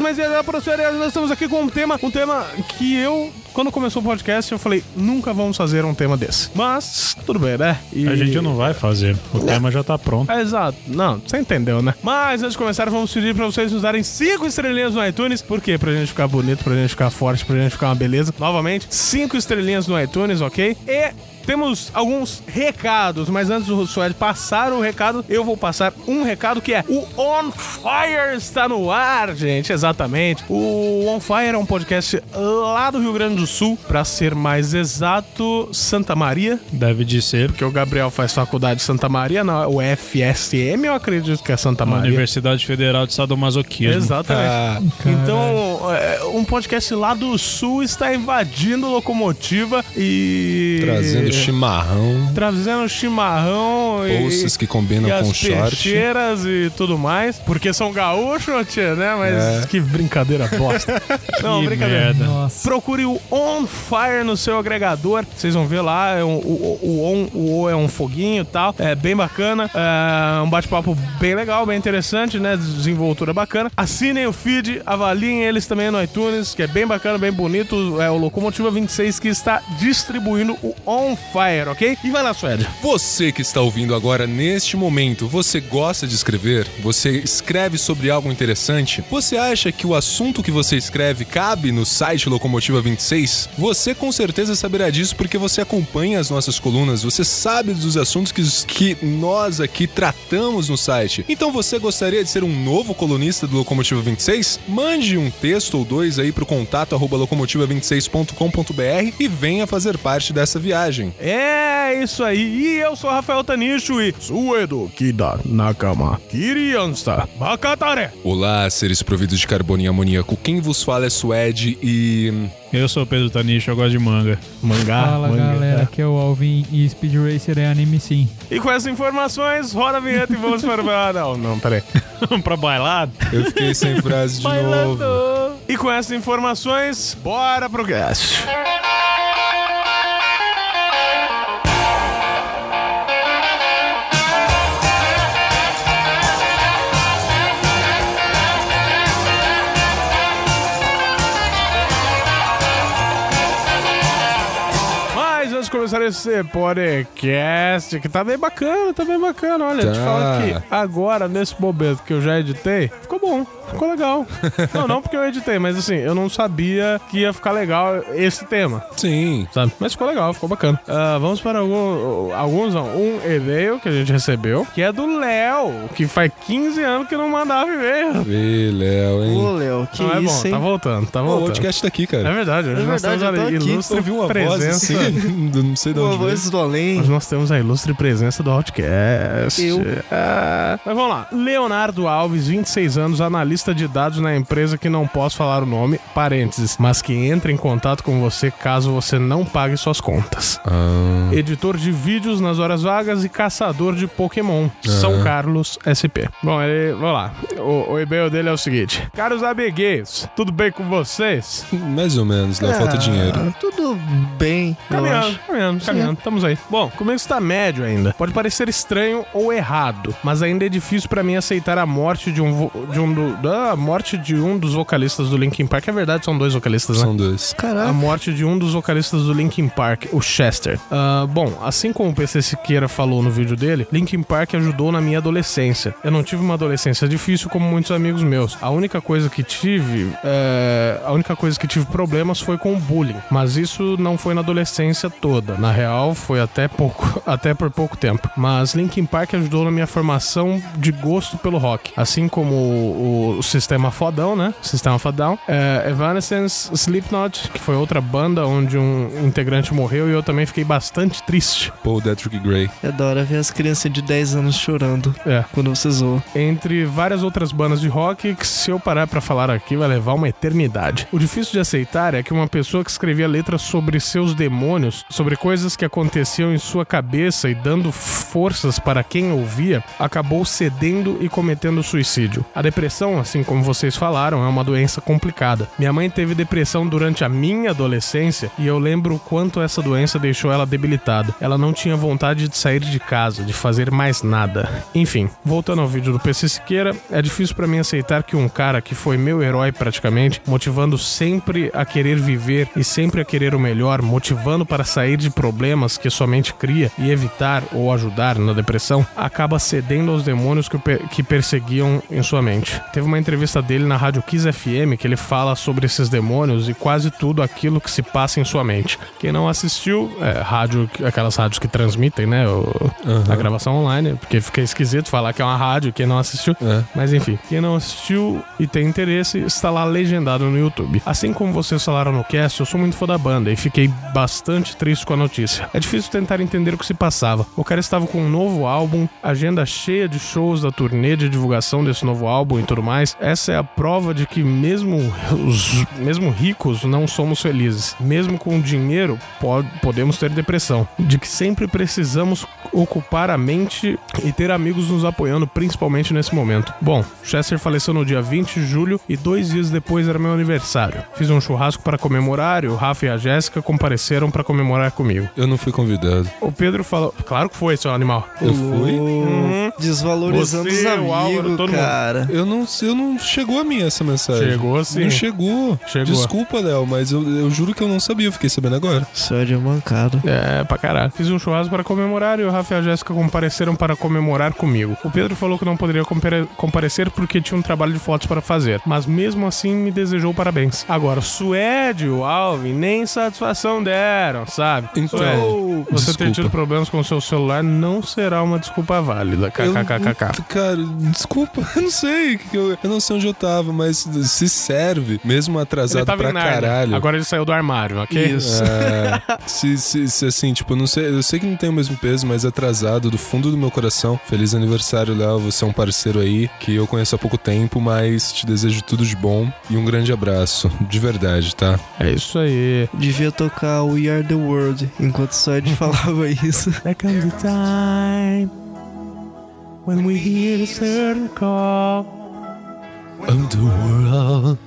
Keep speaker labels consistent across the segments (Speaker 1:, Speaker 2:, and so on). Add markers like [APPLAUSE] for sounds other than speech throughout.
Speaker 1: mas é da Prosperidade. Nós estamos aqui com um tema, um tema que eu, quando começou o podcast, eu falei, nunca vamos fazer um tema desse. Mas, tudo bem, né? E-
Speaker 2: A gente não vai fazer. O tema já tá pronto.
Speaker 1: é, exato. Não, você entendeu, né? Mas antes de começar, vamos pedir pra vocês nos darem cinco estrelinhas no iTunes. Por quê? Pra gente ficar bonito, pra gente ficar forte, pra gente ficar uma beleza. Novamente, cinco estrelinhas no iTunes, ok? E. Temos alguns recados, mas antes do Suede passar o recado, eu vou passar um recado que é o On Fire está no ar, gente, exatamente. O On Fire é um podcast lá do Rio Grande do Sul, pra ser mais exato, Santa Maria,
Speaker 2: Deve de ser.
Speaker 1: porque o Gabriel faz faculdade de Santa Maria, na UFSM, eu acredito que é Santa
Speaker 2: um
Speaker 1: Maria.
Speaker 2: Universidade Federal de Sadomasoquismo.
Speaker 3: Ah,
Speaker 1: Exatamente. então, é, um podcast lá do sul está invadindo locomotiva e.
Speaker 3: Trazendo chimarrão,
Speaker 1: Trazendo chimarrão e.
Speaker 3: bolsas que
Speaker 1: e
Speaker 3: combinam com
Speaker 1: as
Speaker 3: short.
Speaker 1: peixeiras e tudo mais, porque são gaúchos, tia, né? Mas
Speaker 3: É.
Speaker 1: que brincadeira bosta. Não,
Speaker 2: Que
Speaker 1: brincadeira.
Speaker 2: merda.
Speaker 4: Nossa.
Speaker 1: Procure o On Fire no seu agregador. Vocês vão ver lá. é um- o, o, o On o O é um foguinho e tal. É bem bacana. É um bate-papo bem legal, bem interessante, né? Desenvoltura bacana. Assinem o feed, avaliem eles também no iTunes, que é bem bacana, bem bonito. É o Locomotiva 26 que está distribuindo o On Fire, ok? E vai lá, Suede.
Speaker 3: Você que está ouvindo agora neste momento, você gosta de escrever? Você escreve sobre algo interessante? Você acha que o assunto que você escreve cabe no site Locomotiva 26? Você com certeza saberá disso porque você acompanha as nossas colunas, você sabe dos assuntos que, que nós aqui tratamos no site. Então você gostaria de ser um novo colunista do Locomotiva 26? Mande um texto ou dois aí pro contato arroba locomotiva26.com.br e venha fazer parte dessa viagem.
Speaker 1: É isso aí. E eu sou Rafael Tanicho e Suedo Kida Nakama Kiriansta Bakatare.
Speaker 3: Olá, seres providos de carbono e amoníaco. Quem vos fala é Suede e.
Speaker 2: [LAUGHS] Eu sou o Pedro Tanicho, eu gosto de manga.
Speaker 1: Mangá,
Speaker 4: Fala galera, aqui é o Alvin e Speed Racer é anime sim.
Speaker 1: E com essas informações, roda a vinheta e vamos para. Ah, [LAUGHS] não, não, peraí.
Speaker 2: Vamos [LAUGHS] pra bailada?
Speaker 3: Eu fiquei sem frase de novo.
Speaker 1: E com essas informações, bora pro cast. Mas antes de começar esse podcast, que tá bem bacana, tá bem bacana. Olha, te
Speaker 3: Tá.
Speaker 1: falo que agora, nesse momento que eu já editei, ficou bom, ficou [LAUGHS] legal. não, não porque eu editei, mas assim, eu não sabia que ia ficar legal esse tema,
Speaker 3: Sim.
Speaker 1: sabe? Mas ficou legal, ficou bacana. Ah, vamos para algum, alguns, não, um e-mail que a gente recebeu, que é do Léo, que faz 15 anos que não mandava e-mail.
Speaker 3: Ê, Léo, hein?
Speaker 5: Ô, Léo, que
Speaker 1: não é
Speaker 5: isso,
Speaker 1: bom,
Speaker 5: hein?
Speaker 1: tá voltando, tá
Speaker 3: Pô, o
Speaker 1: voltando.
Speaker 3: podcast tá aqui,
Speaker 1: É
Speaker 3: cara.
Speaker 1: verdade, hoje
Speaker 5: É
Speaker 1: nós
Speaker 5: verdade,
Speaker 1: temos a
Speaker 5: eu tô aqui.
Speaker 1: ilustre
Speaker 3: Ouvi uma voz
Speaker 1: presença.
Speaker 3: assim, [LAUGHS] do- não sei de
Speaker 5: Uma
Speaker 3: onde veio.
Speaker 5: voz do além.
Speaker 1: Mas nós temos a ilustre presença do Outcast.
Speaker 5: Eu.
Speaker 1: Ah, Mas vamos lá. Leonardo Alves, 26 anos, analista de dados na empresa que não posso falar o nome, parênteses, mas que entra em contato com você caso você não pague suas contas.
Speaker 3: Ah,
Speaker 1: Editor de vídeos nas horas vagas e caçador de Pokémon. São Carlos SP. Bom, ele. Vamos lá. O, o e-mail dele é o seguinte: Caros amiguinhos, tudo bem com vocês?
Speaker 3: mais ou menos, Léo. Falta dinheiro.
Speaker 5: Ah, Tudo bem, eu
Speaker 1: Caminhando,
Speaker 5: acho.
Speaker 1: caminhando, caminhando. Estamos aí. Bom, o começo está médio ainda. Pode parecer estranho ou errado, mas ainda é difícil pra mim aceitar a morte de um vo- de um do- da morte de um dos vocalistas do Linkin Park. É verdade, são dois vocalistas, né?
Speaker 3: São dois.
Speaker 1: A
Speaker 5: Caraca.
Speaker 1: morte de um dos vocalistas do Linkin Park, o Chester. Ah, bom, assim como o PC Siqueira falou no vídeo dele, Linkin Park ajudou na minha adolescência. Eu não tive uma adolescência difícil como muitos amigos meus. A única coisa que tive, eh, a única coisa que tive problemas foi com o bullying. Mas isso não foi na adolescência toda. Na real, foi até pouco, [LAUGHS] até por pouco tempo. Mas Linkin Park ajudou na minha formação de gosto pelo rock, assim como o, o sistema fodão, né? Sistema fodão. É, Evanescence, Slipknot, que foi outra banda onde um integrante morreu e eu também fiquei bastante triste.
Speaker 3: Paul Detrick
Speaker 1: Ah.
Speaker 3: Gray.
Speaker 5: Eu adoro ver as crianças de 10 anos chorando
Speaker 1: É,
Speaker 5: quando você zoa.
Speaker 1: entre várias outras bandas de rock que se eu parar pra falar aqui vai levar uma eternidade. O difícil de aceitar é que uma pessoa que escrevia letras sobre seus demônios, sobre sobre coisas que aconteciam em sua cabeça e dando forças para quem ouvia, acabou cedendo e cometendo suicídio. A depressão, assim como vocês falaram, é uma doença complicada. Minha mãe teve depressão durante a minha adolescência e eu lembro o quanto essa doença deixou ela debilitada. Ela não tinha vontade de sair de casa, de fazer mais nada. Enfim, voltando ao vídeo do PC Siqueira, é difícil pra mim aceitar que um cara que foi meu herói praticamente, motivando sempre a querer viver e sempre a querer o melhor, motivando para sair de problemas que somente cria e evitar ou ajudar na depressão, acaba cedendo aos demônios que, o pe- que perseguiam em sua mente. Teve uma entrevista dele na Rádio Kiss FM que ele fala sobre esses demônios e quase tudo aquilo que se passa em sua mente. Quem não assistiu, é, rádio, aquelas rádios que transmitem, né, o- a gravação online, porque fica esquisito falar que é uma rádio, quem não assistiu,
Speaker 3: É.
Speaker 1: mas enfim, quem não assistiu e tem interesse, está lá legendado no YouTube. Assim como vocês falaram no cast, eu sou muito fã da banda e fiquei bastante triste com a notícia. É difícil tentar entender o que se passava. O cara estava com um novo álbum, agenda cheia de shows da turnê de divulgação desse novo álbum e tudo mais. Essa é a prova de que mesmo os mesmo ricos não somos felizes. Mesmo com dinheiro, po- podemos ter depressão. De que sempre precisamos ocupar a mente e ter amigos nos apoiando, principalmente nesse momento. Bom, Chester faleceu no dia 20 de julho e dois dias depois era meu aniversário. Fiz um churrasco para comemorar e o Rafa e a Jéssica compareceram para comemorar comigo.
Speaker 3: Eu não fui convidado.
Speaker 1: O Pedro falou: Claro que foi, seu animal.
Speaker 3: Eu fui?
Speaker 5: Ô, Desvalorizando
Speaker 1: Uhum. Você,
Speaker 5: os
Speaker 1: o Álvaro, todo
Speaker 5: amigos,
Speaker 1: mundo.
Speaker 5: cara.
Speaker 3: Eu não, eu não chegou a mim essa mensagem.
Speaker 1: Chegou sim.
Speaker 3: Não chegou.
Speaker 1: Chegou.
Speaker 3: É. Desculpa, Léo, mas eu, eu juro que eu não sabia, eu fiquei sabendo agora.
Speaker 5: Isso é de mancada.
Speaker 1: É, pra caralho. Fiz um churrasco para comemorar e o Rafa e a Jéssica compareceram para comemorar comigo. O Pedro falou que não poderia compare- comparecer porque tinha um trabalho de fotos para fazer, mas mesmo assim me desejou parabéns. Agora, o Suede e o Alvin nem satisfação deram, sabe?
Speaker 3: Então,
Speaker 1: Suede, você ter
Speaker 3: desculpa.
Speaker 1: tido problemas com o seu celular não será uma desculpa válida.
Speaker 3: Eu-
Speaker 1: KKKKK.
Speaker 3: Cara, desculpa, [LAUGHS] eu não sei. que Eu, eu não sei onde eu tava, mas se serve, mesmo atrasado pra
Speaker 1: Nárnia.
Speaker 3: caralho.
Speaker 1: Agora ele saiu do armário, ok?
Speaker 5: Isso.
Speaker 3: É, [LAUGHS] se, se- se, assim, tipo, eu não sei, eu sei que não tem o mesmo peso, mas atrasado do fundo do meu coração. Feliz aniversário, Léo. Você é um parceiro aí que eu conheço há pouco tempo, mas te desejo tudo de bom e um grande abraço, de verdade, tá?
Speaker 1: É isso aí.
Speaker 5: Devia tocar We Are The World, enquanto o Suede [LAUGHS] falava isso.
Speaker 1: There comes a time when we hear a certain call.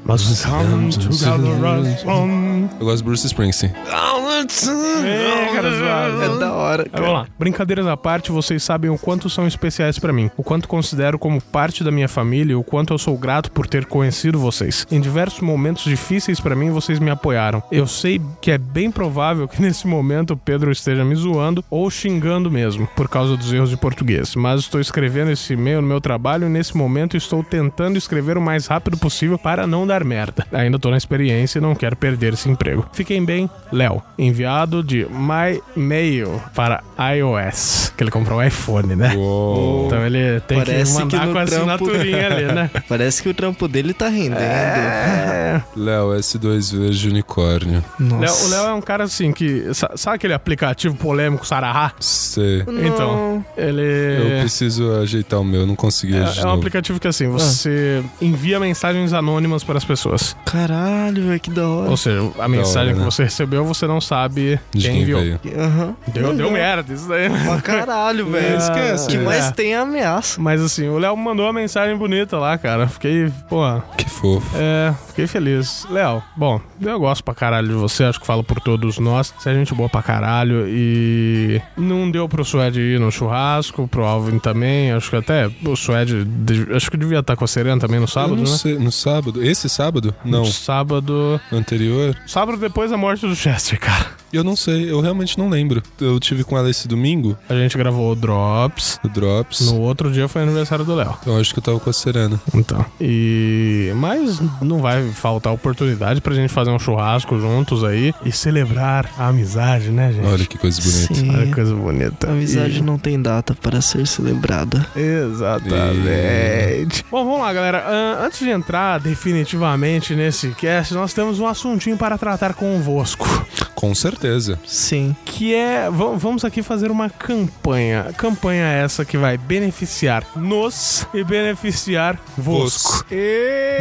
Speaker 1: Must come together as one.
Speaker 3: Eu gosto de Bruce Springsteen.
Speaker 1: Ei, cara, zoado.
Speaker 5: É da hora,
Speaker 1: Aí, vamos
Speaker 5: cara.
Speaker 1: lá. Brincadeiras à parte, vocês sabem o quanto são especiais pra mim, o quanto considero como parte da minha família, e o quanto eu sou grato por ter conhecido vocês. Em diversos momentos difíceis pra mim, vocês me apoiaram. Eu sei que é bem provável que nesse momento o Pedro esteja me zoando ou xingando mesmo, por causa dos erros de português, mas estou escrevendo esse e-mail no meu trabalho e nesse momento estou tentando escrever o mais rápido possível para não dar merda. Ainda tô na experiência e não quero perder esse emprego. Fiquem bem, Léo. Enviado de MyMail para iOS, que ele comprou um iPhone, né?
Speaker 3: Uou.
Speaker 1: Então ele tem
Speaker 5: Parece
Speaker 1: que mandar
Speaker 5: que no
Speaker 1: com a
Speaker 5: trampo-
Speaker 1: assinaturinha ali,
Speaker 5: [LAUGHS]
Speaker 1: né?
Speaker 5: Parece que o trampo dele tá rendendo.
Speaker 1: É.
Speaker 5: É.
Speaker 3: Léo, S2V de unicórnio.
Speaker 1: Léo- o Léo
Speaker 5: Nossa.
Speaker 1: é um cara assim que. sa- Sabe aquele aplicativo polêmico Sarahá?
Speaker 3: Sei.
Speaker 1: Então,
Speaker 3: Eu
Speaker 1: ele.
Speaker 3: preciso ajeitar o meu, eu não consegui
Speaker 1: É,
Speaker 3: de
Speaker 1: é um
Speaker 3: novo.
Speaker 1: aplicativo que
Speaker 5: Ah.
Speaker 1: assim, você envia mensagens anônimas para as pessoas.
Speaker 5: Caralho, velho, que da hora.
Speaker 1: Ou seja, a mensagem
Speaker 3: hora,
Speaker 1: que
Speaker 3: Então, né?
Speaker 1: você recebeu, você não sabe
Speaker 3: De
Speaker 1: quem
Speaker 3: quem
Speaker 1: enviou.
Speaker 3: veio.
Speaker 5: Aham.
Speaker 1: Deu, deu merda, isso daí. né?
Speaker 5: Pra caralho, velho.
Speaker 3: esquece.
Speaker 5: O que
Speaker 1: É.
Speaker 5: mais tem é ameaça.
Speaker 1: Mas assim, o Léo mandou uma mensagem bonita lá, cara. Fiquei, pô,
Speaker 3: Que fofo.
Speaker 1: é, fiquei feliz. Léo, bom, eu gosto pra caralho de você, acho que falo por todos nós. Você é gente boa pra caralho e não deu pro Suede ir no churrasco, pro Alvin também. Acho que até o Suede, de- acho que devia estar com a Serena também no
Speaker 3: Eu
Speaker 1: sábado,
Speaker 3: não
Speaker 1: né?
Speaker 3: sei, no sábado? Esse sábado? Não,
Speaker 1: No Sábado.
Speaker 3: anterior?
Speaker 1: Sábado depois da morte do Chester, [LAUGHS] cara.
Speaker 3: Eu não sei, eu realmente não lembro. Eu tive com ela esse domingo,
Speaker 1: A gente gravou o Drops.
Speaker 3: no Drops.
Speaker 1: No outro dia foi aniversário do Léo.
Speaker 3: Então acho que eu tava com a Serena.
Speaker 1: Então. E. Mas não vai faltar oportunidade pra gente fazer um churrasco juntos aí e celebrar a amizade, né, gente?
Speaker 3: Olha que coisa bonita.
Speaker 5: Sim.
Speaker 1: Olha que coisa bonita.
Speaker 5: É. A amizade né?
Speaker 1: E-
Speaker 5: não tem data para ser celebrada.
Speaker 1: Exatamente. Bom, vamos lá, galera. Ahn, antes de entrar definitivamente nesse cast, nós temos um assuntinho para tratar convosco.
Speaker 3: Com certeza.
Speaker 5: Sim.
Speaker 1: que é va- vamos aqui fazer uma campanha. Campanha essa que vai beneficiar nos e beneficiar vosco.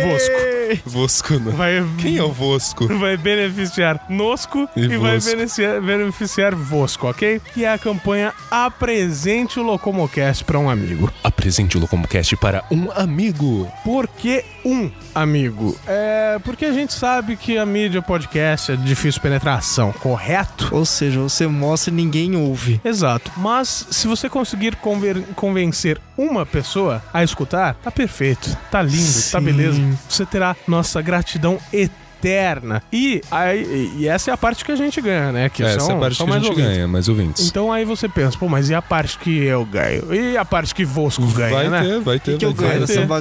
Speaker 1: Vosco.
Speaker 3: Vosco, não.
Speaker 1: Vai
Speaker 3: Quem é o Vosco?
Speaker 1: [LAUGHS] Vai beneficiar Nosco
Speaker 3: E
Speaker 1: e, vai
Speaker 3: Vosco.
Speaker 1: beneficiar, beneficiar Vosco, ok? Que é a campanha Apresente o Locomocast para um amigo.
Speaker 3: Apresente o Locomocast para um amigo.
Speaker 1: Por que um amigo? É porque a gente sabe que a mídia podcast é de difícil penetração, correto?
Speaker 5: Ou seja, você mostra e ninguém ouve.
Speaker 1: Exato. Mas se você conseguir conver- convencer uma pessoa a escutar, tá perfeito, tá lindo, tá
Speaker 5: Sim.
Speaker 1: beleza. Você terá nossa gratidão eterna. E, aí, e essa é a parte que a gente ganha, né? Que
Speaker 3: Essa
Speaker 1: são,
Speaker 3: é a parte
Speaker 1: são
Speaker 3: que a
Speaker 1: mais
Speaker 3: gente
Speaker 1: ouvintes.
Speaker 3: ganha, mais ouvintes.
Speaker 1: Então aí você pensa, pô, mas e a parte que eu ganho? E a parte que Vosco ganha,
Speaker 3: vai
Speaker 1: né?
Speaker 3: ter, vai ter,
Speaker 5: O que, que eu
Speaker 3: vai
Speaker 5: ganho
Speaker 3: ter.
Speaker 1: ter,
Speaker 5: dessa
Speaker 1: vai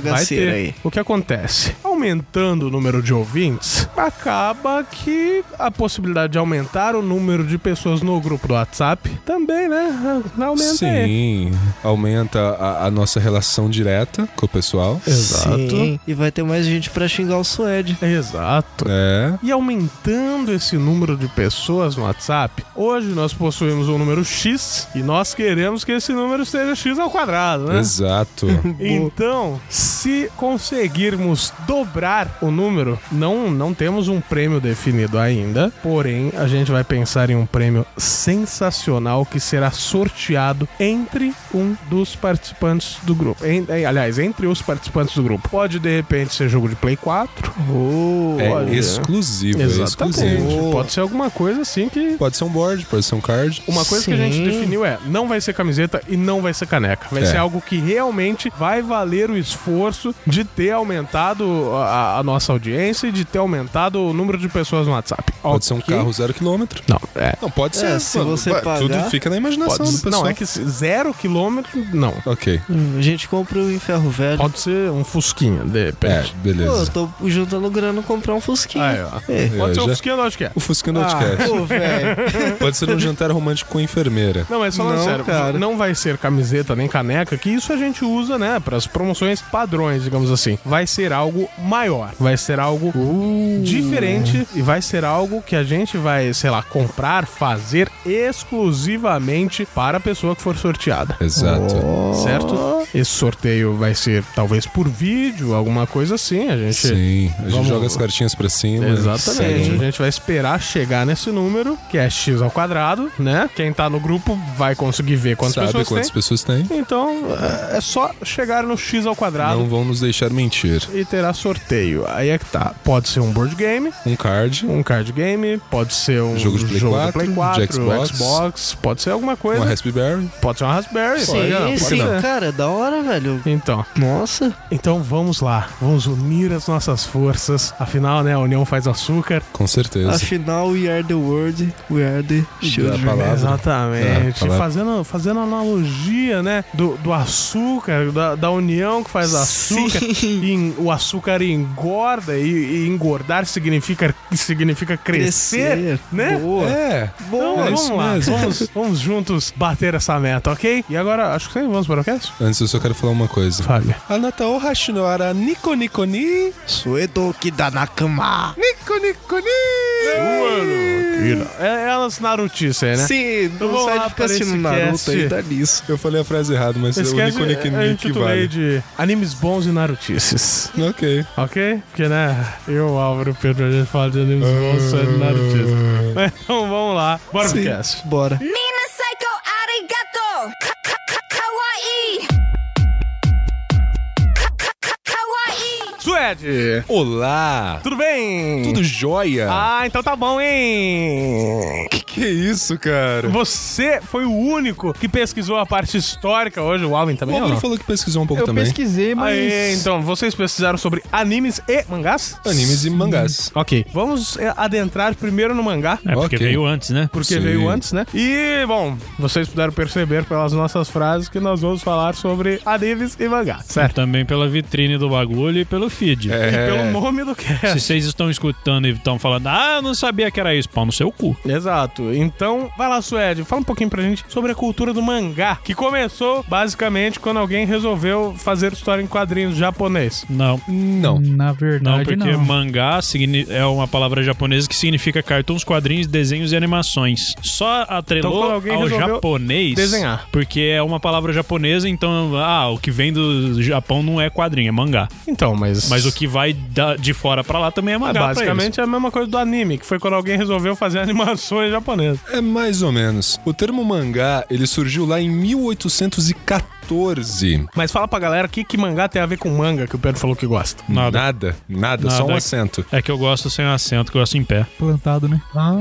Speaker 1: ter.
Speaker 5: bagaceira aí?
Speaker 1: O que acontece? Aumentando o número de ouvintes, acaba que a possibilidade de aumentar o número de pessoas no grupo do WhatsApp também, né? Aumenta aí.
Speaker 3: Sim, aumenta a, a nossa relação direta com o pessoal.
Speaker 5: Sim. E vai ter mais gente pra xingar o Suede.
Speaker 1: Exato.
Speaker 3: É,
Speaker 1: E aumentando esse número de pessoas no WhatsApp, hoje nós possuímos um número X e nós queremos que esse número seja X ao quadrado, né? [LAUGHS]
Speaker 3: exato.
Speaker 1: Então, se conseguirmos dobrar o número, não, não temos um prêmio definido ainda, porém a gente vai pensar em um prêmio sensacional que será sorteado entre um dos participantes do grupo. Em- em- aliás, entre os participantes do grupo. Pode de repente ser jogo de Play 4.
Speaker 5: Oh,
Speaker 3: é
Speaker 1: olha.
Speaker 3: exclusivo, é exclusivo.
Speaker 1: né? Exatamente. Pode ser alguma coisa assim que.
Speaker 3: Pode ser um board, pode ser um card.
Speaker 1: Uma coisa que a gente
Speaker 5: Sim.
Speaker 1: definiu é: não vai ser camiseta e não vai ser caneca. Vai
Speaker 3: É.
Speaker 1: ser algo que realmente vai valer o esforço de ter aumentado a, a nossa audiência e de ter aumentado o número de pessoas no WhatsApp.
Speaker 3: Pode ser um
Speaker 1: Ok?
Speaker 3: carro zero quilômetro.
Speaker 1: Não, é.
Speaker 3: Não, pode ser.
Speaker 5: É, se
Speaker 3: mano.
Speaker 5: você
Speaker 3: Vai,
Speaker 5: pagar-
Speaker 3: Tudo fica na imaginação
Speaker 1: Pode,
Speaker 3: do pessoal.
Speaker 1: não, é que se- zero quilômetro, não.
Speaker 3: Ok, é,
Speaker 5: a gente compra o Inferro Velho.
Speaker 1: Pode ser um fusquinha, de
Speaker 3: é,
Speaker 1: repente.
Speaker 5: Pô, eu
Speaker 3: beleza.
Speaker 5: tô juntando grana pra comprar um Fusquinha.
Speaker 1: Aí, ó.
Speaker 5: É.
Speaker 1: um Pode ser um
Speaker 3: já-
Speaker 1: fusquinha, não, acho que é.
Speaker 3: O Fusca não
Speaker 1: Ah.
Speaker 3: te quer.
Speaker 5: Pô, velho.
Speaker 3: Pode ser um jantar romântico com a enfermeira.
Speaker 1: Não, mas falando
Speaker 5: Não,
Speaker 1: sério,
Speaker 5: cara.
Speaker 1: não vai ser camiseta nem caneca, que isso a gente usa, né, para as promoções padrões, digamos assim. Vai ser algo maior, vai ser algo diferente e vai ser algo que a gente vai, sei lá, comprar, fazer exclusivamente para a pessoa que for sorteada.
Speaker 3: Exato.
Speaker 1: Certo? Esse sorteio vai ser talvez por vídeo, alguma coisa assim. A gente
Speaker 3: Sim, a gente
Speaker 1: Vamos-
Speaker 3: joga as cartinhas pra cima.
Speaker 1: Exatamente.
Speaker 3: segue.
Speaker 1: A gente vai esperar chegar nesse número, que é x ao quadrado, né? Quem tá no grupo vai conseguir ver quantas
Speaker 3: Sabe
Speaker 1: pessoas
Speaker 3: quantas
Speaker 1: tem.
Speaker 3: pessoas tem?
Speaker 1: Então, é só chegar no x ao quadrado
Speaker 3: Não vão nos deixar mentir.
Speaker 1: e terá sorteio. Aí é que tá. Pode ser um board game,
Speaker 3: Um card,
Speaker 1: um card game, pode ser um
Speaker 3: Jogo de Play 4,
Speaker 1: Play 4,
Speaker 3: de Xbox.
Speaker 1: Xbox, pode ser alguma
Speaker 3: uma
Speaker 1: coisa.
Speaker 3: Raspberry.
Speaker 1: Pode ser uma Raspberry.
Speaker 5: Sim,
Speaker 1: pode, não, pode
Speaker 5: sim.
Speaker 1: ser.
Speaker 5: Cara, é da hora, velho.
Speaker 1: Então,
Speaker 5: Nossa.
Speaker 1: então vamos lá, vamos unir as nossas forças. Afinal, né, a união faz açúcar.
Speaker 3: Com certeza.
Speaker 5: Afinal, we are the world, we are the children.
Speaker 3: palavra. É,
Speaker 1: Exatamente.
Speaker 3: palavra.
Speaker 1: fazendo, fazendo analogia, né? Do, do açúcar, da, da união que faz açúcar. E em- o açúcar engorda e, e engordar significa, significa crescer, né?
Speaker 5: Boa.
Speaker 3: É,
Speaker 1: Então,
Speaker 3: é
Speaker 1: vamos
Speaker 3: isso
Speaker 1: lá,
Speaker 3: mesmo.
Speaker 1: vamos, vamos juntos bater essa meta, ok? E agora, acho que sim, vamos para o cast?
Speaker 3: Antes eu só quero falar uma coisa.
Speaker 1: Fábio.
Speaker 3: Anata o Hashinora Nico Nico Ni.
Speaker 5: Suedo que dá na cama.
Speaker 3: Nico Nico
Speaker 1: É, elas narutice aí, né?
Speaker 5: Sim,
Speaker 1: Então vamos
Speaker 5: não
Speaker 1: lá
Speaker 5: sai de
Speaker 1: para
Speaker 5: ficar assistindo
Speaker 1: esse
Speaker 5: Naruto
Speaker 1: cast.
Speaker 5: aí, tá nisso.
Speaker 3: Eu falei a frase errada, mas é o
Speaker 1: Esquece,
Speaker 3: Nico Nico
Speaker 1: eu
Speaker 3: Ni que
Speaker 1: intitulei
Speaker 3: vale.
Speaker 1: de Animes Bons e Narutices.
Speaker 3: Ok.
Speaker 1: Ok? Porque, né, eu, Álvaro e o Pedro, a gente fala de animes bons, só de narutices.
Speaker 3: Ah.
Speaker 1: Mas [LAUGHS] então vamos lá, bora pro
Speaker 5: Sim.
Speaker 1: cast.
Speaker 5: Bora.
Speaker 6: みんな最高ありがとうか、か、か、かわいいか、か、か、かわいい
Speaker 1: Suede!
Speaker 3: Olá.
Speaker 1: Tudo bem?
Speaker 3: Tudo jóia?
Speaker 1: Ah, então tá bom, hein?
Speaker 3: que que é isso, cara?
Speaker 1: Você foi o único que pesquisou a parte histórica hoje, o Alvin
Speaker 3: O
Speaker 1: também, ou
Speaker 3: Álvaro
Speaker 1: não?
Speaker 3: falou que pesquisou um pouco
Speaker 4: Eu
Speaker 3: também.
Speaker 4: pesquisei, mas.
Speaker 1: Aê, então, vocês pesquisaram sobre animes e mangás?
Speaker 3: Animes e mangás.
Speaker 1: Ok, vamos é, adentrar primeiro no mangá.
Speaker 2: É porque
Speaker 3: Ok.
Speaker 2: veio antes, né?
Speaker 1: Porque
Speaker 3: Sim.
Speaker 1: veio antes, né? E, bom, vocês puderam perceber pelas nossas frases que nós vamos falar sobre animes e mangá, certo?
Speaker 2: Também pela vitrine do bagulho e pelo Speed.
Speaker 1: E
Speaker 3: É.
Speaker 1: pelo nome do cast.
Speaker 2: Se vocês estão escutando e estão falando, ah, eu não sabia que era isso, pau no seu cu.
Speaker 1: Exato. Então, vai lá, Suede, fala um pouquinho pra gente sobre a cultura do mangá, que começou basicamente quando alguém resolveu fazer história em quadrinhos japonês.
Speaker 2: Não.
Speaker 3: Não.
Speaker 4: Na
Speaker 2: Não,
Speaker 4: verdade, não. é
Speaker 2: porque mangá signi- é uma palavra japonesa que significa cartões, quadrinhos, desenhos e animações. Só
Speaker 1: Então,
Speaker 2: atrelou
Speaker 1: quando alguém
Speaker 2: ao
Speaker 1: resolveu
Speaker 2: japonês
Speaker 1: desenhar.
Speaker 2: porque é uma palavra japonesa, então ah, o que vem do Japão não é quadrinho, é mangá.
Speaker 1: Então, mas.
Speaker 2: Mas o que vai da- de fora pra lá também é
Speaker 1: É
Speaker 2: mangá. pra eles.
Speaker 1: basicamente a mesma coisa do anime, que foi quando alguém resolveu fazer [LAUGHS] animações japonesas.
Speaker 3: É mais ou menos. O termo mangá, ele surgiu lá em 1814.
Speaker 1: Mas fala pra galera o que, que mangá tem a ver com manga, que o Pedro falou que gosta.
Speaker 2: Nada.
Speaker 3: Nada, nada, só
Speaker 2: Nada.
Speaker 3: um acento.
Speaker 2: É que eu gosto sem acento, que eu gosto em pé.
Speaker 4: Plantado, né? Ah,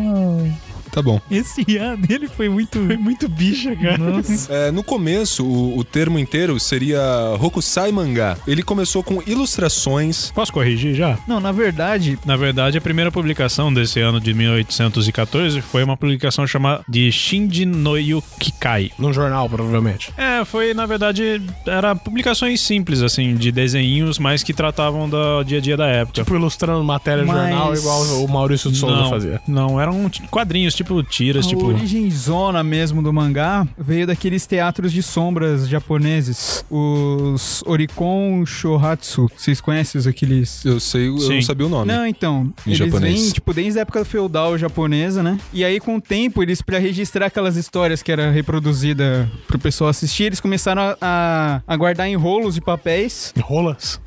Speaker 3: Tá bom.
Speaker 4: esse ano ele foi muito. Foi muito bicha, cara. Nossa.
Speaker 3: É, no começo, o, o termo inteiro seria Hokusai Mangá. Ele começou com ilustrações.
Speaker 2: Posso corrigir já?
Speaker 4: [LAUGHS] Não, na verdade,
Speaker 2: Na verdade, a primeira publicação desse ano de 1814 foi uma publicação chamada de Shinji no Yukikai.
Speaker 1: Num jornal, provavelmente.
Speaker 2: É, foi, na verdade, era publicações simples, assim, de desenhinhos, mas que tratavam do dia a dia da época.
Speaker 1: Tipo, ilustrando matéria de
Speaker 4: Mas-
Speaker 1: jornal, igual Tipo, o Maurício de Souza
Speaker 2: não,
Speaker 1: fazia.
Speaker 2: não, eram t- quadrinhos, tipo tiras,
Speaker 4: a
Speaker 2: tipo...
Speaker 4: origem zona mesmo do mangá veio daqueles teatros de sombras japoneses, os Oricon Shohatsu. Vocês conhecem os- aqueles?
Speaker 3: Eu sei, eu
Speaker 2: Sim.
Speaker 3: não sabia o nome.
Speaker 4: Não, então.
Speaker 3: Em
Speaker 4: eles
Speaker 3: japonês.
Speaker 4: vêm, tipo, desde a época feudal japonesa, né? E aí, com o tempo, eles, pra registrar aquelas histórias que era reproduzida pro pessoal assistir, eles começaram a, a, a guardar em rolos de papéis.
Speaker 1: Rolas?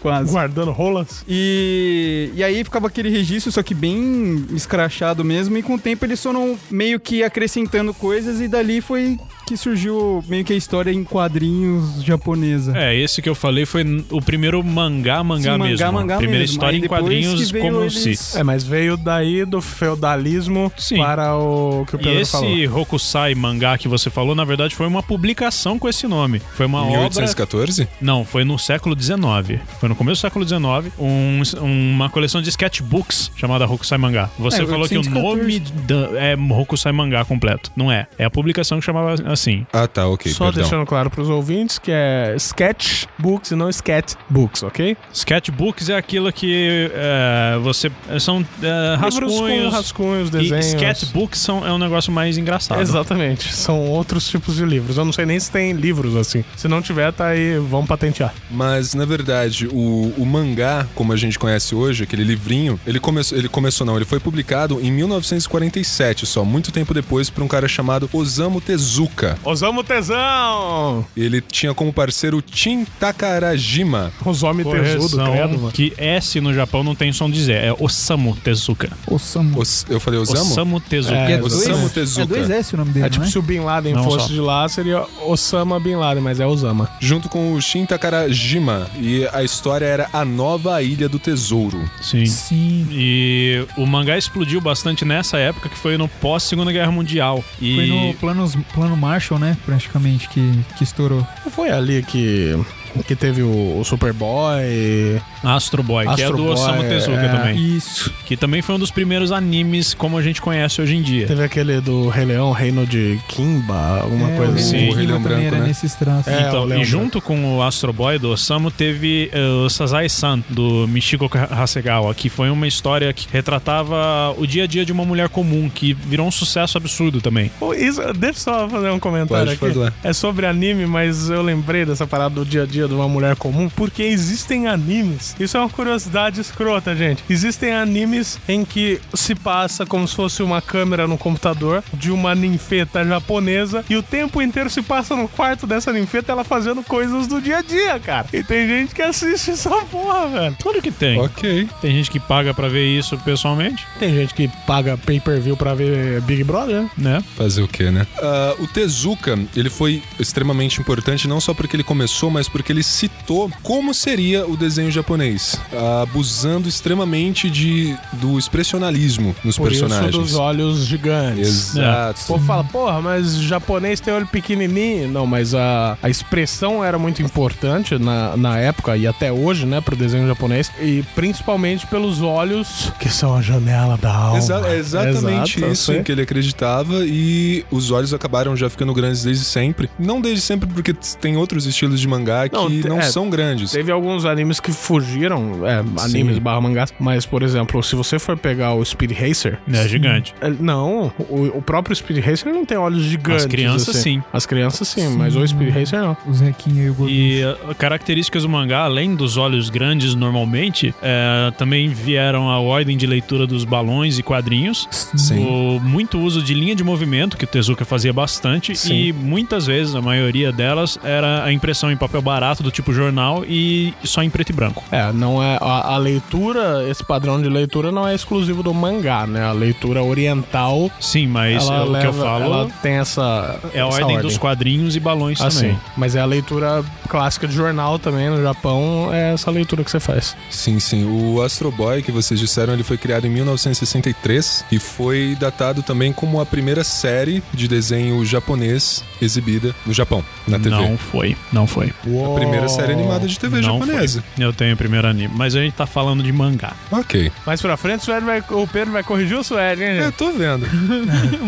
Speaker 4: Quase.
Speaker 1: Guardando rolas?
Speaker 4: E, e aí ficava aquele registro, só que bem escrachado mesmo, e com o tempo eles foram meio que acrescentando coisas, e dali foi que surgiu meio que a história em quadrinhos japonesa.
Speaker 2: É, esse que eu falei foi n- o primeiro mangá, mangá
Speaker 4: Sim, mangá,
Speaker 2: mesmo.
Speaker 4: mangá
Speaker 2: Primeira
Speaker 4: mesmo.
Speaker 2: história
Speaker 4: Aí
Speaker 2: em
Speaker 4: depois
Speaker 2: quadrinhos
Speaker 4: que veio
Speaker 2: como
Speaker 4: eles-
Speaker 2: se.
Speaker 1: É, mas veio daí do feudalismo
Speaker 2: Sim.
Speaker 1: para o que o
Speaker 2: E
Speaker 1: Pedro falou.
Speaker 2: esse Hokusai mangá que você falou, na verdade, foi uma publicação com esse nome. Foi
Speaker 4: é
Speaker 2: uma obra
Speaker 3: 1814?
Speaker 2: Não, foi no século XIX. Foi no começo do século XIX, um- uma coleção de sketchbooks chamada Hokusai Mangá. Você
Speaker 4: É,
Speaker 2: falou que o
Speaker 4: 814.
Speaker 2: nome da- é Hokusai Mangá completo. Não é. É a publicação que chamava assim.
Speaker 3: Ah, tá, ok,
Speaker 1: Só
Speaker 3: perdão.
Speaker 1: deixando claro pros ouvintes que é sketchbooks e não sketchbooks, ok?
Speaker 2: Sketchbooks é aquilo que é, você... São é,
Speaker 1: Livros com
Speaker 2: rascunhos...
Speaker 1: rascunhos,
Speaker 2: E
Speaker 1: desenhos.
Speaker 2: sketchbooks são, é um negócio mais engraçado.
Speaker 1: Exatamente, são outros tipos de livros. Eu não sei nem se tem livros assim. Se não tiver, tá aí, vamos patentear.
Speaker 3: Mas, na verdade, o, o mangá, como a gente conhece hoje, aquele livrinho, ele, começou, ele começou, não, ele foi publicado em 1947, só muito tempo depois, por um cara chamado Osamu Tezuka.
Speaker 1: Osamu Tesão!
Speaker 3: Ele tinha como parceiro o Shin Takarajima.
Speaker 1: Osamu Tesudo,
Speaker 2: Correção,
Speaker 1: credo, mano.
Speaker 2: que S no Japão não tem som de Z. É Osamu Tezuka.
Speaker 4: Osamu.
Speaker 3: Os- eu falei Osamu?
Speaker 2: Osamu Tezuka.
Speaker 1: É,
Speaker 4: dois-
Speaker 3: Osamu
Speaker 4: É
Speaker 3: Tezuka.
Speaker 4: dois S o nome dele,
Speaker 1: É tipo
Speaker 4: não é?
Speaker 1: se o Bin Laden
Speaker 2: Não,
Speaker 1: fosse
Speaker 2: só.
Speaker 1: de lá, seria Osama Bin Laden, mas é Osama.
Speaker 3: junto com o Shin Takarajima. E a história era A Nova Ilha do Tesouro.
Speaker 2: Sim.
Speaker 4: Sim.
Speaker 2: E o mangá explodiu bastante nessa época, que foi no pós-Segunda Guerra Mundial. E
Speaker 4: Foi no planos, plano Marshall, né? Praticamente, que, que estourou.
Speaker 1: Não Foi ali que, que teve o, o Superboy.
Speaker 2: Astro Boy, que é
Speaker 1: Astro
Speaker 2: do
Speaker 1: Boy,
Speaker 2: Osamu Tezuka
Speaker 1: é.
Speaker 2: também.
Speaker 4: Isso.
Speaker 2: Que também foi um dos primeiros animes como a gente conhece hoje em dia.
Speaker 1: Teve aquele do Rei Leão, Reino de Kimba, alguma
Speaker 4: é,
Speaker 1: coisa
Speaker 4: o
Speaker 1: assim.
Speaker 2: Sim.
Speaker 4: Ivo
Speaker 3: Rei Leão
Speaker 4: também
Speaker 3: Branco,
Speaker 4: era
Speaker 3: né?
Speaker 4: nesses traços.
Speaker 1: É, o
Speaker 2: então,
Speaker 1: Leandro.
Speaker 2: e junto com o Astro Boy do Osamu teve eh, o Sazae-san, do Michiko Hasegawa, que foi uma história que retratava o dia a dia de uma mulher comum, que virou um sucesso absurdo também.
Speaker 1: Pô, Isso, deixa eu só assim. fazer um comentário
Speaker 3: Pode
Speaker 1: aqui.
Speaker 3: fazer.
Speaker 1: É sobre anime, mas eu lembrei dessa parada do dia a dia de uma mulher comum, porque existem animes. Isso é uma curiosidade escrota, gente. Existem animes em que se passa como se fosse uma câmera no computador de uma ninfeta japonesa e o tempo inteiro se passa no quarto dessa ninfeta ela fazendo coisas do dia a dia, cara. E tem gente que assiste essa porra, velho.
Speaker 2: Claro que tem.
Speaker 3: Ok.
Speaker 2: Tem gente que paga pra ver isso pessoalmente,
Speaker 1: Tem gente que paga pay-per-view pra ver Big Brother, né?
Speaker 2: né?
Speaker 3: Fazer o quê, né? Ah, o Tezuka, ele foi extremamente importante, não só porque ele começou, mas porque ele citou como seria o desenho japonês, ah, abusando extremamente de, do expressionalismo nos
Speaker 1: Por
Speaker 3: personagens.
Speaker 1: isso dos olhos gigantes. O
Speaker 3: Exato.
Speaker 1: povo fala, porra, mas japonês tem olho pequenininho. Não, mas a, a expressão era muito importante na, na época e até hoje, né, pro desenho japonês. E principalmente pelos olhos, que são a janela da alma.
Speaker 3: Exa- é exatamente
Speaker 1: Exato,
Speaker 3: isso
Speaker 1: sim.
Speaker 3: em que ele acreditava e os olhos acabaram já ficando grandes desde sempre. Não desde sempre, porque t- tem outros estilos de mangá
Speaker 1: Não, Não,
Speaker 3: que
Speaker 1: te-
Speaker 3: não
Speaker 1: é,
Speaker 3: são grandes.
Speaker 1: Teve alguns animes que fugiram, é, animes barra mangás, mas, por exemplo, se você for pegar o Speed Racer.
Speaker 2: É gigante.
Speaker 1: é, Não, o, o próprio Speed Racer não tem olhos gigantes.
Speaker 2: As crianças,
Speaker 1: assim.
Speaker 2: sim.
Speaker 1: As crianças sim, mas o Speed Racer não.
Speaker 7: O Zequinha e o Godoy.
Speaker 2: E uh, características do mangá, além dos olhos grandes normalmente, é, também vieram a ordem de leitura dos balões e quadrinhos.
Speaker 3: Sim.
Speaker 2: O muito uso de linha de movimento, que o Tezuka fazia bastante,
Speaker 1: Sim.
Speaker 2: e muitas vezes, a maioria delas, era a impressão em papel barato do tipo jornal e só em preto e branco.
Speaker 1: É, não é. A, a leitura, esse padrão de leitura não é exclusivo do mangá, né? A leitura oriental.
Speaker 2: Sim, mas
Speaker 1: ela
Speaker 2: é o que eu
Speaker 1: leva-
Speaker 2: falo
Speaker 1: Ela tem essa.
Speaker 2: é a
Speaker 1: essa
Speaker 2: ordem, dos quadrinhos e balões
Speaker 1: Assim,
Speaker 2: também.
Speaker 1: mas é a leitura clássica de jornal também no Japão, é essa leitura que você faz.
Speaker 3: Sim, sim. O Astro Boy, que vocês disseram, ele foi criado em 1963 e foi datado também como a primeira série de desenho japonês exibida no Japão, na TV.
Speaker 2: Não foi, não foi.
Speaker 3: A primeira série animada de TV
Speaker 2: não
Speaker 3: japonesa.
Speaker 2: foi. Eu tenho o primeiro anime, mas a gente tá falando de mangá.
Speaker 3: Ok.
Speaker 1: Mais pra frente, o, Sueli vai- o Pedro vai corrigir o Sueli, hein,
Speaker 3: É,
Speaker 1: gente?
Speaker 3: tô vendo.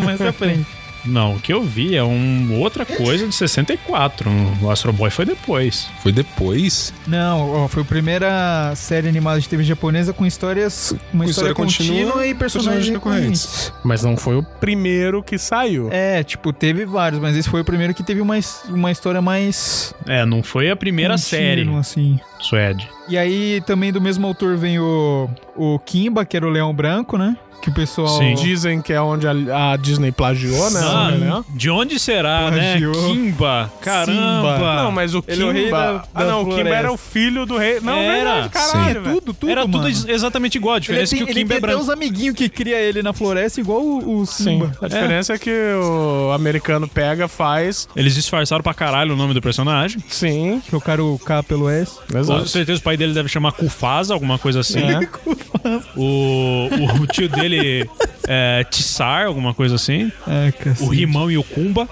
Speaker 7: mais pra frente.
Speaker 2: Não, o que eu vi é um, outra coisa de 64. O Astro Boy foi depois.
Speaker 3: Foi depois?
Speaker 7: Não, ó, foi a primeira série animada de TV japonesa com histórias. Uma
Speaker 3: Com
Speaker 7: história,
Speaker 3: história
Speaker 7: contínua,
Speaker 3: contínua
Speaker 7: e personagens
Speaker 3: personagens
Speaker 7: recorrentes.
Speaker 1: Mas não foi o primeiro que saiu.
Speaker 7: É, tipo, teve vários, mas esse foi o primeiro que teve uma, his- uma história mais.
Speaker 2: É, não foi a primeira série,
Speaker 7: contínua, assim.
Speaker 2: Suede.
Speaker 7: E aí também do mesmo autor vem o, o Kimba, que era o Leão Branco, né? Que o pessoal.
Speaker 2: Sim.
Speaker 1: Dizem que é onde a, a Disney plagiou, né?
Speaker 2: Ah,
Speaker 1: o Leão.
Speaker 2: de onde será,
Speaker 7: Plagiou.
Speaker 2: né? Kimba. Caramba.
Speaker 7: Simba.
Speaker 1: Não, mas o Kimba.
Speaker 7: Ele é o rei da- da
Speaker 1: ah, não, o Kimba
Speaker 7: floresta.
Speaker 1: era o filho do rei. Não,
Speaker 2: Era.
Speaker 1: verdade, caralho. velho.
Speaker 7: Tudo, tudo.
Speaker 2: Era tudo
Speaker 7: mano.
Speaker 2: ex- exatamente igual. A
Speaker 7: Ele
Speaker 2: diferença é
Speaker 7: tem,
Speaker 2: que o
Speaker 7: ele
Speaker 2: Kimba
Speaker 7: tem
Speaker 2: é
Speaker 7: até
Speaker 2: branco.
Speaker 7: os amiguinhos que cria ele na floresta, igual o, o Simba.
Speaker 1: A diferença é. que o americano pega, faz.
Speaker 2: Eles disfarçaram pra caralho o nome do personagem.
Speaker 1: Sim.
Speaker 7: Trocaram o K pelo S.
Speaker 2: Com certeza o pai dele deve chamar Kufasa, alguma coisa assim.
Speaker 1: [LAUGHS] É.
Speaker 2: O, o, o tio dele é Tissar, alguma coisa assim.
Speaker 7: É, cacete.
Speaker 2: O
Speaker 7: [LAUGHS]
Speaker 2: Rimão e o Kumba.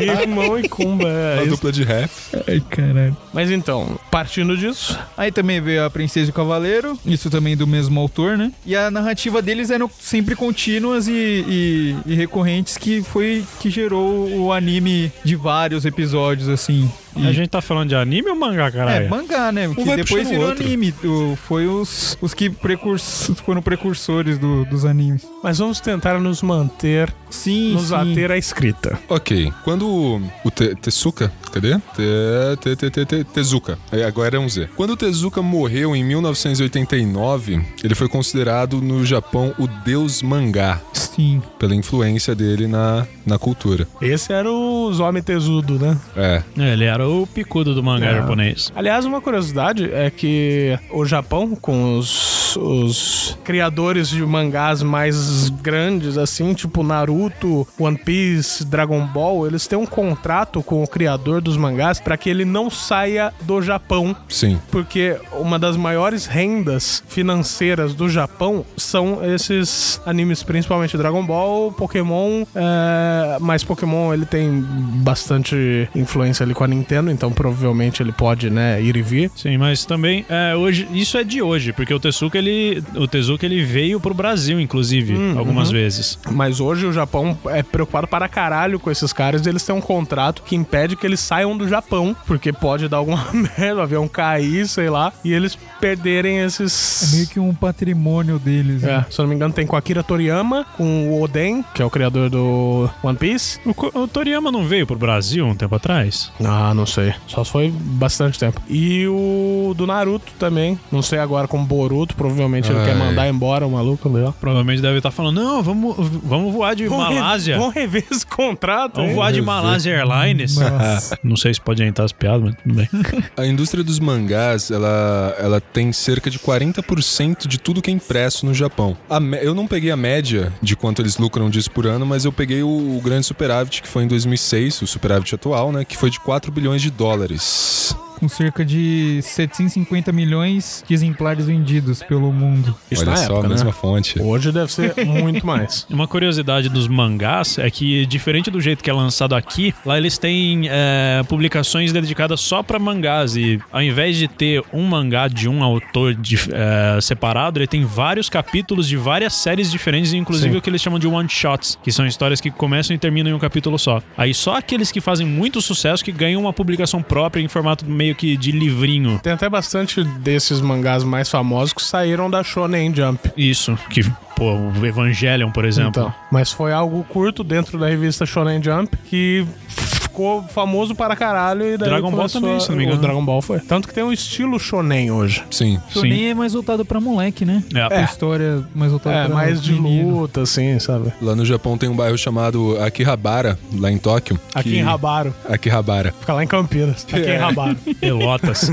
Speaker 1: Irmão e Kumba.
Speaker 3: A
Speaker 1: é isso.
Speaker 3: dupla de rap.
Speaker 7: Ai, caralho.
Speaker 1: Mas então, partindo disso,
Speaker 7: Aí também veio a Princesa e o Cavaleiro, isso também do mesmo autor, né? E a narrativa deles eram sempre contínuas e, e- e recorrentes, que foi que gerou o anime de vários episódios, assim. E-
Speaker 2: A gente tá falando de anime ou mangá, caralho?
Speaker 7: é, mangá, né? Que
Speaker 3: vai
Speaker 7: depois
Speaker 3: puxando o
Speaker 7: virou
Speaker 3: outro.
Speaker 7: anime. o- foi os, os que precurso- foram precursores do- dos animes.
Speaker 1: mas vamos tentar nos manter,
Speaker 7: Sim,
Speaker 1: nos
Speaker 7: sim.
Speaker 1: ater à escrita.
Speaker 3: Ok. Quando o, o Te- Tezuka. Cadê? Te, te, te, te, te, Tezuka. É, agora é um Z. Quando o Tezuka morreu em 1989, ele foi considerado no Japão o deus mangá,
Speaker 7: Sim.
Speaker 3: pela influência dele na, na cultura.
Speaker 1: Esse era os homem tesudo, né?
Speaker 3: É.
Speaker 2: É, Ele era o picudo do mangá
Speaker 1: É.
Speaker 2: japonês.
Speaker 1: Aliás, uma curiosidade é que o Japão, com os, os criadores de mangás mais grandes, assim, tipo Naruto, One Piece, Dragon Ball, eles têm um contrato com o criador dos mangás para que ele não saia do Japão
Speaker 3: Sim.
Speaker 1: porque uma das maiores rendas financeiras do Japão são esses animes, principalmente Dragon Ball, Pokémon, é, mas Pokémon ele tem bastante influência ali com a Nintendo, então provavelmente ele pode, né, ir e vir.
Speaker 2: Sim, mas também é, hoje isso é de hoje, porque o Tezuka ele o Tezuka ele veio pro Brasil inclusive algumas vezes.
Speaker 1: Mas hoje o Japão é preocupado para caralho com esses caras, e eles têm um contrato que impede que eles saiam do Japão, porque pode dar alguma [LAUGHS] merda, o avião cair, sei lá, e eles perderem esses
Speaker 7: É meio que um patrimônio
Speaker 1: [LAUGHS]
Speaker 7: deles. né?
Speaker 1: É, se eu não me engano, tem com Akira Toriyama, com o Oden, que é o criador do One Piece.
Speaker 2: O, Ko- o Toriyama não veio pro Brasil um tempo atrás?
Speaker 1: Ah, não sei. Só foi bastante tempo. E o do Naruto também. Não sei agora com o Boruto, provavelmente ele
Speaker 3: Ai.
Speaker 1: quer mandar embora o maluco ali, ó.
Speaker 2: Provavelmente deve estar falando: "Não, vamos vamos voar de Malásia.
Speaker 1: Vamos rever esse
Speaker 3: Então,
Speaker 1: contrato,
Speaker 2: Vamos voar de Malásia Airlines".
Speaker 7: Nossa.
Speaker 2: Não sei se pode entrar as piadas, mas tudo bem.
Speaker 3: A indústria dos mangás, ela, ela tem cerca de 40% de tudo que é impresso no Japão. A me- eu não peguei a média de quanto eles lucram disso por ano, mas eu peguei o, o grande superávit, que foi em 2006, o superávit atual, né? Que foi de 4 bilhões de dólares.
Speaker 7: Com cerca de 750 milhões de exemplares vendidos pelo mundo.
Speaker 1: Isso
Speaker 3: Olha
Speaker 1: na
Speaker 3: só,
Speaker 1: época,
Speaker 3: a mesma
Speaker 1: né?
Speaker 3: fonte.
Speaker 1: Hoje deve ser
Speaker 3: [LAUGHS]
Speaker 1: muito mais.
Speaker 2: Uma curiosidade dos mangás é que, diferente do jeito que é lançado aqui, lá eles têm é, publicações dedicadas só pra mangás. E ao invés de ter um mangá de um autor dif- é, separado, ele tem vários capítulos de várias séries diferentes, inclusive
Speaker 1: Sim.
Speaker 2: o que eles chamam de one-shots, que são histórias que começam e terminam em um capítulo só. Aí só aqueles que fazem muito sucesso que ganham uma publicação própria em formato meio meio que de livrinho.
Speaker 1: Tem até bastante desses mangás mais famosos que saíram da Shonen Jump.
Speaker 2: Isso, que, pô, o Evangelion, por exemplo.
Speaker 1: Então, mas foi algo curto dentro da revista Shonen Jump que ficou famoso para caralho e daí
Speaker 2: Dragon Ball
Speaker 1: começou
Speaker 2: também,
Speaker 1: a-
Speaker 2: se não me engano.
Speaker 1: O Dragon Ball foi. Tanto que tem um estilo Shonen hoje.
Speaker 3: Sim.
Speaker 2: Sim.
Speaker 7: Shonen é mais voltado pra moleque, né?
Speaker 2: É.
Speaker 7: A história mais voltada
Speaker 1: É,
Speaker 7: pra
Speaker 1: mais de
Speaker 7: né? menino.
Speaker 1: luta, assim, sabe?
Speaker 3: Lá no Japão tem um bairro chamado Akihabara, lá em Tóquio.
Speaker 1: Aqui
Speaker 3: que-
Speaker 1: em Rabaro.
Speaker 3: Akihabara.
Speaker 1: Fica lá em Campinas. Aqui em Rabaro.
Speaker 2: Pelotas.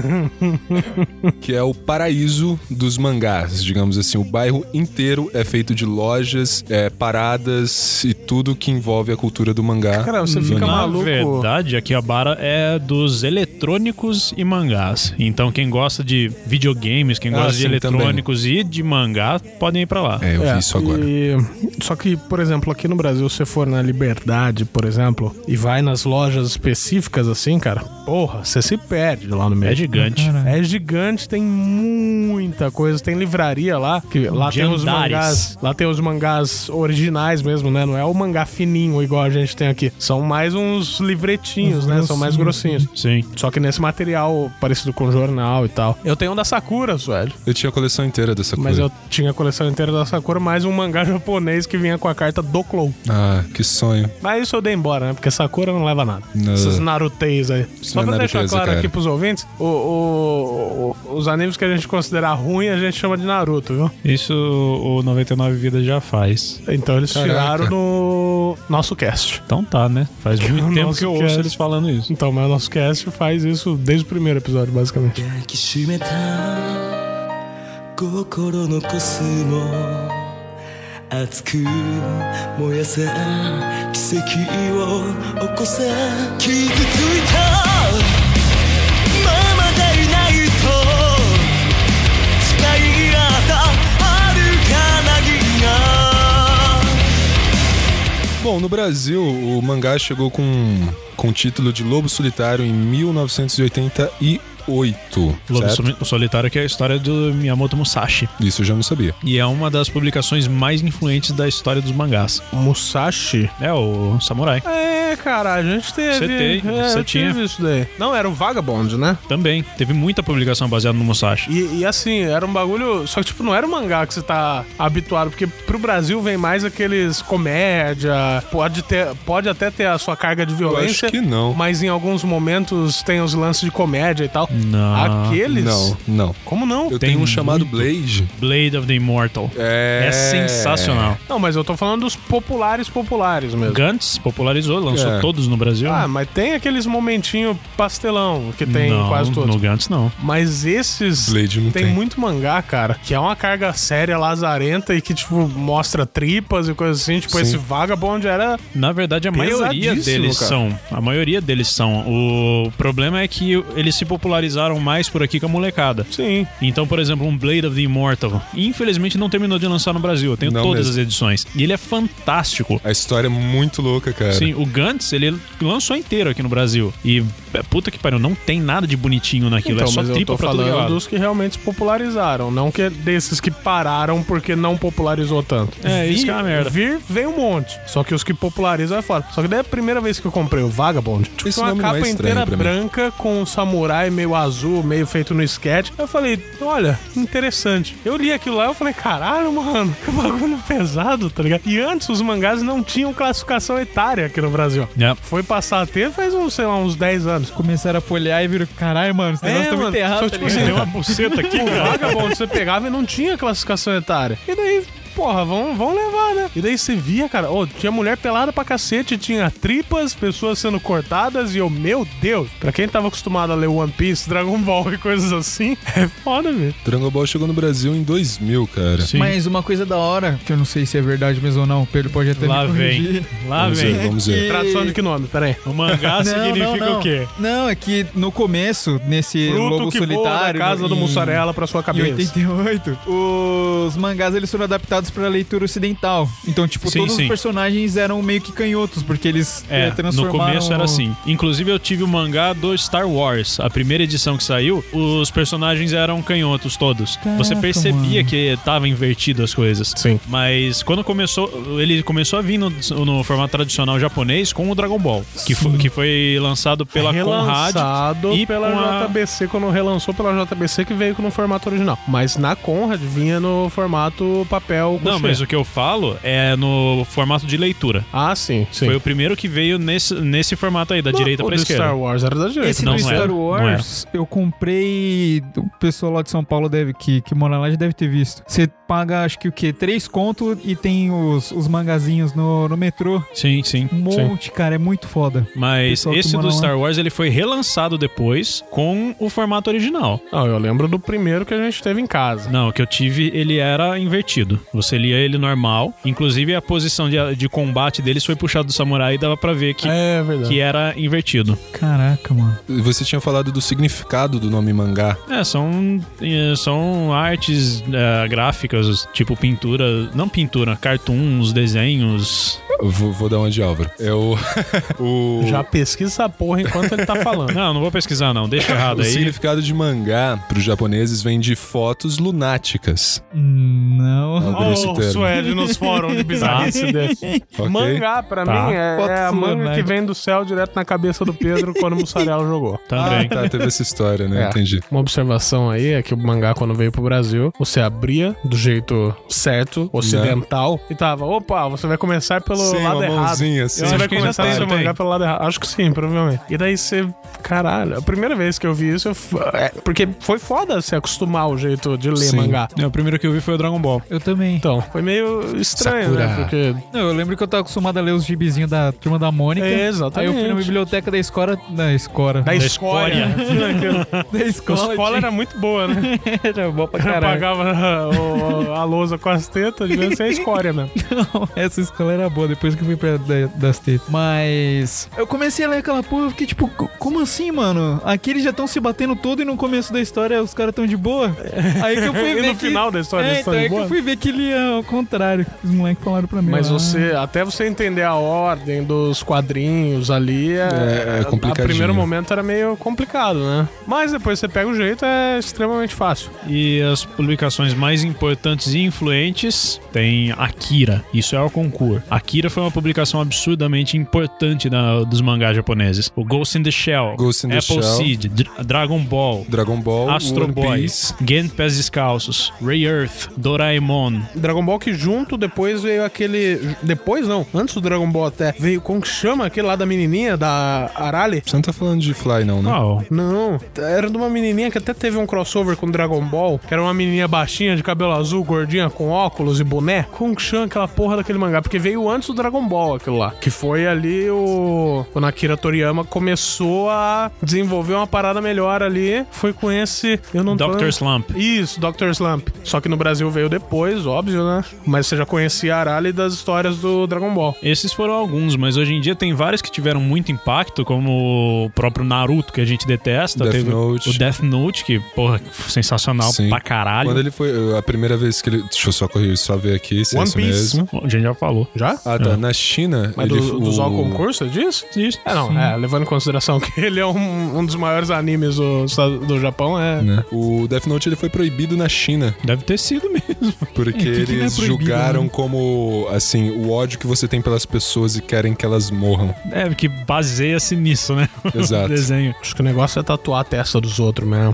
Speaker 3: que é o paraíso dos mangás, digamos assim. O bairro inteiro é feito de lojas, é, paradas e tudo que envolve a cultura do mangá. Uhum.
Speaker 1: Cara, você fica
Speaker 2: Na
Speaker 1: maluco.
Speaker 2: verdade, aqui a bara é dos eletrônicos e mangás. Então, quem gosta de videogames, quem
Speaker 3: Ah,
Speaker 2: gosta de
Speaker 3: sim,
Speaker 2: eletrônicos e de mangá, podem ir pra lá.
Speaker 3: É, eu
Speaker 1: É,
Speaker 3: vi isso agora.
Speaker 1: e- Só que, por exemplo, aqui no Brasil, se você for na Liberdade, por exemplo, e vai nas lojas específicas assim, cara, porra, você se perde lá no meio.
Speaker 2: É gigante.
Speaker 1: É gigante, tem muita coisa. Tem livraria lá, que lá
Speaker 2: De
Speaker 1: tem os
Speaker 2: andares.
Speaker 1: mangás. Lá tem os mangás originais mesmo, né? Não é o mangá fininho igual a gente tem aqui. São mais uns livretinhos, né? São mais grossinhos.
Speaker 2: Sim.
Speaker 1: Só que nesse material parecido com jornal e tal. Eu tenho um da Sakura, velho.
Speaker 3: Eu tinha a coleção inteira dessa coisa.
Speaker 1: Mas eu tinha a coleção inteira da Sakura, mais um mangá [LAUGHS] japonês que vinha com a carta do Clow.
Speaker 3: Ah, que sonho.
Speaker 1: Mas isso eu dei embora, né? Porque Sakura não leva nada.
Speaker 3: Não.
Speaker 1: Esses Naruteis aí. Só
Speaker 3: não
Speaker 1: pra
Speaker 3: é
Speaker 1: deixar
Speaker 3: Naruteza,
Speaker 1: claro
Speaker 3: cara.
Speaker 1: aqui pros ouvintes, o- o- o- os animes que a gente considerar ruim, a gente chama de Naruto, viu?
Speaker 2: Isso o 99 Vidas já faz.
Speaker 1: Então eles
Speaker 3: Caraca.
Speaker 1: tiraram no nosso cast.
Speaker 2: Então tá, né? Faz muito tempo
Speaker 1: Nossa,
Speaker 2: que eu
Speaker 1: que
Speaker 2: ouço
Speaker 1: é-
Speaker 2: eles falando isso.
Speaker 1: Então, mas o nosso cast faz isso desde o primeiro episódio, basicamente.
Speaker 8: 抱きしめた心のコスモ熱く燃やせ奇跡を起こせ傷ついたままでいないと誓い合った歩かなぎが
Speaker 3: Bom, no Brasil, o mangá chegou com, com o título de Lobo Solitário em 1988.
Speaker 2: Lobo
Speaker 3: certo?
Speaker 2: Soli- Solitário, que é a história do Miyamoto Musashi.
Speaker 3: Isso eu já não sabia.
Speaker 2: E é uma das publicações mais influentes da história dos mangás.
Speaker 1: Musashi?
Speaker 2: É o Samurai.
Speaker 1: É, cara, a gente teve.
Speaker 2: Você teve,
Speaker 1: é,
Speaker 2: você
Speaker 1: eu tive
Speaker 2: tinha.
Speaker 1: isso daí. Não, era o Vagabond, né?
Speaker 2: Também. Teve muita publicação baseada no Musashi.
Speaker 1: E, e assim, era um bagulho. Só que, tipo, não era um mangá que você tá habituado, porque pro Brasil vem mais aqueles comédia, pode, ter, pode até ter a sua carga de
Speaker 3: Eu
Speaker 1: violência.
Speaker 3: acho que não.
Speaker 1: Mas em alguns momentos tem os lances de comédia e tal.
Speaker 2: Ah, Não.
Speaker 1: Aqueles.
Speaker 3: Não, não.
Speaker 1: Como não?
Speaker 3: Eu
Speaker 2: Tem
Speaker 3: tenho um chamado
Speaker 2: muito.
Speaker 3: Blade.
Speaker 2: Blade of the Immortal.
Speaker 3: É...
Speaker 2: É sensacional.
Speaker 1: Não, mas eu tô falando dos populares populares mesmo.
Speaker 2: Gantz popularizou, lançou
Speaker 3: É.
Speaker 2: todos no Brasil.
Speaker 1: Ah, mas tem aqueles momentinho pastelão que tem
Speaker 2: não,
Speaker 1: quase todos.
Speaker 2: No Gantz não.
Speaker 1: Mas esses.
Speaker 3: Blade não
Speaker 1: Tem,
Speaker 3: tem.
Speaker 1: muito mangá, cara, que é uma carga séria, lazarenta e que, tipo, mostra tripas e coisas assim. Tipo,
Speaker 3: Sim.
Speaker 1: esse vagabond era.
Speaker 2: Na verdade, a maioria
Speaker 1: Pesadíssimo,
Speaker 2: deles
Speaker 1: cara.
Speaker 2: são. A maioria deles são. O problema é que eles se popularizaram mais por aqui com a molecada.
Speaker 1: Sim.
Speaker 2: Então, por exemplo, um Blade of the Immortal. Infelizmente não terminou de lançar no Brasil. Eu tenho
Speaker 3: Não
Speaker 2: todas
Speaker 3: mesmo.
Speaker 2: as edições. E ele é fantástico.
Speaker 3: A história é muito louca, cara.
Speaker 2: Sim, o Gantz, ele lançou inteiro aqui no Brasil. E é, puta que pariu, não tem nada de bonitinho naquilo. é só
Speaker 1: Então, mas eu
Speaker 2: tripa
Speaker 1: tô
Speaker 2: pra tudo que é
Speaker 1: falando
Speaker 2: lado.
Speaker 1: dos que realmente se popularizaram, não que desses que pararam porque não popularizou tanto.
Speaker 2: É, isso
Speaker 1: Vir-
Speaker 2: que é uma merda.
Speaker 1: Vir, vem um monte. Só que os que popularizam é fora. Só que daí a primeira vez que eu comprei o Vagabond, tipo,
Speaker 3: Esse
Speaker 1: tinha uma
Speaker 3: nome não é
Speaker 1: capa
Speaker 3: estranho
Speaker 1: inteira
Speaker 3: pra mim.
Speaker 1: branca com um samurai meio azul, meio feito no sketch. Eu falei, olha, interessante. Eu li aquilo lá e falei, caralho, mano, que [LAUGHS] bagulho pesado, tá ligado? E antes os mangás não tinham classificação etária aqui no Brasil.
Speaker 2: É.
Speaker 1: Foi passar a ter faz uns, sei lá, uns 10 anos.
Speaker 4: Começaram a folhear e viram, caralho, mano, esse negócio tá muito errado.
Speaker 1: Só,
Speaker 4: tá
Speaker 1: tipo
Speaker 4: ligado?"
Speaker 1: [LAUGHS] assim,
Speaker 2: Tem uma buceta aqui,
Speaker 1: o
Speaker 2: cara.
Speaker 1: vagabundo você pegava e não tinha classificação etária. E daí, porra, vão, vão levar, né? E daí você via, cara, ô, tinha mulher pelada pra cacete, tinha tripas, pessoas sendo cortadas, e eu, meu Deus, pra quem tava acostumado a ler One Piece, Dragon Ball e coisas assim, [LAUGHS] é foda, velho.
Speaker 3: Dragon Ball chegou no Brasil em 2000, cara.
Speaker 2: Sim.
Speaker 4: Mas uma coisa da hora, que eu não sei se é verdade mesmo ou não, o Pedro pode até
Speaker 2: Lá
Speaker 4: me corrigir.
Speaker 2: vem. Lá
Speaker 3: Vamos
Speaker 1: é,
Speaker 3: ver,
Speaker 2: vem.
Speaker 3: vamos ver.
Speaker 4: E-
Speaker 1: Tradução de que nome? Pera aí.
Speaker 2: O mangá significa o quê?
Speaker 4: Não, é que no começo, nesse
Speaker 1: Fruto
Speaker 4: Lobo
Speaker 1: que voa da
Speaker 4: Solitário.
Speaker 1: casa do
Speaker 4: em-
Speaker 1: mussarela pra sua
Speaker 4: Em
Speaker 1: cabeça.
Speaker 4: 88, os mangás eles foram adaptados adaptados pra leitura ocidental. Então, tipo,
Speaker 2: Sim,
Speaker 4: todos
Speaker 2: sim.
Speaker 4: os personagens eram meio que canhotos, porque eles eh,
Speaker 2: É, no
Speaker 4: transformaram...
Speaker 2: começo era assim. Inclusive eu tive o mangá do Star Wars, a primeira edição que saiu, os personagens eram canhotos todos. Você
Speaker 7: Caraca,
Speaker 2: percebia
Speaker 7: mano.
Speaker 2: que tava invertido as coisas.
Speaker 1: Sim.
Speaker 2: Mas quando começou, ele começou a vir no, no formato tradicional japonês com o Dragon Ball, que foi, que foi lançado pela Conrad.
Speaker 1: É Relançado
Speaker 2: e com a-
Speaker 1: pela JBC, quando relançou pela JBC, que veio no formato original. Mas na Conrad vinha no formato papel
Speaker 2: Não,
Speaker 1: couché.
Speaker 2: mas o que eu falo é no formato de leitura.
Speaker 1: Ah, sim, sim.
Speaker 2: Foi o primeiro que veio nesse, nesse formato aí, da direita
Speaker 1: o
Speaker 2: pra
Speaker 1: do
Speaker 2: esquerda.
Speaker 1: Star Wars era da direita.
Speaker 4: Esse
Speaker 2: Não
Speaker 4: do
Speaker 2: era,
Speaker 4: Star
Speaker 2: não é.
Speaker 4: Wars, eu comprei. O pessoal lá de São Paulo deve, que, que mora lá já deve ter visto. Você paga, acho que o quê? Três conto e tem os, os mangazinhos no, no metrô.
Speaker 2: Sim, sim.
Speaker 4: Um monte, cara. É muito foda.
Speaker 2: Mas
Speaker 4: Pessoal que
Speaker 2: esse
Speaker 4: mora
Speaker 2: do
Speaker 4: lá.
Speaker 2: Star Wars ele foi relançado depois com o formato original.
Speaker 1: Não, eu lembro do primeiro que a gente teve em casa.
Speaker 2: Não, o que eu tive, ele era invertido. Você lia ele normal. Inclusive, a posição de, de combate deles foi puxada do samurai e dava pra ver que,
Speaker 1: é verdade.
Speaker 2: que era invertido.
Speaker 7: Caraca, mano.
Speaker 3: Você tinha falado do significado do nome mangá.
Speaker 2: É, são, é, são artes é, gráficas, tipo pintura. Não pintura, cartoons, desenhos.
Speaker 3: Eu Vou, vou dar uma de Álvaro. É o. [LAUGHS] o...
Speaker 1: Já pesquisa a porra enquanto ele tá
Speaker 2: [LAUGHS]
Speaker 1: falando.
Speaker 2: Não, não vou pesquisar, não. Deixa
Speaker 3: [LAUGHS]
Speaker 2: errado
Speaker 3: O
Speaker 2: aí.
Speaker 3: significado de mangá para os japoneses vem de fotos lunáticas.
Speaker 4: Hum,
Speaker 7: Não.
Speaker 3: Olha o grosso termo,
Speaker 1: Sueli nos fóruns de bizarrice desse.
Speaker 3: ok?
Speaker 1: Ah, Mangá, pra
Speaker 2: Tá.
Speaker 1: mim, é,
Speaker 4: Foto
Speaker 1: é a manga
Speaker 4: lunática.
Speaker 1: que vem do céu direto na cabeça do Pedro quando o Mussarel jogou.
Speaker 2: Também.
Speaker 3: Ah, tá, teve essa história, né?
Speaker 1: É.
Speaker 3: Entendi.
Speaker 1: Uma observação aí é que o mangá, quando veio pro Brasil, você abria do jeito certo, ocidental, e tava, opa, você vai começar pelo
Speaker 3: Né? Sim,
Speaker 1: lado
Speaker 3: uma
Speaker 1: errado.
Speaker 3: mãozinha, assim.
Speaker 1: Você
Speaker 2: acho
Speaker 1: vai
Speaker 2: que ainda
Speaker 1: começar
Speaker 2: tem,
Speaker 1: seu
Speaker 2: tem.
Speaker 1: mangá pelo lado errado. Acho que sim, provavelmente. E daí você. Caralho, a primeira vez que eu vi isso, eu f- é, porque foi foda se acostumar ao jeito de ler
Speaker 3: Sim.
Speaker 1: mangá.
Speaker 2: É, O primeiro que eu vi foi o Dragon Ball.
Speaker 7: Eu também.
Speaker 1: Então, foi meio estranho, né?
Speaker 3: Sakura.
Speaker 1: Porque.
Speaker 7: Não, eu lembro que eu tava acostumado a ler os gibizinhos da turma da Mônica.
Speaker 1: É,
Speaker 7: Aí
Speaker 1: exatamente.
Speaker 7: eu fui na biblioteca da escola. Da escola.
Speaker 1: Da né?
Speaker 2: escória.
Speaker 1: escória. [LAUGHS]
Speaker 7: [LAUGHS] da
Speaker 1: A
Speaker 7: escola.
Speaker 1: escola era muito boa, né?
Speaker 7: [LAUGHS] era boa pra
Speaker 1: Eu
Speaker 7: caralho.
Speaker 1: pagava [LAUGHS] o- a lousa com as tetas, devia ser a escória mesmo.
Speaker 7: Não, [LAUGHS] essa escola era boa, depois que eu fui pra da- das tetas. Mas. Eu comecei a ler aquela porra, eu fiquei tipo, "Co- como assim, mano? Aqui eles já estão se batendo todo e no começo da história os caras tão de
Speaker 1: [LAUGHS]
Speaker 7: boa. Aí que eu fui
Speaker 1: E
Speaker 7: ver.
Speaker 1: no
Speaker 7: que...
Speaker 1: final da história, da
Speaker 7: é, então
Speaker 1: história
Speaker 7: é
Speaker 1: de
Speaker 7: que
Speaker 1: boa.
Speaker 7: eu fui ver que ele é ao contrário. Os moleques falaram pra mim.
Speaker 1: Mas
Speaker 7: ah,
Speaker 1: você, até você entender a ordem dos quadrinhos ali,
Speaker 3: É, é
Speaker 1: é, a
Speaker 3: complicadinho.
Speaker 1: primeiro momento era meio complicado, né? Mas depois você pega o jeito, é extremamente fácil.
Speaker 2: E as publicações mais importantes e influentes tem Akira. Isso é o concurso. Akira foi uma publicação absurdamente importante da- dos mangás japoneses. O Ghost in the Shell,
Speaker 3: Ghost in the
Speaker 2: Apple
Speaker 3: Shell.
Speaker 2: Seed, Dra- Dragon Ball.
Speaker 3: Dragon Ball,
Speaker 2: Astro
Speaker 3: One
Speaker 2: Boy,
Speaker 3: Piece.
Speaker 2: Genpés Descalços, Ray Earth, Doraemon.
Speaker 1: Dragon Ball que junto, depois veio aquele. Depois não, antes do Dragon Ball até, veio como que chama aquele lá da menininha, da Arale?
Speaker 3: Você não tá falando de Fly, não, né?
Speaker 2: Uau.
Speaker 1: Não, era de uma menininha que até teve um crossover com Dragon Ball, que era uma menininha baixinha, de cabelo azul, gordinha, com óculos e boné. Kung Chan, aquela porra daquele mangá, porque veio antes do Dragon Ball aquilo lá. Que foi ali o... Quando Akira Toriyama começou a desenvolver uma parada melhor ali, foi com esse... Eu não tô-
Speaker 2: Dr. Slump.
Speaker 1: Isso, Dr. Slump. Só que no Brasil veio depois, óbvio, né? Mas você já conhecia a Arale das histórias do Dragon Ball.
Speaker 2: Esses foram alguns, mas hoje em dia tem vários que tiveram muito impacto, como o próprio Naruto, que a gente detesta.
Speaker 3: Death
Speaker 2: teve
Speaker 3: Note.
Speaker 2: O Death Note, que, porra, sensacional
Speaker 3: Sim.
Speaker 2: pra caralho.
Speaker 3: Quando ele foi. A primeira vez que ele. Deixa eu só corrigir, só ver aqui se é
Speaker 1: One
Speaker 3: isso
Speaker 1: Piece.
Speaker 3: mesmo.
Speaker 2: A gente já falou.
Speaker 1: Já?
Speaker 3: Ah, tá. Na China.
Speaker 1: Mas
Speaker 3: ele,
Speaker 1: do, dos
Speaker 3: o-
Speaker 1: ao concurso, você diz?
Speaker 2: Isso.
Speaker 1: É, não, é, levando em consideração que ele é um, um dos maiores animes do, do Japão, é.
Speaker 3: né? O Death Note ele foi proibido na China,
Speaker 2: Deve ter sido mesmo. [LAUGHS]
Speaker 3: porque
Speaker 7: que que não é
Speaker 3: eles
Speaker 7: proibido,
Speaker 3: julgaram como, assim, o ódio que você tem pelas pessoas e querem que elas morram.
Speaker 2: É, que baseia-se nisso, né? [LAUGHS] O
Speaker 3: Exato.
Speaker 2: desenho.
Speaker 1: Acho que o negócio é tatuar a testa dos outros mesmo.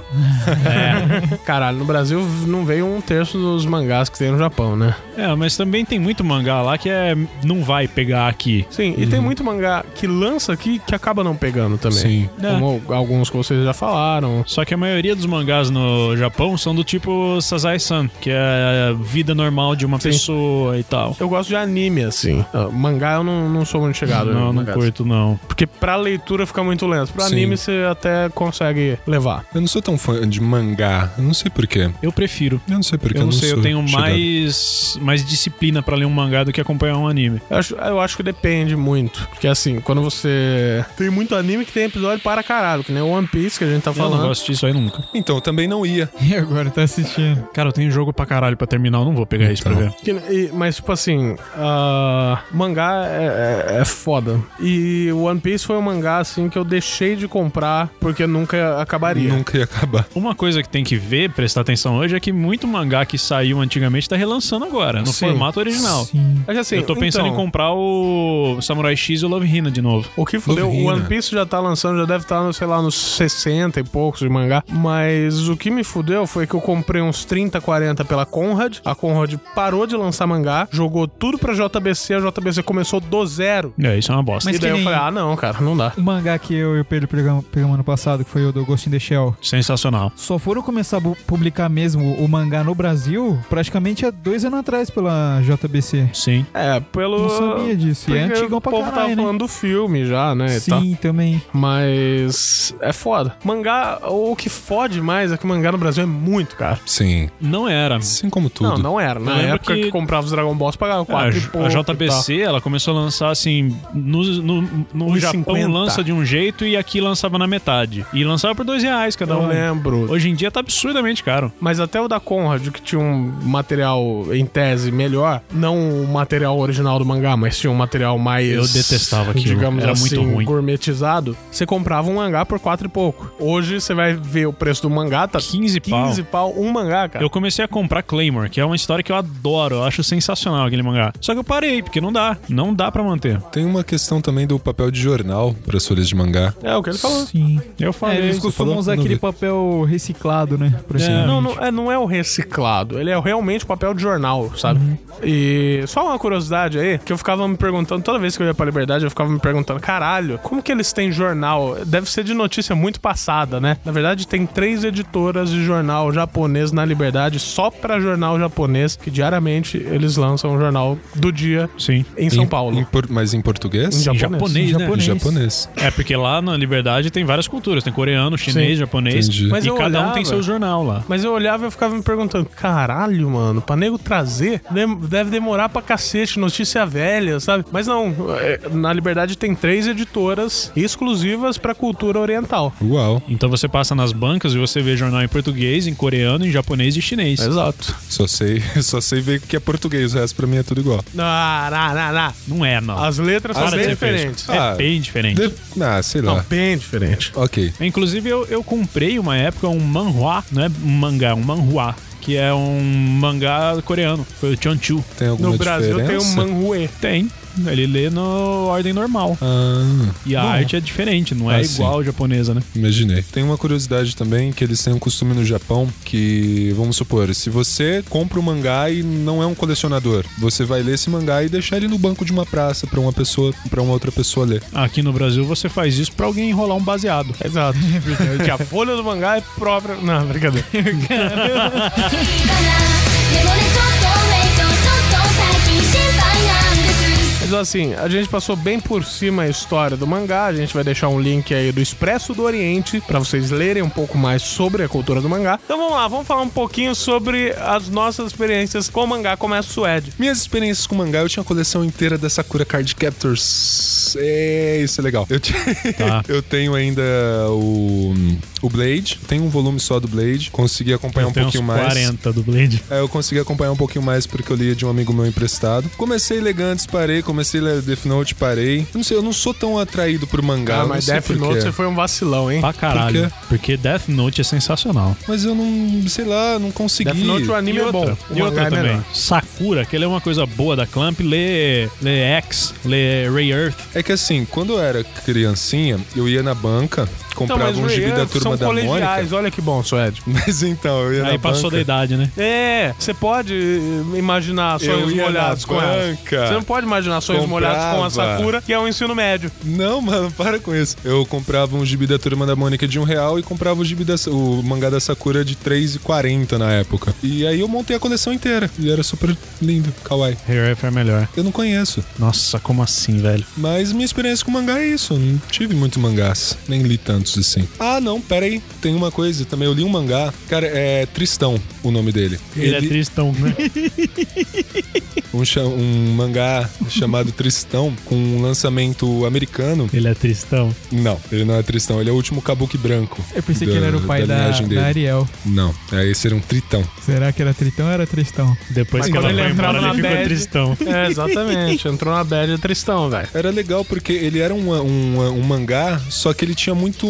Speaker 2: É.
Speaker 1: Caralho, no Brasil não veio um terço dos mangás que tem no Japão, né?
Speaker 2: É, mas também tem muito mangá lá que é. Não vai pegar aqui.
Speaker 1: Sim, e tem muito mangá que lança aqui que acaba não pegando também.
Speaker 3: Sim.
Speaker 1: Como alguns que vocês já falaram.
Speaker 2: Só que a maioria dos mangás no Japão são do tipo Sazai-san, que é a vida normal de uma
Speaker 1: Sim.
Speaker 2: pessoa e tal.
Speaker 1: Eu gosto de anime, assim. Ah, mangá eu não, não sou muito chegado.
Speaker 2: Não,
Speaker 1: né,
Speaker 2: não
Speaker 1: mangás.
Speaker 2: curto, não.
Speaker 1: Porque pra leitura fica muito lento. Pra
Speaker 3: Sim.
Speaker 1: anime você até consegue levar.
Speaker 3: Eu não sou tão fã de mangá. Eu não sei porquê.
Speaker 2: Eu prefiro.
Speaker 3: Eu não sei porquê.
Speaker 2: Eu não sei, eu
Speaker 3: sou
Speaker 2: tenho
Speaker 3: chegado.
Speaker 2: mais, mais disciplina pra ler um mangá do que acompanhar um anime.
Speaker 1: Eu acho, eu acho que depende muito. Porque assim, quando você. Tem muito anime que tem episódio para caralho, que nem One Piece que a gente tá
Speaker 2: Eu não vou
Speaker 1: falando.
Speaker 2: assistir isso aí nunca.
Speaker 3: Então, eu também não ia.
Speaker 7: E agora tá assistindo.
Speaker 2: Cara, eu tenho jogo pra caralho pra terminar, eu não vou pegar isso pra
Speaker 3: Então.
Speaker 2: ver.
Speaker 1: Que- e- mas, tipo assim, ah, mangá é, é- é foda. E One Piece foi um mangá, assim, que eu deixei de comprar porque nunca acabaria.
Speaker 3: Nunca ia acabar.
Speaker 2: Uma coisa que tem que ver, prestar atenção hoje, é que muito mangá que saiu antigamente tá relançando agora, no
Speaker 1: Sim.
Speaker 2: formato original.
Speaker 1: Mas, assim,
Speaker 2: eu tô pensando
Speaker 1: então,
Speaker 2: em comprar o Samurai X e o Love Hina de novo.
Speaker 1: O que fudeu, o
Speaker 3: Love Hina.
Speaker 1: One Piece já tá lançando, já deve estar, no, sei lá, nos 60 e poucos de mangá. Mas o que me fudeu foi que eu comprei uns 30, 40 pela Conrad. A Conrad parou de lançar mangá, jogou tudo pra JBC, a JBC começou do zero.
Speaker 2: É, isso é uma bosta.
Speaker 7: Mas
Speaker 1: e daí
Speaker 7: que
Speaker 1: eu
Speaker 7: nem-
Speaker 1: falei, ah, não, cara, não dá.
Speaker 7: O mangá que eu e o Pedro pegamos, pegamos ano passado, que foi o do Ghost in the Shell,
Speaker 2: Sensacional.
Speaker 7: só foram começar a bu- publicar mesmo o mangá no Brasil praticamente há dois anos atrás pela JBC.
Speaker 2: Sim.
Speaker 1: É, pelo.
Speaker 7: Não sabia disso. E é
Speaker 1: Porque
Speaker 7: antigão
Speaker 1: o
Speaker 7: pra
Speaker 1: povo tava
Speaker 7: caralho, né?
Speaker 1: falando do filme já, né? e tal.
Speaker 7: Sim, também.
Speaker 1: Mas é foda. Mangá, o que fode mais é que mangá no Brasil é muito caro.
Speaker 3: Sim.
Speaker 2: Não era.
Speaker 3: Assim como tudo.
Speaker 1: Não, não era.
Speaker 2: Eu
Speaker 1: Na
Speaker 2: lembro
Speaker 1: época que...
Speaker 2: que
Speaker 1: comprava os Dragon Balls, pagava
Speaker 2: A,
Speaker 1: 4 e pouco.
Speaker 2: a
Speaker 1: e tal.
Speaker 2: JBC, ela começou a lançar assim. No, no, no
Speaker 1: 1,50.
Speaker 2: Japão lança de um jeito e aqui lançava na metade. E lançava por dois reais cada
Speaker 1: Não
Speaker 2: um.
Speaker 1: lembro.
Speaker 2: Hoje em dia tá absurdamente caro.
Speaker 1: Mas até o da Conrad, que tinha um material em tese melhor, não o material original do mangá, mas tinha um material mais.
Speaker 2: Eu detestava aquilo.
Speaker 1: Digamos
Speaker 2: Era
Speaker 1: assim,
Speaker 2: muito ruim.
Speaker 1: gourmetizado. Você comprava um mangá por 4 e pouco. Hoje você vai ver o preço do mangá, tá
Speaker 2: 15 pau.
Speaker 1: 15 pau, um mangá, cara.
Speaker 2: Eu comecei a comprar Claymore, que é uma história que eu adoro, eu acho sensacional aquele mangá. Só que eu parei, porque não dá, não dá pra manter.
Speaker 3: Tem uma questão também do papel de jornal para as folhas de mangá.
Speaker 1: É o que ele falou.
Speaker 7: Sim.
Speaker 2: Eu
Speaker 7: É,
Speaker 2: falei.
Speaker 7: eles
Speaker 3: você
Speaker 7: costumam
Speaker 3: falou?
Speaker 7: usar
Speaker 3: Não
Speaker 7: aquele
Speaker 3: vi.
Speaker 7: papel reciclado, né? Pra esse-
Speaker 1: Não, não é, não é o reciclado, ele é realmente o papel de jornal, sabe?
Speaker 3: Uhum.
Speaker 1: E só uma curiosidade aí, que eu ficava me perguntando, toda vez que eu ia pra liberdade, eu ficava me perguntando, caralho, como que eles têm jornal? Deve ser de notícia muito passada, né? Na verdade, tem três editoras de jornal japonês na liberdade, só pra jornal japonês, que diariamente eles lançam o jornal do dia
Speaker 2: Sim.
Speaker 1: em São
Speaker 3: Em-
Speaker 1: Paulo.
Speaker 3: em por- mas em português?
Speaker 1: Em
Speaker 2: Em
Speaker 1: japonês,
Speaker 2: japonês, né?
Speaker 3: Em japonês.
Speaker 2: É, porque lá na Liberdade tem várias culturas. Tem coreano, chinês,
Speaker 1: Sim.
Speaker 2: japonês.
Speaker 3: Entendi.
Speaker 1: Mas
Speaker 2: e
Speaker 1: eu
Speaker 2: cada um
Speaker 1: olhava-
Speaker 2: tem seu jornal lá.
Speaker 1: Mas eu olhava e eu ficava me perguntando: caralho, mano, pra nego trazer dem- deve demorar pra cacete, notícia velha, sabe? Mas não, é, na Liberdade tem três editoras exclusivas pra cultura oriental.
Speaker 3: Uau,
Speaker 2: Então você passa nas bancas e você vê jornal em português, em coreano, em japonês e chinês.
Speaker 1: Exato.
Speaker 3: só sei, [LAUGHS] só sei ver que é português, o resto pra mim é tudo igual.
Speaker 1: Ah, não, não, não.
Speaker 2: Não é, não.
Speaker 1: As letras
Speaker 2: Para
Speaker 1: são bem
Speaker 2: de ser fresco.
Speaker 1: diferentes.
Speaker 2: É
Speaker 3: Ah,
Speaker 2: bem diferente.
Speaker 3: De- Ah, sei
Speaker 1: Não,
Speaker 3: lá.
Speaker 1: bem diferente.
Speaker 3: Ok.
Speaker 2: Inclusive, eu, eu comprei uma época um manhua, não é um mangá, é um manhua, que é um mangá coreano. Foi o Chonchu.
Speaker 3: Tem alguma
Speaker 1: No Brasil
Speaker 3: diferença?
Speaker 1: tem o Manhue.
Speaker 2: Tem. Ele lê na ordem normal.
Speaker 3: Ah,
Speaker 2: E a arte é diferente, não é
Speaker 3: Ah, sim.
Speaker 2: igual à japonesa, né?
Speaker 3: imaginei. Tem uma curiosidade também que eles têm um costume no Japão que, vamos supor, se você compra um mangá e não é um colecionador, você vai ler esse mangá e deixar ele no banco de uma praça pra uma pessoa, para uma outra pessoa ler.
Speaker 2: Aqui no Brasil você faz isso pra alguém enrolar um baseado.
Speaker 1: [LAUGHS] Exato. que a folha do mangá é própria. Não, brincadeira.
Speaker 6: でもねちょっとウェイトちょっと最近心配なんです
Speaker 1: Mas assim, a gente passou bem por cima a história do mangá. A gente vai deixar um link aí do Expresso do Oriente pra vocês lerem um pouco mais sobre a cultura do mangá. Então vamos lá, vamos falar um pouquinho sobre as nossas experiências com o mangá é Começa Suede.
Speaker 3: Minhas experiências com mangá, eu tinha a coleção inteira da Sakura Card Captors. É, isso é legal. Eu, ti- [LAUGHS]
Speaker 2: Tá.
Speaker 3: eu tenho ainda o, o Blade, tem um volume só do Blade, consegui acompanhar um
Speaker 2: Tem
Speaker 3: pouquinho
Speaker 2: uns
Speaker 3: mais.
Speaker 2: 40 do Blade.
Speaker 3: É, eu consegui acompanhar um pouquinho mais porque eu lia de um amigo meu emprestado. Comecei Elegantes, parei. Comecei a ler Death Note, parei. Eu Não sei, eu não sou tão atraído por
Speaker 1: Ah,
Speaker 3: mangá. eu não sei por quê.
Speaker 1: foi um vacilão, hein?
Speaker 2: Pra caralho.
Speaker 3: Por
Speaker 2: Porque Death Note é sensacional.
Speaker 3: Mas eu não, sei lá, não consegui.
Speaker 1: Death Note, o anime
Speaker 2: e
Speaker 1: é bom.
Speaker 2: outra,
Speaker 1: o
Speaker 2: e
Speaker 1: mangá
Speaker 2: outra
Speaker 1: é
Speaker 2: também.
Speaker 1: melhor.
Speaker 2: Sakura, que ele é uma coisa boa da Clamp, lê, lê X, lê Ray Earth.
Speaker 3: É que assim, quando eu era criancinha, eu ia na banca,
Speaker 1: Então,
Speaker 3: comprava um gibi da turma
Speaker 1: são
Speaker 3: da Mônica.
Speaker 1: colegiais, olha que bom, Suede.
Speaker 3: [LAUGHS] Mas então, eu ia
Speaker 2: Aí
Speaker 3: na
Speaker 2: passou da
Speaker 3: banca.
Speaker 2: idade, né?
Speaker 1: É, você pode eh, imaginar
Speaker 3: Eu
Speaker 1: sonhos
Speaker 3: ia
Speaker 1: molhados
Speaker 3: na
Speaker 1: com ela.
Speaker 3: banca.
Speaker 1: Você não pode imaginar sonhos
Speaker 3: Comprava.
Speaker 1: molhados com a Sakura, que é um ensino médio.
Speaker 3: Não, mano, para com isso. Eu comprava um gibi da turma da Mônica de um real e comprava o gibi da, o mangá da Sakura de 3,40 na época. E aí eu montei a coleção inteira. E era super lindo, kawaii.
Speaker 2: Ray Earth é melhor.
Speaker 3: Eu não conheço.
Speaker 2: Nossa, como assim, velho?
Speaker 3: Mas minha experiência com mangá é isso. Eu não tive muito mangás, nem li tantos. minutos, assim. Ah, não, pera aí. Tem uma coisa também. Eu li um mangá. Cara, é Tristão o nome dele.
Speaker 2: Ele, é tristão, né?
Speaker 3: um, cha- um mangá chamado Tristão, com um lançamento americano.
Speaker 2: Ele é tristão.
Speaker 3: Não, ele não é Tristão. Ele é o último Kabuki branco.
Speaker 7: Eu pensei
Speaker 3: da-
Speaker 7: que ele era o pai da,
Speaker 3: linhagem dele.
Speaker 7: da Ariel.
Speaker 3: Não, aí esse era um Tritão.
Speaker 7: Será que era Tritão ou era Tristão?
Speaker 2: Depois
Speaker 1: Mas
Speaker 2: que
Speaker 1: quando
Speaker 2: ela
Speaker 1: ele
Speaker 2: foi
Speaker 1: entrava
Speaker 2: embora, ele
Speaker 1: na
Speaker 2: ficou
Speaker 1: bad-
Speaker 2: tristão.
Speaker 1: É, exatamente. Entrou na bad tristão, velho.
Speaker 3: Era legal porque ele era um, um, um mangá, só que ele tinha muito.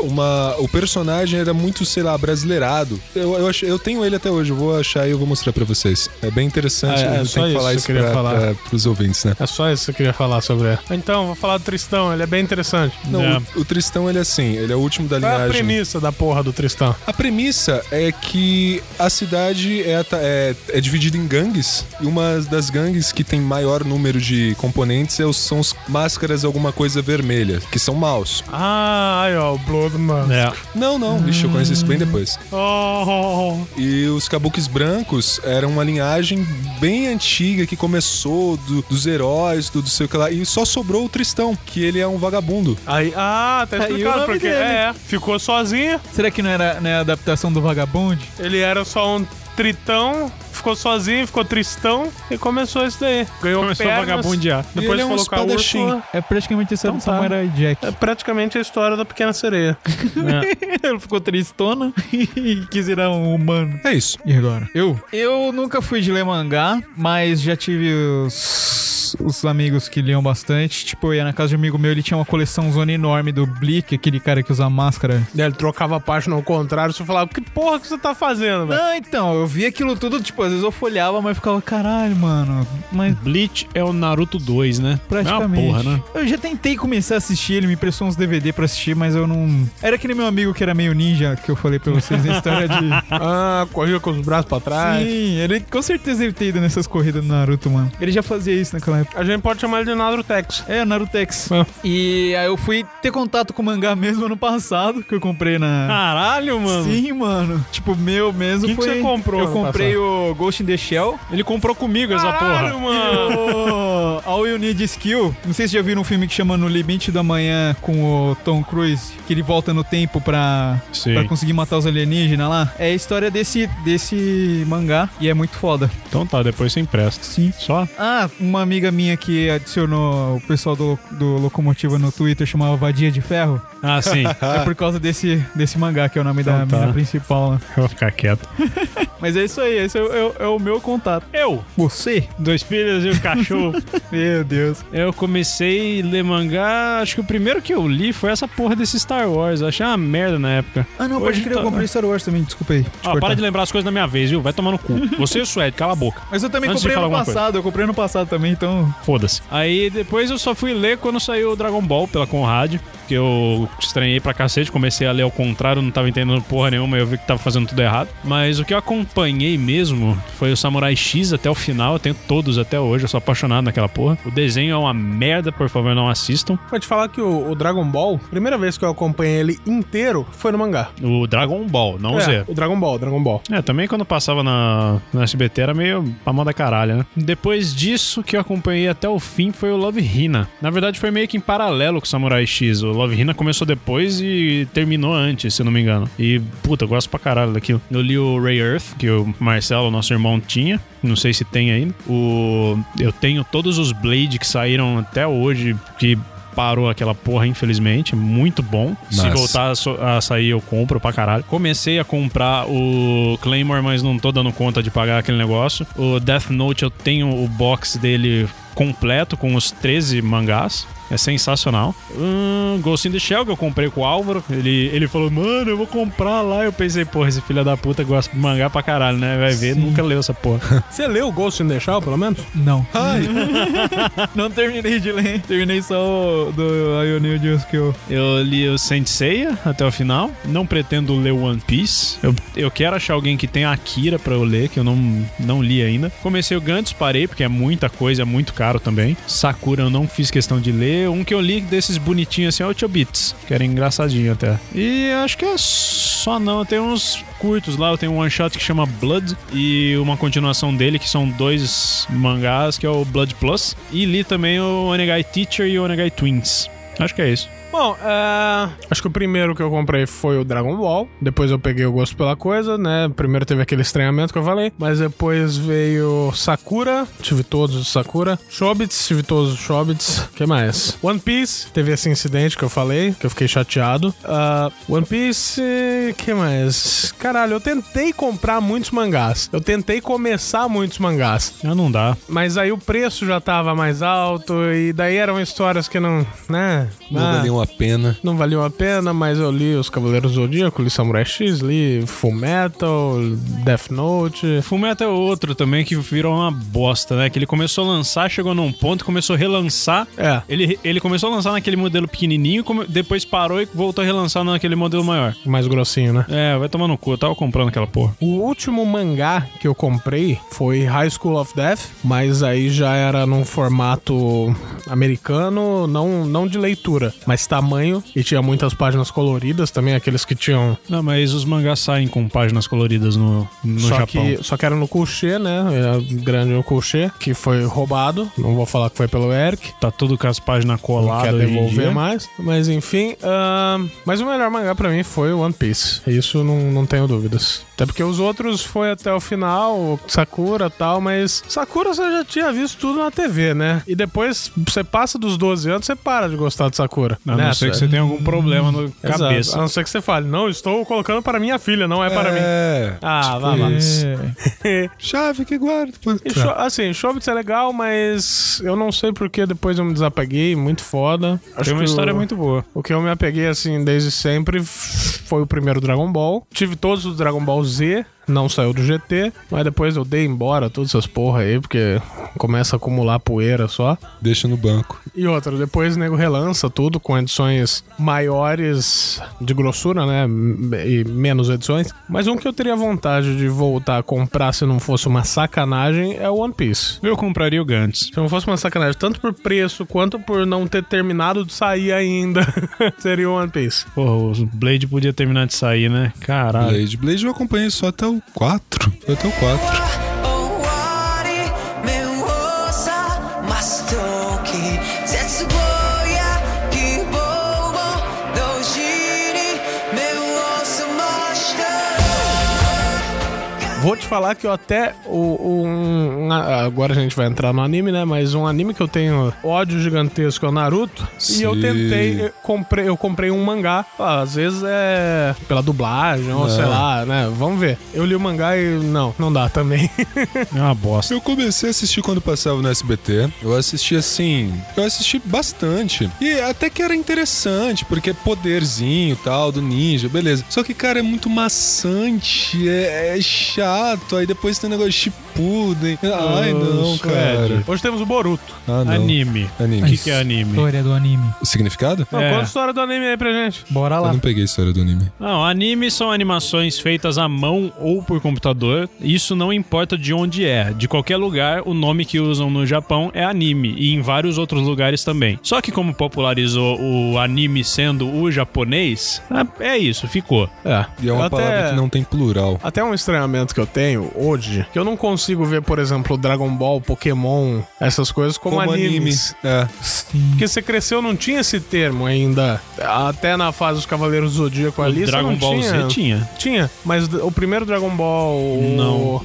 Speaker 3: Uma, o personagem era muito, sei lá, brasileirado. Eu, eu, acho- eu tenho ele até hoje, eu vou achar e eu vou mostrar pra vocês. É bem interessante,
Speaker 1: Ah, é,
Speaker 3: eu tenho
Speaker 1: só
Speaker 3: que
Speaker 1: isso
Speaker 3: falar
Speaker 1: que eu
Speaker 3: isso
Speaker 1: queria
Speaker 3: pra,
Speaker 1: falar.
Speaker 3: pra- pros ouvintes, né?
Speaker 1: É só isso que eu queria falar sobre ela. Então, vou falar do Tristão, ele é bem interessante.
Speaker 3: Não,
Speaker 2: É.
Speaker 3: o, o Tristão ele é assim, ele é o último da
Speaker 1: Qual é a
Speaker 3: linhagem.
Speaker 1: premissa da porra do Tristão?
Speaker 3: A premissa é que a cidade é, ata- é- é dividida em gangues e uma das gangues que tem maior número de componentes é os- são os máscaras alguma coisa vermelha, que são maus.
Speaker 1: Ah, aí, ó, o Bloodman.
Speaker 2: É.
Speaker 3: Não, não, vixe, eu conheço isso bem depois.
Speaker 1: Oh,
Speaker 3: E os Kabukis brancos eram uma linhagem bem antiga que começou do- dos heróis, do, do sei o que lá, e só sobrou o Tristão, que ele é um vagabundo.
Speaker 1: Aí, ah, tá
Speaker 7: Aí o
Speaker 1: explicado
Speaker 7: nome
Speaker 1: porque
Speaker 7: dele.
Speaker 1: é, ficou sozinho,
Speaker 7: Será que não era né, a adaptação do Vagabond?
Speaker 1: ele era só um tritão, ficou sozinho, ficou tristão e começou isso daí. Ganhou
Speaker 2: Começou a
Speaker 1: pernas,
Speaker 2: vagabundear.
Speaker 1: Depois
Speaker 3: Ele é um
Speaker 1: colocou a
Speaker 3: espadachim.
Speaker 1: Úrsula.
Speaker 7: É praticamente essa
Speaker 1: Então
Speaker 7: então,
Speaker 1: tá.
Speaker 7: Samurai Jack. [LAUGHS]
Speaker 1: É praticamente a história da Pequena Sereia.
Speaker 7: Ele ficou tristona [LAUGHS] e quis virar um humano.
Speaker 3: É isso.
Speaker 7: E agora? Eu? Eu nunca fui de ler mangá, mas já tive os, os amigos que liam bastante. Tipo, eu ia na casa de um amigo meu, ele tinha uma coleção zona enorme do Bleach, aquele cara que usa máscara.
Speaker 1: É, Ele trocava a página ao contrário, você falava, que porra que você tá fazendo, velho?
Speaker 7: Não, então, eu via aquilo tudo, tipo, às vezes eu folhava, mas eu ficava, caralho, mano. Mas
Speaker 2: Bleach é o Naruto 2, né?
Speaker 7: praticamente.
Speaker 2: É uma porra, né?
Speaker 7: Eu já tentei começar a assistir, ele me prestou uns DVD pra assistir, mas eu não. Era aquele meu amigo que era meio ninja, que eu falei pra vocês na história de. [LAUGHS]
Speaker 1: Ah, corria com os braços pra trás.
Speaker 7: Sim, ele com certeza deve ter ido nessas corridas do Naruto, mano. Ele já fazia isso naquela época.
Speaker 1: A gente pode chamar ele de Narutex.
Speaker 7: É, Narutex.
Speaker 1: Ah.
Speaker 7: E aí eu fui ter contato com o mangá mesmo ano passado, que eu comprei na.
Speaker 2: Caralho, mano.
Speaker 7: Sim, mano. Tipo, meu mesmo
Speaker 1: Que que
Speaker 7: foi.
Speaker 1: você comprou
Speaker 7: Eu
Speaker 1: ano
Speaker 7: comprei o Ghost in the Shell.
Speaker 2: Ele comprou comigo essa porra.
Speaker 1: mano!
Speaker 7: o All You Need Is Skill. Não sei se já viram um filme que chama No Limite da Manhã com o Tom Cruise, que ele volta no tempo pra,
Speaker 2: Sim.
Speaker 7: pra conseguir matar os alienígenas lá. É a história desse, desse mangá e é muito foda.
Speaker 2: Então tá, depois você empresta. Sim. Só?
Speaker 7: Ah, uma amiga minha que adicionou o pessoal do, do Locomotiva no Twitter chamava Vadia de Ferro.
Speaker 2: Ah, sim.
Speaker 7: É por causa desse, desse mangá, que é o nome da
Speaker 2: Então tá.
Speaker 7: mina principal. Né?
Speaker 2: [LAUGHS] Eu vou ficar quieto.
Speaker 7: Mas é isso aí, esse é, o- é o- é o meu contato.
Speaker 2: Eu,
Speaker 7: Você?
Speaker 2: dois filhos e o [LAUGHS] cachorro.
Speaker 7: Meu Deus.
Speaker 2: eu comecei a ler mangá, acho que o primeiro que eu li foi essa porra desse Star Wars. Eu achei uma merda na época.
Speaker 7: Ah, não,
Speaker 2: Hoje
Speaker 7: pode crer,
Speaker 2: tá-
Speaker 7: eu comprei Star Wars também, desculpa aí. te
Speaker 2: Ó,
Speaker 7: cortar.
Speaker 2: para de lembrar as coisas na minha vez, viu? Vai tomar no cu. Você e o Suede, cala a boca.
Speaker 7: Mas eu também
Speaker 2: Antes de
Speaker 7: comprei
Speaker 2: falar
Speaker 7: ano
Speaker 2: alguma coisa.
Speaker 7: passado, eu comprei ano passado também, então.
Speaker 2: Foda-se. Aí depois eu só fui ler quando saiu o Dragon Ball pela Conrad, que eu estranhei pra cacete, comecei a ler ao contrário, não tava entendendo porra nenhuma, eu vi que tava fazendo tudo errado. Mas o que eu acompanhei mesmo foi o Samurai X até o final, eu tenho todos até hoje, eu sou apaixonado naquela porra. O desenho é uma merda, por favor, não assistam.
Speaker 1: Vou te falar que o, o Dragon Ball, primeira vez que eu acompanhei ele inteiro foi no mangá.
Speaker 2: O Dragon Ball, não o
Speaker 1: é,
Speaker 2: Z.
Speaker 1: o Dragon Ball, Dragon Ball.
Speaker 2: É, também quando passava na, na SBT era meio pra mão da caralho, né? Depois disso, que eu acompanhei até o fim foi o Love Hina. Na verdade, foi meio que em paralelo com o Samurai X. O Love Hina começou depois e terminou antes, se não me engano. E, puta, eu gosto pra caralho daquilo. Eu li o Ray Earth, que o Marcelo, nosso irmão, tinha. Não sei se tem ainda. O... Eu tenho todos os Blade que saíram até hoje, que parou aquela porra, infelizmente. Muito bom. Se
Speaker 3: Nossa.
Speaker 2: voltar a so- a sair, eu compro pra caralho. Comecei a comprar o Claymore, mas não tô dando conta de pagar aquele negócio. O Death Note, eu tenho o box dele completo, com os 13 mangás. É sensacional. Hum, Ghost in the Shell, que eu comprei com o Álvaro. Ele, ele falou, mano, eu vou comprar lá. Eu pensei, porra, esse filho da puta gosta de mangá pra caralho, né? Vai ver, nunca leu essa porra.
Speaker 1: Você leu o Ghost in the Shell, pelo menos?
Speaker 7: Não. [LAUGHS]
Speaker 3: Ai,
Speaker 7: Não terminei de ler. Terminei só o do Ionil de Skill.
Speaker 2: Eu li o Saint Seiya até o final. Não pretendo ler One Piece. Eu, eu quero achar alguém que tenha Akira pra eu ler, que eu não, não li ainda. Comecei o Gantz, parei, porque é muita coisa, é muito caro também. Sakura eu não fiz questão de ler. Um que eu li desses bonitinhos assim é o Chobits, que era engraçadinho até. E acho que é só não. Tem uns curtos lá. Eu tenho um one shot que chama Blood e uma continuação dele, que são dois mangás, que é o Blood Plus. E li também o Onegai Teacher e o Onegai Twins. Acho que é isso.
Speaker 1: Bom, é, acho que o primeiro que eu comprei foi o Dragon Ball. Depois eu peguei o gosto pela coisa, né? Primeiro teve aquele estranhamento que eu falei. Mas depois veio Sakura. Tive todos os Sakura. Shobits. Tive todos os Shobits. que mais? One Piece. Teve esse incidente que eu falei, que eu fiquei chateado. Ah, One Piece. que mais? Caralho, eu tentei comprar muitos mangás. Eu tentei começar muitos mangás.
Speaker 2: Ah, não dá.
Speaker 1: Mas aí o preço já tava mais alto. E daí eram histórias que não. né?
Speaker 3: Não
Speaker 1: Ah.
Speaker 3: valeu a pena.
Speaker 1: Não valeu a pena, mas eu li os Cavaleiros do Zodíaco, li Samurai X, li Full Metal, Death Note.
Speaker 2: Fullmetal é outro também que virou uma bosta, né? Que ele começou a lançar, chegou num ponto, começou a relançar.
Speaker 1: É.
Speaker 2: Ele, ele começou a lançar naquele modelo pequenininho, come- depois parou e voltou a relançar naquele modelo maior.
Speaker 1: Mais grossinho, né?
Speaker 2: É, vai tomar no cu, eu tava comprando aquela porra.
Speaker 1: O último mangá que eu comprei foi High School of Death, mas aí já era num formato americano, não, não de leitura, mas tamanho, e tinha muitas páginas coloridas também, aqueles que tinham
Speaker 2: Não, mas os mangás saem com páginas coloridas no, no
Speaker 1: só
Speaker 2: Japão.
Speaker 1: Que, só que era no Couché, né? Era grande no Couché, que foi roubado. Não vou falar que foi pelo Eric.
Speaker 2: Tá tudo com as páginas
Speaker 1: Não
Speaker 2: coladas.
Speaker 1: quer
Speaker 2: hoje em
Speaker 1: devolver
Speaker 2: dia.
Speaker 1: mais. Mas enfim. ahn, mas o melhor mangá pra mim foi One Piece. Isso não, não tenho dúvidas. Até porque os outros foi até o final, o Sakura e tal, mas Sakura você já tinha visto tudo na TV, né? E depois você passa dos 12 anos, você para de gostar de Sakura.
Speaker 2: A não
Speaker 1: né?
Speaker 2: ser que você tenha algum problema no
Speaker 1: Exato. Ah,
Speaker 2: cabeça.
Speaker 1: A não ser que você fale, não, estou colocando para minha filha, não é para mim.
Speaker 3: É.
Speaker 1: Ah,
Speaker 2: tipo
Speaker 1: vá lá.
Speaker 7: É,
Speaker 3: Chave que guarda.
Speaker 1: E Sho- assim, Shobits é legal, mas eu não sei porque depois eu me desapeguei, muito foda. Acho
Speaker 2: Tem uma
Speaker 1: que
Speaker 2: história
Speaker 1: o-
Speaker 2: muito boa.
Speaker 1: O que eu me apeguei, assim, desde sempre f- foi o primeiro Dragon Ball. Tive todos os Dragon Ball Z, não saiu do GT, mas depois eu dei embora todas essas porra aí, porque começa a acumular poeira só.
Speaker 3: Deixa no banco.
Speaker 1: E outra, depois o nego relança tudo com edições maiores de grossura, né? M- E menos edições. Mas um que eu teria vontade de voltar a comprar se não fosse uma sacanagem é o One Piece.
Speaker 2: Eu compraria o Gantz.
Speaker 1: Se não fosse uma sacanagem, tanto por preço quanto por não ter terminado de sair ainda, [LAUGHS] seria o One Piece.
Speaker 2: Porra, o Blade podia terminar de sair, né? Caralho.
Speaker 3: Blade. Blade eu acompanhei só até o 4. Foi até o 4.
Speaker 8: 終わり目を覚ます時絶望や希望を同時に目を覚ました」
Speaker 1: Vou te falar que eu até. O, um- um- agora a gente vai entrar no anime, né? Mas um anime que eu tenho ódio gigantesco é o Naruto. E eu
Speaker 3: Sim.
Speaker 1: tentei. Eu comprei, eu comprei um mangá. Ah, às vezes é pela dublagem, ou
Speaker 3: É.
Speaker 1: sei lá, né? Vamos ver. Eu li o mangá e. Não, não dá também. [LAUGHS]
Speaker 2: É uma bosta.
Speaker 3: Eu comecei a assistir quando passava no SBT. Eu assisti assim. Eu assisti bastante. E até que era interessante, porque é poderzinho e tal, do ninja, beleza. Só que, cara, é muito maçante, é, é chato. Aí depois tem o negócio de Shippuden. Ai, não,
Speaker 2: Suede.
Speaker 3: cara.
Speaker 1: Hoje temos o Boruto.
Speaker 3: Ah, não.
Speaker 2: Anime. O
Speaker 3: Anime.
Speaker 2: que, que é anime?
Speaker 7: História do anime.
Speaker 3: O significado?
Speaker 1: Não,
Speaker 2: É.
Speaker 1: Conta a história do anime aí pra gente.
Speaker 7: Bora
Speaker 3: Eu
Speaker 7: lá.
Speaker 3: não peguei a história do anime.
Speaker 2: Não, animes são animações feitas à mão ou por computador. Isso não importa de onde é. De qualquer lugar, o nome que usam no Japão é anime e em vários outros lugares também. Só que como popularizou o anime sendo o japonês, é é isso, ficou.
Speaker 1: É.
Speaker 3: E é uma palavra que não tem plural.
Speaker 1: Até um estranhamento que eu tenho hoje, que eu não consigo ver, por exemplo, Dragon Ball, Pokémon, essas coisas como, animes.
Speaker 3: É.
Speaker 1: Porque você cresceu, não tinha esse termo ainda. Até na fase dos Cavaleiros do Zodíaco ali, você
Speaker 2: Dragon
Speaker 1: não
Speaker 2: Ball
Speaker 1: tinha.
Speaker 2: Z tinha.
Speaker 1: Tinha, mas d- o primeiro Dragon Ball, o-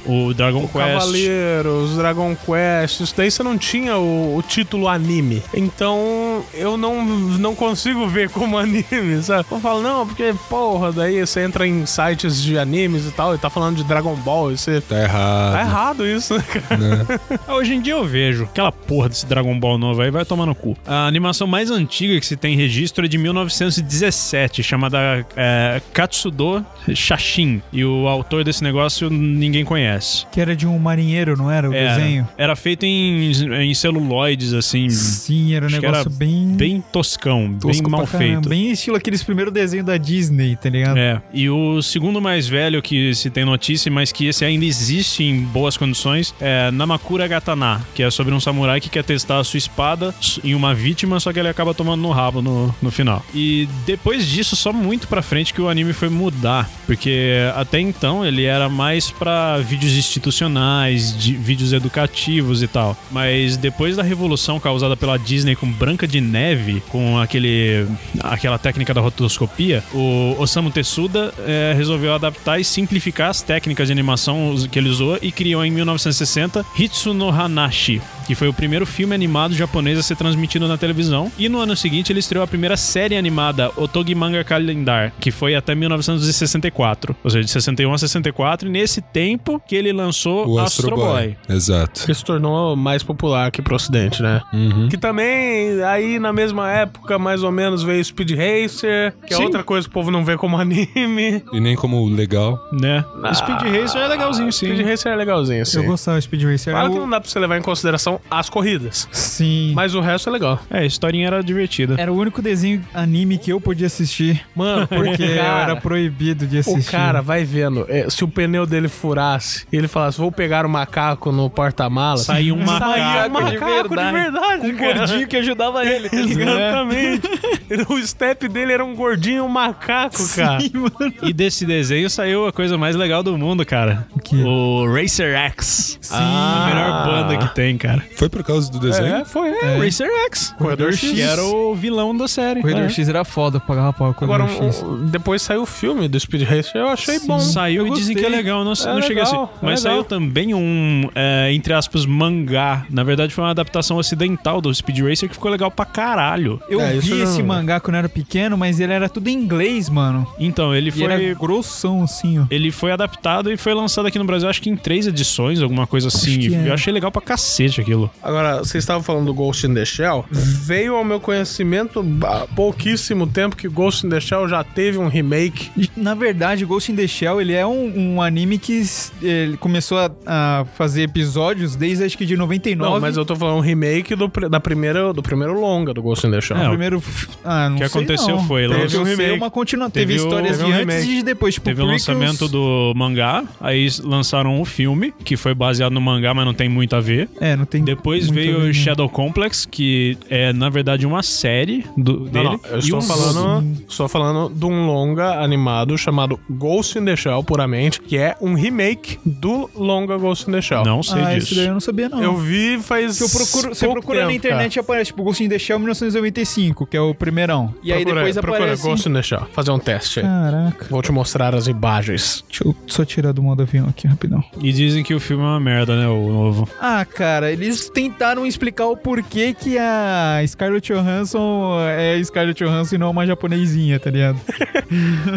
Speaker 2: Não, o Dragon
Speaker 1: o
Speaker 2: Quest.
Speaker 1: Cavaleiros, Dragon Quest, isso daí você não tinha o, o título anime. Então eu não, não consigo ver como [LAUGHS] anime, sabe? Eu falo, não, porque, porra, daí você entra em sites de animes e tal, e tá falando de Dragon Ball, e você.
Speaker 3: Tá errado.
Speaker 1: Tá errado isso, né, cara?
Speaker 2: Ah, Hoje em dia eu vejo aquela porra desse Dragon Ball novo aí, vai tomar no cu. A animação mais antiga que se tem registro é de 1917, chamada é, Katsudo Shashin. E o autor desse negócio ninguém conhece.
Speaker 7: Que era de um marinheiro, não era? O
Speaker 2: Era,
Speaker 7: desenho?
Speaker 2: era feito em, em celuloides, assim,
Speaker 7: Sim, era um
Speaker 2: Acho que
Speaker 7: negócio
Speaker 2: era
Speaker 7: bem.
Speaker 2: bem toscão, bem
Speaker 7: tosco
Speaker 2: mal
Speaker 7: pra caramba.
Speaker 2: feito.
Speaker 7: Bem estilo aqueles primeiros desenhos da Disney, tá ligado?
Speaker 2: É, e o segundo mais velho que se tem notícia, mas que esse ainda existe em boas condições, é Namakura Gatana, que é sobre um samurai que quer testar a sua espada em uma vítima, só que ele acaba tomando no rabo no, no final. E depois disso, só muito pra frente que o anime foi mudar, porque até então ele era mais pra vídeos institucionais, de- vídeos educativos e tal. Mas depois da revolução causada pela Disney com Branca de de neve com aquele, aquela técnica da rotoscopia, o Osamu Tezuda eh, resolveu adaptar e simplificar as técnicas de animação que ele usou e criou em 1960 Hitsuno Hanashi, que foi o primeiro filme animado japonês a ser transmitido na televisão. E no ano seguinte ele estreou a primeira série animada, Otogi Manga Calendar, que foi até 1964, ou seja, de 61 a 64, e nesse tempo que ele lançou
Speaker 3: O
Speaker 2: Astro, Boy.
Speaker 3: Exato.
Speaker 1: Que se tornou mais popular aqui pro ocidente, né?
Speaker 2: Uhum.
Speaker 1: Que também, aí na mesma época, mais ou menos, veio Speed Racer, que é
Speaker 2: Sim.
Speaker 1: outra coisa que o povo não vê como [LAUGHS] anime.
Speaker 3: E nem como legal.
Speaker 2: Né?
Speaker 1: Ah.
Speaker 2: Speed Racer é legalzinho, sim.
Speaker 1: Speed Racer é legalzinho, assim.
Speaker 7: Eu gostava de Speed Racer.
Speaker 1: Claro que
Speaker 7: Eu-
Speaker 1: não dá pra você levar em consideração as corridas,
Speaker 7: Sim.
Speaker 1: mas o resto é legal.
Speaker 2: É, a historinha era divertida.
Speaker 7: Era o único desenho anime que eu podia assistir, [LAUGHS]
Speaker 1: Mano, [LAUGHS]
Speaker 7: porque eu era proibido de
Speaker 1: O
Speaker 7: assistir.
Speaker 1: cara vai vendo, é, se o pneu dele furasse e ele falasse, vou pegar o macaco no porta-malas. [LAUGHS]
Speaker 2: Saiu um macaco.
Speaker 1: macaco de verdade. Um gordinho que ajudava [LAUGHS] ele. tá Exatamente. Era- O step dele era um gordinho e um macaco,
Speaker 7: [LAUGHS]
Speaker 1: cara.
Speaker 2: E desse desenho saiu a coisa mais legal do mundo, cara. O,
Speaker 7: quê?
Speaker 2: Racer X.
Speaker 7: Sim.
Speaker 2: A melhor banda que tem, cara.
Speaker 3: Foi por causa do desenho?
Speaker 1: É, foi.
Speaker 7: é.
Speaker 2: Racer X.
Speaker 1: Corredor X.
Speaker 2: Que era o vilão da série.
Speaker 7: Corredor
Speaker 2: É.
Speaker 7: X era foda, pagava pau com o
Speaker 1: Agora,
Speaker 7: Corredor X.
Speaker 1: um- um- depois saiu o filme do Speed Racer, eu achei bom.
Speaker 2: Saiu
Speaker 1: Eu
Speaker 2: e dizem que é
Speaker 1: gostei.
Speaker 2: legal. Não,
Speaker 1: É
Speaker 2: não cheguei a
Speaker 1: legal,
Speaker 2: assistir.
Speaker 1: é
Speaker 2: Mas saiu
Speaker 1: legal.
Speaker 2: também um, é, entre aspas, mangá. Na verdade, foi uma adaptação ocidental do Speed Racer que ficou legal pra caralho.
Speaker 7: Eu
Speaker 1: É, isso
Speaker 7: vi
Speaker 1: eu
Speaker 7: esse
Speaker 1: não-
Speaker 7: mangá quando eu era pequeno, mas ele era tudo em inglês, mano.
Speaker 2: Então, ele
Speaker 7: E é
Speaker 2: foi.
Speaker 7: era grossão, assim, ó.
Speaker 2: Ele foi adaptado e foi lançado aqui no Brasil, acho que em três edições, alguma coisa assim.
Speaker 7: que é.
Speaker 2: Eu achei legal pra cacete aquilo.
Speaker 1: Agora, vocês estavam falando do Ghost in the Shell. Veio ao meu conhecimento há pouquíssimo tempo que Ghost in the Shell já teve um remake.
Speaker 7: Na verdade, Ghost in the Shell, ele é um, um anime que s- ele começou a, a fazer episódios desde acho que de 99.
Speaker 1: Não, mas eu tô falando um remake do, pr- da primeira, do primeiro longa do Ghost in the Shell.
Speaker 2: É,
Speaker 7: O primeiro... Ah, não
Speaker 2: O que
Speaker 7: sei
Speaker 2: aconteceu
Speaker 7: não.
Speaker 2: foi,
Speaker 7: Teve,
Speaker 2: lançou
Speaker 7: eu
Speaker 2: um
Speaker 7: sei,
Speaker 2: remake.
Speaker 7: uma continua... Teve,
Speaker 2: Teve o-
Speaker 7: histórias
Speaker 1: teve um
Speaker 7: de antes
Speaker 1: remake.
Speaker 7: e de depois. Tipo,
Speaker 2: Teve o
Speaker 7: Prickles-
Speaker 2: lançamento do mangá, aí lançaram o filme, que foi baseado no mangá, mas não tem muito a ver.
Speaker 7: É, não tem...
Speaker 2: Depois
Speaker 7: muito
Speaker 2: veio
Speaker 7: a ver,
Speaker 2: o
Speaker 7: né?
Speaker 2: Shadow Complex, que é, na verdade, uma série do,
Speaker 1: Não,
Speaker 2: dele.
Speaker 1: não, eu estou
Speaker 2: um-
Speaker 1: falando, estou falando de um longa animado chamado Ghost in the Shell, puramente, que é um remake do longa Ghost in the Shell.
Speaker 2: Não sei
Speaker 7: Ah, isso daí
Speaker 2: disso.
Speaker 7: eu não sabia, não.
Speaker 1: Eu vi faz.
Speaker 7: Se eu procuro, você
Speaker 1: pouco
Speaker 7: procura na
Speaker 1: tempo,
Speaker 7: internet e aparece, tipo, Ghost in the Shell 1995, que é o primeirão. E
Speaker 1: Cara.
Speaker 7: aí
Speaker 1: Procura-
Speaker 7: depois
Speaker 1: procura
Speaker 7: aparece... Ah.
Speaker 1: Ghost in the Shell. Fazer um teste aí.
Speaker 7: Caraca.
Speaker 1: Vou te mostrar as imagens.
Speaker 7: Deixa eu só tirar do modo avião aqui rapidão.
Speaker 2: E dizem que o filme é uma merda, né? O novo.
Speaker 7: Ah, cara, eles tentaram explicar o porquê que a Scarlett Johansson é Scarlett Johansson e não uma japonesinha, tá ligado?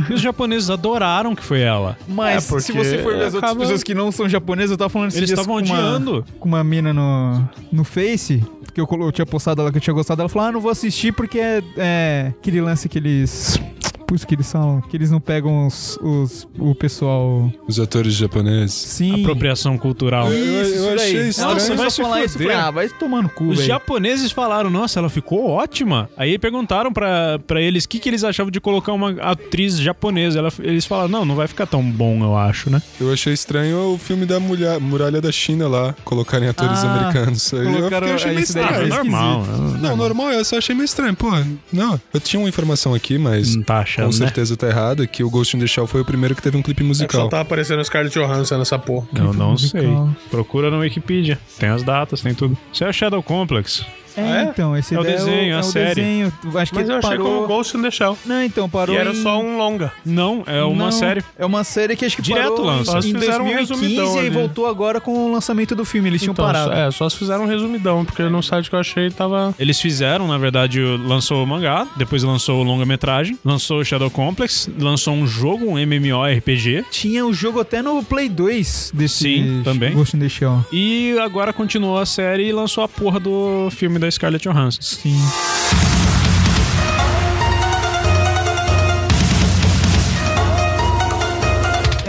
Speaker 2: E os japoneses adoraram que foi ela.
Speaker 7: Mas
Speaker 1: É, porque
Speaker 7: se você for ver as outras
Speaker 1: acaba-
Speaker 7: pessoas que não são japonesas, eu tava falando esses
Speaker 2: Eles
Speaker 7: dias
Speaker 2: estavam
Speaker 7: com uma-
Speaker 2: odiando.
Speaker 7: com uma mina no, no Face, que eu, colo- eu tinha postado ela que eu tinha gostado, ela falou, ah, não vou assistir porque é, é aquele lance que eles... Putz, que eles são... Que eles não pegam os, os- o pessoal...
Speaker 3: Os atores japoneses.
Speaker 7: Sim.
Speaker 2: Apropriação cultural.
Speaker 3: Eu- eu achei estranho.
Speaker 7: Nossa,
Speaker 2: Vai
Speaker 7: vai
Speaker 2: se
Speaker 7: falar isso, eu
Speaker 2: fuder.
Speaker 7: falei, ah, vai tomar no cu,
Speaker 2: Os
Speaker 7: velho.
Speaker 2: japoneses falaram, nossa, ela ficou ótima. Aí perguntaram pra pra eles o que, que eles achavam de colocar uma atriz japonesa. Ela- eles falaram, não, não vai ficar tão bom, eu acho, né?
Speaker 3: Eu achei estranho o filme da mulher, Muralha da China lá, colocarem atores
Speaker 7: Ah,
Speaker 3: americanos. Aí eu
Speaker 7: colocaram-
Speaker 3: fiquei, achei
Speaker 7: é,
Speaker 3: meio
Speaker 7: isso daí
Speaker 3: estranho.
Speaker 7: é
Speaker 2: Ah, normal.
Speaker 3: Não, normal, eu só achei meio estranho. Pô, não. Eu tinha uma informação aqui, mas
Speaker 2: Não tá
Speaker 3: com
Speaker 2: achando, né?
Speaker 3: certeza tá errada, que o Ghost in the Shell foi o primeiro que teve um clipe
Speaker 1: Só
Speaker 3: musical.
Speaker 1: tá aparecendo Scarlett Johansson nessa porra.
Speaker 2: Eu não sei.
Speaker 7: musical.
Speaker 2: Procura no Wikipedia. Tem as datas, tem tudo. Isso é Shadow Complex.
Speaker 1: Ah, é?
Speaker 7: É, então, esse
Speaker 2: É o
Speaker 7: daí
Speaker 2: desenho,
Speaker 7: é
Speaker 2: a
Speaker 7: o, é o
Speaker 2: série.
Speaker 7: desenho. Acho que
Speaker 1: Mas eu achei
Speaker 7: parou...
Speaker 1: como Ghost in the Shell.
Speaker 7: Não, então, parou
Speaker 1: E era
Speaker 7: em-
Speaker 1: só um longa.
Speaker 2: Não, é uma
Speaker 7: Não,
Speaker 2: série.
Speaker 7: É uma série que acho que
Speaker 2: Direto
Speaker 7: parou
Speaker 2: lança.
Speaker 1: Elas
Speaker 7: em
Speaker 1: fizeram um
Speaker 7: 2015
Speaker 1: resumidão
Speaker 7: e aí
Speaker 1: ali.
Speaker 7: voltou agora com o lançamento do filme. Eles tinham
Speaker 1: Então,
Speaker 7: parado.
Speaker 1: é, só se fizeram um resumidão, porque no site que eu achei tava.
Speaker 2: Eles fizeram, na verdade, o- lançou o mangá, depois lançou o longa-metragem, lançou o Shadow Complex, lançou um jogo, um MMORPG,
Speaker 7: Tinha o jogo até no Play 2 desse
Speaker 2: Sim, também.
Speaker 7: Ghost in the Shell.
Speaker 2: e agora continuou a série e lançou a porra do filme da Scarlett Johansson.
Speaker 7: Sim.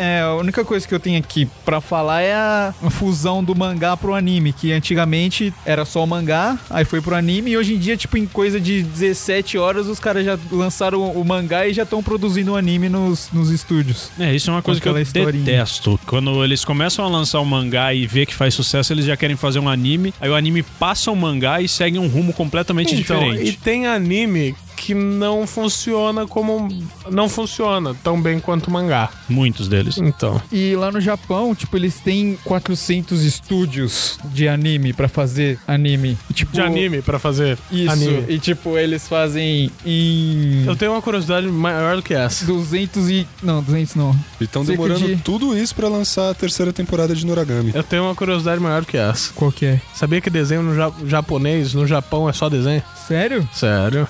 Speaker 7: É, a única coisa que eu tenho aqui pra falar é a a fusão do mangá pro anime, que antigamente era só o mangá, aí foi pro anime, e hoje em dia, tipo, em coisa de 17 horas, os caras já lançaram o mangá e já estão produzindo o anime nos, nos estúdios.
Speaker 2: É, isso é uma coisa que eu
Speaker 7: aquela historinha.
Speaker 2: detesto. Quando eles começam a lançar um mangá e vê que faz sucesso, eles já querem fazer um anime, aí o anime passa o mangá e segue um rumo completamente
Speaker 1: Então, e
Speaker 2: diferente.
Speaker 1: tem anime que que não funciona como. Não funciona tão bem quanto o mangá.
Speaker 2: Muitos deles.
Speaker 1: Então.
Speaker 7: E lá no Japão, tipo, eles têm 400 estúdios de anime pra fazer anime. E, tipo,
Speaker 1: De anime pra fazer
Speaker 7: Isso.
Speaker 1: anime.
Speaker 7: E tipo, eles fazem em
Speaker 1: Eu tenho uma curiosidade maior do que essa.
Speaker 7: 200 e não, 200 não.
Speaker 3: E estão
Speaker 7: Cerca
Speaker 3: demorando
Speaker 7: de-
Speaker 3: tudo isso pra lançar a terceira temporada de Noragami.
Speaker 1: Eu tenho uma curiosidade maior do que essa.
Speaker 7: Qual que é?
Speaker 1: Sabia que desenho no ja- japonês, no Japão, é só desenho?
Speaker 7: Sério?
Speaker 1: Sério?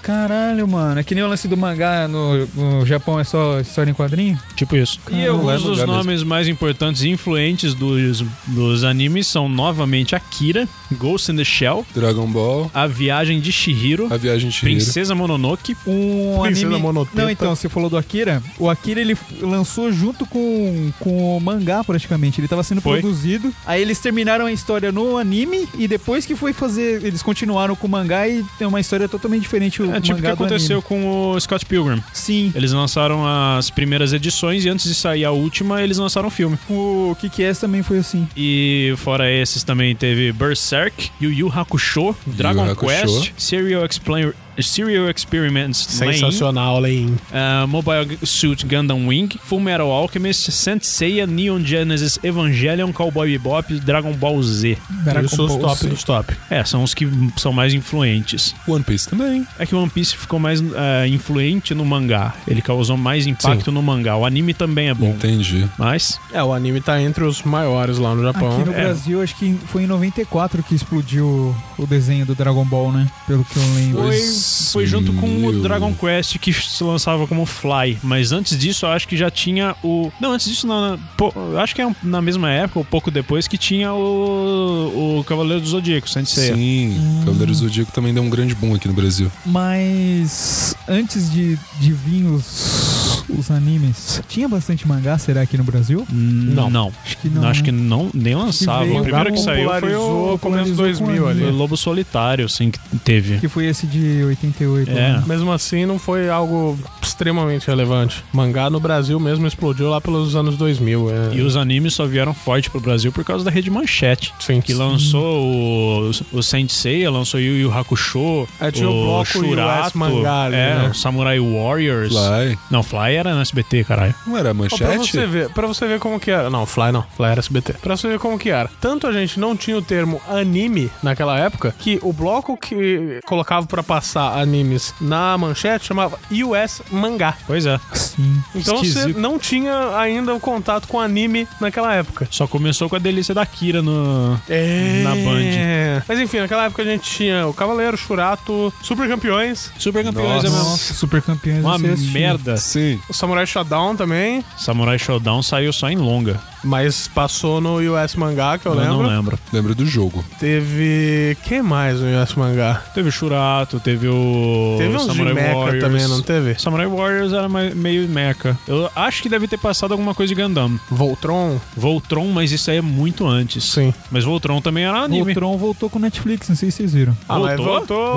Speaker 7: Caralho, mano. É que nem o lance do mangá no, no Japão é só história em quadrinho?
Speaker 2: Tipo isso. E
Speaker 7: Caramba,
Speaker 2: alguns
Speaker 3: é
Speaker 2: dos
Speaker 3: lugar
Speaker 2: nomes mais importantes e influentes dos, dos animes são novamente Akira, Ghost in the Shell,
Speaker 3: Dragon Ball,
Speaker 2: A Viagem de Shihiro,
Speaker 3: A Viagem de Chihiro.
Speaker 2: Princesa Mononoke.
Speaker 7: Um
Speaker 1: Princesa
Speaker 7: anime...
Speaker 1: Monoteta.
Speaker 7: Não, então, você falou do Akira. O Akira, ele f- lançou junto com, com o mangá, praticamente. Ele tava sendo
Speaker 2: Foi.
Speaker 7: produzido. Aí eles terminaram a história no anime e depois que foi fazer... Eles continuaram com o mangá e tem uma história totalmente diferente o
Speaker 2: É tipo o que
Speaker 7: mangá do
Speaker 2: aconteceu
Speaker 7: anime.
Speaker 2: com o Scott Pilgrim.
Speaker 7: Sim.
Speaker 2: Eles lançaram as primeiras edições e antes de sair a última, eles lançaram o filme.
Speaker 7: O que que é também foi assim.
Speaker 2: E fora esses também teve Berserk, Yu Yu Hakusho, Dragon
Speaker 3: Hakusho.
Speaker 2: Quest, Serial, Explain- Serial Experiments Lane,
Speaker 1: Sensacional, Lein.
Speaker 2: Uh, Mobile Suit Gundam Wing, Full Metal Alchemist, Saint Seiya, Neon Genesis Evangelion, Cowboy Bebop e Dragon Ball Z.
Speaker 1: Eu sou os top dos top.
Speaker 2: É, são os que são mais influentes.
Speaker 3: One Piece também.
Speaker 2: É que o One Piece ficou mais eh, influente no mangá. Ele causou mais impacto no mangá. O anime também é bom.
Speaker 3: Então. Entendi.
Speaker 2: Mas
Speaker 1: É, o anime tá entre os maiores lá no Japão.
Speaker 7: Aqui no
Speaker 2: é.
Speaker 7: Brasil, acho que foi em 94 que explodiu o desenho do Dragon Ball, né? Pelo que eu lembro.
Speaker 2: foi,
Speaker 3: Dois
Speaker 2: foi junto com
Speaker 3: mil.
Speaker 2: o Dragon Quest que se lançava como Fly. Mas antes disso, eu acho que já tinha o. Não, antes disso, não. na- pô, eu acho que é um- na mesma época, ou pouco depois, que tinha o, o Cavaleiro do Zodíaco, Saint Seiya.
Speaker 3: Sim, Cavaleiro Zodíaco também deu um grande boom aqui no Brasil.
Speaker 7: Mas antes de, de vir os, os animes, tinha bastante mangá, será, aqui no Brasil?
Speaker 2: Não. Não.
Speaker 7: Acho que não.
Speaker 2: Acho que
Speaker 7: né?
Speaker 2: não, nem lançava.
Speaker 7: veio,
Speaker 2: o primeiro que saiu foi o
Speaker 7: popularizou,
Speaker 2: começo
Speaker 7: popularizou
Speaker 2: do 2000
Speaker 7: com
Speaker 2: ali.
Speaker 7: anime.
Speaker 2: Foi o Lobo Solitário, assim, que teve.
Speaker 7: Que foi esse de 88.
Speaker 2: É.
Speaker 7: né?
Speaker 1: Mesmo assim, não foi algo extremamente relevante. Mangá no Brasil mesmo explodiu lá pelos anos 2000. É...
Speaker 2: E os animes só vieram forte pro Brasil por causa da Rede Manchete.
Speaker 1: Sim.
Speaker 2: Que lançou o, o Saint Seiya, lançou Yu Yu Hakusho,
Speaker 1: É, tinha o bloco US mangá ali,
Speaker 2: é,
Speaker 1: né?
Speaker 2: o Samurai Warriors.
Speaker 3: Fly.
Speaker 2: Não, Fly era no SBT, caralho.
Speaker 3: Não era
Speaker 1: Ó, pra
Speaker 3: manchete?
Speaker 1: você ver, pra você ver como que era. Não, Fly não, Fly era SBT. Pra você ver como que era. Tanto a gente não tinha o termo anime naquela época que o bloco que colocava pra passar animes na manchete chamava US Mangá.
Speaker 2: Pois é.
Speaker 7: Sim.
Speaker 1: Então
Speaker 2: Esquisito.
Speaker 1: você não tinha ainda o contato com anime naquela época.
Speaker 2: Só começou com a delícia da Kira no.
Speaker 1: É.
Speaker 2: Na Band.
Speaker 1: Mas enfim, naquela época a gente tinha o Cavaleiro, Shurato, Super Campeões,
Speaker 2: Super Campeões é mesmo.
Speaker 7: Nossa, super campeões.
Speaker 2: Uma
Speaker 7: eu assisti.
Speaker 2: merda.
Speaker 3: Sim.
Speaker 1: o Samurai Shodown também,
Speaker 2: Samurai Showdown saiu só em longa.
Speaker 1: mas passou no US Mangá, que eu
Speaker 2: Eu
Speaker 1: lembro.
Speaker 2: não lembro.
Speaker 3: Lembra do jogo.
Speaker 1: Teve. Quem mais no US Mangá?
Speaker 2: Teve o Shurato, teve o.
Speaker 1: Teve uns de
Speaker 2: Samurai
Speaker 1: Mecha
Speaker 2: Warriors.
Speaker 1: também, não teve?
Speaker 2: Samurai Warriors era mais- meio mecha. Eu acho que deve ter passado alguma coisa de Gundam.
Speaker 1: Voltron?
Speaker 2: Voltron, mas isso aí é muito antes.
Speaker 1: Sim.
Speaker 2: Mas Voltron também era anime.
Speaker 7: Voltron voltou com Netflix, não sei se vocês viram.
Speaker 1: Ah, mas voltou,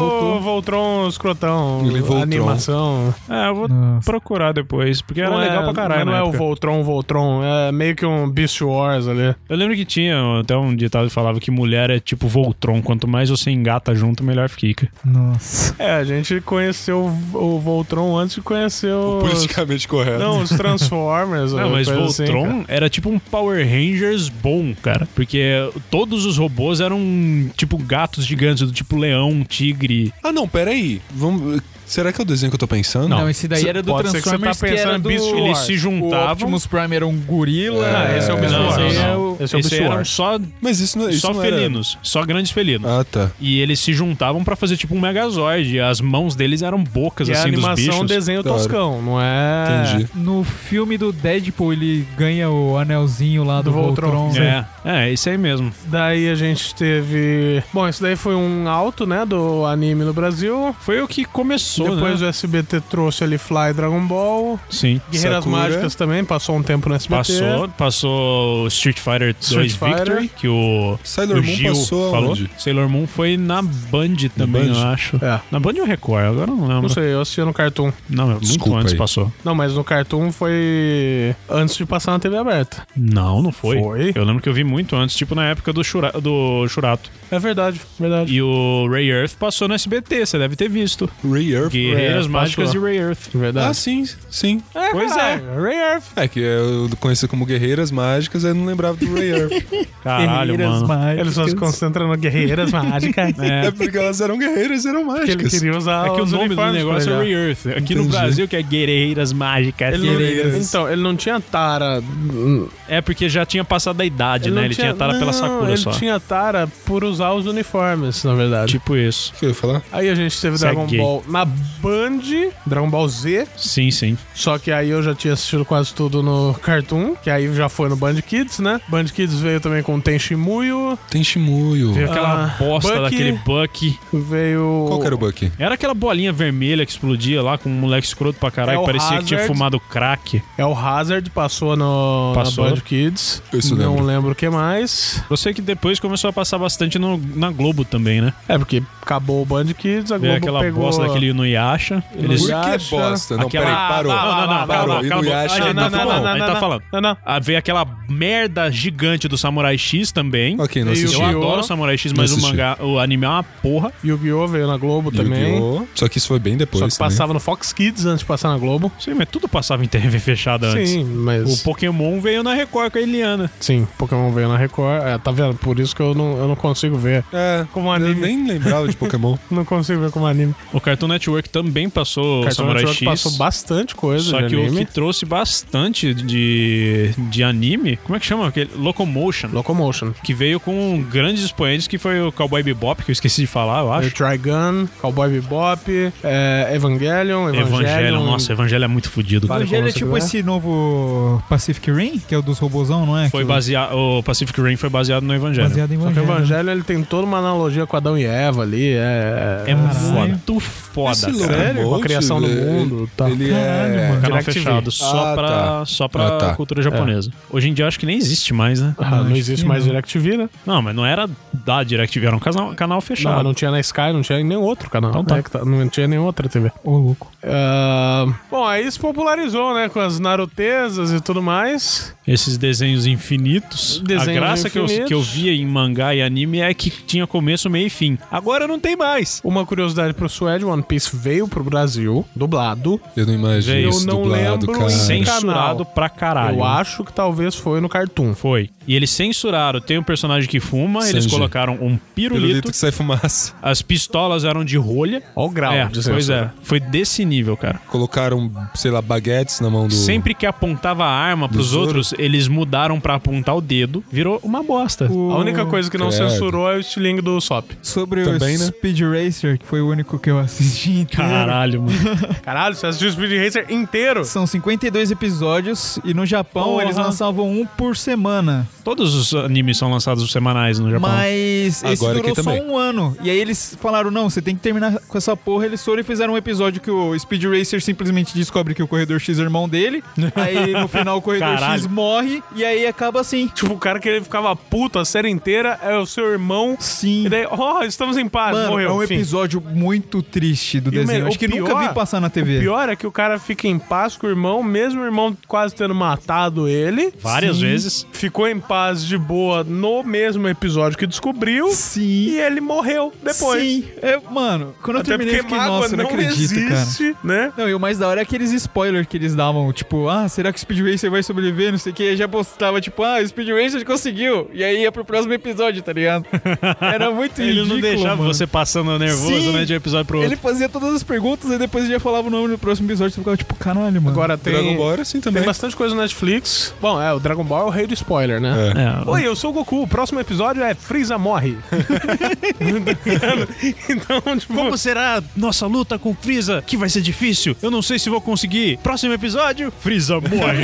Speaker 7: Voltou.
Speaker 1: Voltron escrotão.
Speaker 3: Ele Voltron.
Speaker 1: Animação.
Speaker 2: É, eu vou
Speaker 7: Nossa.
Speaker 2: procurar depois, porque era
Speaker 1: Não é-
Speaker 2: legal pra caralho.
Speaker 1: Não
Speaker 2: na
Speaker 1: é o
Speaker 2: época.
Speaker 1: Voltron, Voltron. É meio que um Beast Wars ali.
Speaker 2: Eu lembro que tinha até um ditado que falava que mulher é tipo Voltron. Quanto mais você engata junto, melhor fica.
Speaker 7: Nossa.
Speaker 1: É, a gente conheceu o- o Voltron antes de conhecer o.
Speaker 3: Politicamente correto.
Speaker 1: Não, os
Speaker 2: [LAUGHS]
Speaker 1: Transformers.
Speaker 2: Não,
Speaker 1: ou
Speaker 2: mas
Speaker 1: coisa assim, cara.
Speaker 2: Voltron era tipo um Power Rangers bom, cara. Porque todos os robôs eram tipo gatos gigantes, do tipo leão, tigre.
Speaker 3: Ah, não, peraí. Vamos... Será que é o desenho que eu tô pensando?
Speaker 7: Não, esse daí
Speaker 1: Cê-
Speaker 7: era do
Speaker 1: pode ser que cê tá
Speaker 7: Transformers que,
Speaker 1: pensando
Speaker 7: era
Speaker 1: em
Speaker 7: do...
Speaker 1: Beast Wars.
Speaker 2: Eles se
Speaker 7: O
Speaker 2: juntavam.
Speaker 7: Optimus Prime era um gorila.
Speaker 1: Ah, esse é o
Speaker 3: É,
Speaker 1: Beast
Speaker 2: não,
Speaker 1: Wars.
Speaker 2: não,
Speaker 7: Esse é
Speaker 2: não.
Speaker 7: o-
Speaker 1: Esse é o
Speaker 2: Esse
Speaker 1: Beast
Speaker 2: eram
Speaker 1: Wars.
Speaker 2: só,
Speaker 3: Mas isso não, é- isso
Speaker 2: só
Speaker 3: não era-
Speaker 2: felinos, só grandes felinos.
Speaker 3: Ah, tá.
Speaker 2: E eles se juntavam pra fazer tipo um Megazord. E as mãos deles eram bocas
Speaker 1: E a
Speaker 2: assim dos
Speaker 1: animação
Speaker 2: bichos.
Speaker 1: desenho
Speaker 3: Claro.
Speaker 1: toscão, não é?
Speaker 3: Entendi.
Speaker 7: No filme do Deadpool, ele ganha o anelzinho lá
Speaker 1: Do
Speaker 7: do,
Speaker 1: Voltron.
Speaker 7: Voltron.
Speaker 2: É, é, isso aí mesmo.
Speaker 1: Daí a gente teve. Bom, isso daí foi um alto, né? Do anime no Brasil.
Speaker 2: Foi o que começou,
Speaker 1: Depois
Speaker 2: né?
Speaker 1: o SBT trouxe ali Fly Dragon Ball.
Speaker 2: Sim.
Speaker 1: Guerreiras
Speaker 3: Sakura.
Speaker 1: Mágicas também, passou um tempo no SBT.
Speaker 2: Passou, passou o Street Fighter 2
Speaker 1: Street
Speaker 2: Victory, que o,
Speaker 3: Sailor
Speaker 2: o
Speaker 3: Moon
Speaker 2: É. Gil
Speaker 3: passou
Speaker 2: falou.
Speaker 3: aonde?
Speaker 2: Sailor Moon foi na Band também,
Speaker 3: Band?
Speaker 2: eu acho.
Speaker 1: É.
Speaker 2: Na Band ou Record? Agora eu não lembro.
Speaker 1: Não sei, eu assistia no Cartoon.
Speaker 2: Não, é muito
Speaker 3: Desculpa
Speaker 2: antes
Speaker 3: aí.
Speaker 2: passou.
Speaker 1: Não, mas no Cartoon foi antes de passar na TV aberta.
Speaker 2: Não, não foi.
Speaker 1: Foi?
Speaker 2: Eu lembro que eu vi muito muito antes, tipo na época do, Shura, do Shurato.
Speaker 1: É verdade, verdade.
Speaker 2: E o Ray Earth passou no SBT, você deve ter visto.
Speaker 3: Ray Earth.
Speaker 2: Guerreiras
Speaker 1: É,
Speaker 2: Mágicas de
Speaker 1: passou.
Speaker 2: Ray Earth.
Speaker 3: Ah,
Speaker 1: Verdade.
Speaker 3: sim, sim.
Speaker 2: Pois é.
Speaker 1: Ray Earth.
Speaker 3: É que eu conheci como Guerreiras Mágicas, eu não lembrava do Ray Earth.
Speaker 2: Caralho, mano.
Speaker 1: Ele só se concentra no Guerreiras Mágicas.
Speaker 3: É porque elas eram guerreiras, eram
Speaker 1: Que ele
Speaker 3: mágicas.
Speaker 1: queria usar
Speaker 2: É que o
Speaker 1: os
Speaker 2: nome do
Speaker 1: uniformes
Speaker 2: negócio
Speaker 1: pra
Speaker 2: é
Speaker 1: ele,
Speaker 2: Ray Earth. Aqui no
Speaker 3: Entendi.
Speaker 2: Brasil que é Guerreiras Mágicas.
Speaker 1: Ele não-
Speaker 3: Guerreiras.
Speaker 1: então, ele não tinha tara.
Speaker 2: É porque já tinha passado da idade, né? Ele tinha tara pela
Speaker 1: não,
Speaker 2: Sakura
Speaker 1: ele
Speaker 2: só.
Speaker 1: tinha tara por usar os uniformes, na verdade.
Speaker 2: Tipo isso.
Speaker 3: que eu ia falar?
Speaker 1: Aí a gente teve
Speaker 2: Segue.
Speaker 1: Dragon Ball na Band, Dragon Ball Z,
Speaker 2: Sim, sim.
Speaker 1: só que aí eu já tinha assistido quase tudo no Cartoon, que aí já foi no Band Kids, né? Band Kids veio também com Tenshimuyo,
Speaker 3: Tem Shimuyo.
Speaker 1: veio
Speaker 2: Aquela
Speaker 1: aquela
Speaker 2: bosta
Speaker 1: Ah, Bucky.
Speaker 2: daquele Buck.
Speaker 1: veio
Speaker 3: Qual que era o Bucky?
Speaker 2: Era aquela bolinha vermelha que explodia lá com um moleque escroto pra caralho.
Speaker 1: É
Speaker 2: que
Speaker 1: o
Speaker 2: parecia que tinha
Speaker 1: Hazard.
Speaker 2: fumado crack.
Speaker 1: é o Hazard passou no
Speaker 2: Passou.
Speaker 1: na Band Kids.
Speaker 3: Isso eu
Speaker 1: não
Speaker 3: lembro.
Speaker 1: lembro o que mais.
Speaker 2: Eu sei que depois começou a passar bastante no- na Globo também, né?
Speaker 1: É porque acabou o Band Kids, a
Speaker 2: Veio
Speaker 1: Globo
Speaker 2: aquela
Speaker 1: pegou
Speaker 2: bosta daquele Inuyasha. Eles...
Speaker 1: Inuyasha.
Speaker 3: Por que
Speaker 1: Yasha.
Speaker 3: bosta? Não,
Speaker 2: Aquela-
Speaker 3: peraí, parou.
Speaker 1: Ah,
Speaker 2: Não, não,
Speaker 3: parou.
Speaker 2: não, cala a boca, cala a boca.
Speaker 3: Inuyasha,
Speaker 2: A gente tá
Speaker 1: não, não,
Speaker 2: falando,
Speaker 1: não,
Speaker 2: a gente tá
Speaker 1: não.
Speaker 2: falando.
Speaker 1: Não, não.
Speaker 2: Ah, veio aquela merda gigante do Samurai X também.
Speaker 3: Ok, não
Speaker 1: Veio
Speaker 3: assisti.
Speaker 2: Eu
Speaker 1: Yu-Gi-Oh!
Speaker 2: adoro Samurai X, mas o
Speaker 3: assisti.
Speaker 2: mangá, o anime é uma porra.
Speaker 1: Yu-Gi-Oh! veio na Globo também.
Speaker 3: Yu-Gi-Oh! Só que isso foi bem depois. né?
Speaker 1: Só
Speaker 2: né?
Speaker 1: que
Speaker 3: também.
Speaker 1: passava no Fox Kids antes de passar na Globo.
Speaker 2: Sim, mas tudo passava em TV fechada
Speaker 1: Sim,
Speaker 2: antes.
Speaker 1: mas.
Speaker 2: O Pokémon veio na Record com a Eliana.
Speaker 1: Sim, Pokémon veio na Record. É, tá vendo? Por isso que eu não, eu não consigo ver.
Speaker 3: É,
Speaker 1: Como
Speaker 3: eu
Speaker 1: anime.
Speaker 3: nem lembrava de
Speaker 1: [LAUGHS]
Speaker 3: Pokémon.
Speaker 1: Não consigo ver como anime.
Speaker 2: O Cartoon Network também passou
Speaker 1: Cartoon
Speaker 2: Samurai
Speaker 1: Network
Speaker 2: X.
Speaker 1: passou bastante coisa
Speaker 2: Só
Speaker 1: de
Speaker 2: que
Speaker 1: anime.
Speaker 2: o que trouxe bastante de, de anime, como é que chama aquele? Locomotion,
Speaker 1: Locomotion.
Speaker 2: que veio com grandes expoentes, que foi o Cowboy Bebop, que eu esqueci de falar, eu
Speaker 1: The
Speaker 2: acho.
Speaker 1: Trigun, Cowboy Bebop, é, Evangelion, Evangelion.
Speaker 2: Evangelho, nossa, Evangelho é muito fodido.
Speaker 1: um Vale
Speaker 7: Evangelho é
Speaker 1: como
Speaker 7: tipo
Speaker 1: você
Speaker 7: esse novo Pacific Rim, que é o dos robozão, não é?
Speaker 2: Foi
Speaker 7: Que-
Speaker 2: baseado, o Pacific Rim foi baseado no Evangelho.
Speaker 7: baseado em né?
Speaker 1: Só que o
Speaker 7: Evangelho.
Speaker 1: Evangelho ele tem toda uma analogia com Adão e Eva ali. É,
Speaker 2: É muito
Speaker 3: Esse
Speaker 2: foda,
Speaker 3: louco.
Speaker 2: cara.
Speaker 1: sério? Com a criação do
Speaker 3: Ele-
Speaker 1: mundo tá. e tal.
Speaker 3: Ele é.
Speaker 7: Caralho,
Speaker 2: Canal
Speaker 1: DirecTV.
Speaker 2: fechado, só
Speaker 3: Ah,
Speaker 2: pra,
Speaker 3: tá.
Speaker 2: só pra
Speaker 3: Ah, tá.
Speaker 2: cultura japonesa. Hoje em dia eu acho que nem existe mais, né?
Speaker 1: Ah, não existe mais DirecTV, né?
Speaker 2: Não, mas não era da DirecTV, era um canal, canal
Speaker 1: Não, mas
Speaker 2: fechado.
Speaker 1: não tinha na Sky, não tinha em nenhum outro canal.
Speaker 2: Então tá.
Speaker 1: É que não tinha nenhuma outra TV.
Speaker 7: Ô, louco.
Speaker 1: Ah, bom, aí se popularizou, né? Com as narutezas e tudo mais.
Speaker 2: Esses desenhos infinitos. a
Speaker 1: Desenhos
Speaker 2: graça Que, eu,
Speaker 1: infinitos.
Speaker 2: que eu via em mangá e anime é que tinha começo, meio e fim. Agora não tem mais.
Speaker 1: Uma curiosidade pro Suede, One Piece veio pro Brasil, dublado.
Speaker 3: Eu não imagino
Speaker 2: Eu
Speaker 3: isso
Speaker 1: não
Speaker 3: dublado,
Speaker 1: lembro em
Speaker 3: cara.
Speaker 1: Sem
Speaker 2: Censurado
Speaker 1: Ah. canal.
Speaker 2: pra caralho.
Speaker 1: Eu acho que talvez foi no Cartoon.
Speaker 2: Foi. E eles censuraram. Tem um personagem que fuma, eles
Speaker 3: Sanji.
Speaker 2: colocaram um pirulito,
Speaker 3: Pirulito que sai fumaça.
Speaker 2: as pistolas eram de rolha.
Speaker 1: Ó o grau
Speaker 2: é,
Speaker 1: de
Speaker 2: pois
Speaker 1: censura.
Speaker 2: é. Foi desse nível, cara.
Speaker 3: Colocaram, sei lá, baguetes na mão do.
Speaker 2: Sempre que apontava a arma pros
Speaker 3: Zoro.
Speaker 2: outros, eles mudaram pra apontar o dedo. Virou uma bosta.
Speaker 1: A única coisa que não
Speaker 3: Credo.
Speaker 1: censurou é o estilingue do Sop.
Speaker 7: Sobre
Speaker 3: Também,
Speaker 7: o
Speaker 3: né?
Speaker 7: Speed Racer, que foi o único que eu assisti [LAUGHS] inteiro.
Speaker 2: Caralho, mano.
Speaker 1: Caralho, você assistiu o Speed Racer inteiro?
Speaker 7: São 52 episódios e no Japão
Speaker 2: Porra.
Speaker 7: eles lançavam um por semana.
Speaker 2: Todos os animes são lançados semanais no Japão.
Speaker 7: Mas esse
Speaker 3: Agora
Speaker 7: durou
Speaker 3: aqui
Speaker 7: só
Speaker 3: também.
Speaker 7: um ano. E aí eles falaram: não, você tem que terminar com essa porra. Eles foram e fizeram um episódio que o Speed Racer simplesmente descobre que o Corredor X é
Speaker 1: [LAUGHS]
Speaker 7: irmão dele. aí no final o Corredor X
Speaker 2: Caralho.
Speaker 7: morre. E aí acaba assim.
Speaker 1: Tipo, o cara que ele ficava puto a série inteira é o seu irmão.
Speaker 7: Sim.
Speaker 1: E daí, ó, estamos em paz,
Speaker 7: Mano,
Speaker 1: morreu.
Speaker 7: é um
Speaker 1: fim.
Speaker 7: episódio muito triste do
Speaker 1: E o
Speaker 7: desenho.
Speaker 1: me-
Speaker 7: Acho
Speaker 1: o
Speaker 7: que nunca
Speaker 1: pior-
Speaker 7: vi passar na
Speaker 1: O
Speaker 7: TV.
Speaker 1: pior é que o cara fica em paz com o irmão, mesmo o irmão quase tendo matado ele.
Speaker 2: Várias
Speaker 7: Sim.
Speaker 2: vezes.
Speaker 1: Ficou em paz de boa no mesmo episódio que descobriu. E
Speaker 7: Sim.
Speaker 1: ele morreu depois.
Speaker 7: Sim. É, mano, quando eu
Speaker 1: Até
Speaker 7: terminei, eu
Speaker 1: porque
Speaker 7: fiquei,
Speaker 1: mágoa
Speaker 7: nossa, eu
Speaker 1: não
Speaker 7: não acredito, cara.
Speaker 1: existe, né?
Speaker 7: Não, e o mais da hora é aqueles spoilers que eles davam, tipo, ah, será que o Speed Racer vai sobreviver? Não sei o que. Aí já postava, tipo, ah, o Speed Racer conseguiu. E aí ia pro próximo episódio, tá ligado? Era muito
Speaker 2: Ele não
Speaker 7: ridículo,
Speaker 2: deixava
Speaker 7: mano.
Speaker 2: você passando nervoso,
Speaker 7: Sim.
Speaker 2: né? De um episódio pro outro.
Speaker 7: Ele fazia todas as perguntas e depois ele já falava o nome do próximo episódio. Você ficava tipo, caralho, mano.
Speaker 1: Agora tem.
Speaker 3: Dragon Ball era assim também.
Speaker 1: Tem bastante coisa no Netflix. Bom, é, o Dragon Ball é o rei do spoiler, né?
Speaker 3: É.
Speaker 2: É,
Speaker 1: Oi, eu sou o Goku. O próximo episódio é Freeza morre. [LAUGHS] então, tipo,
Speaker 2: Como será nossa luta com Freeza? Que vai ser difícil. Eu não sei se vou conseguir. Próximo episódio, Freeza [LAUGHS] morre.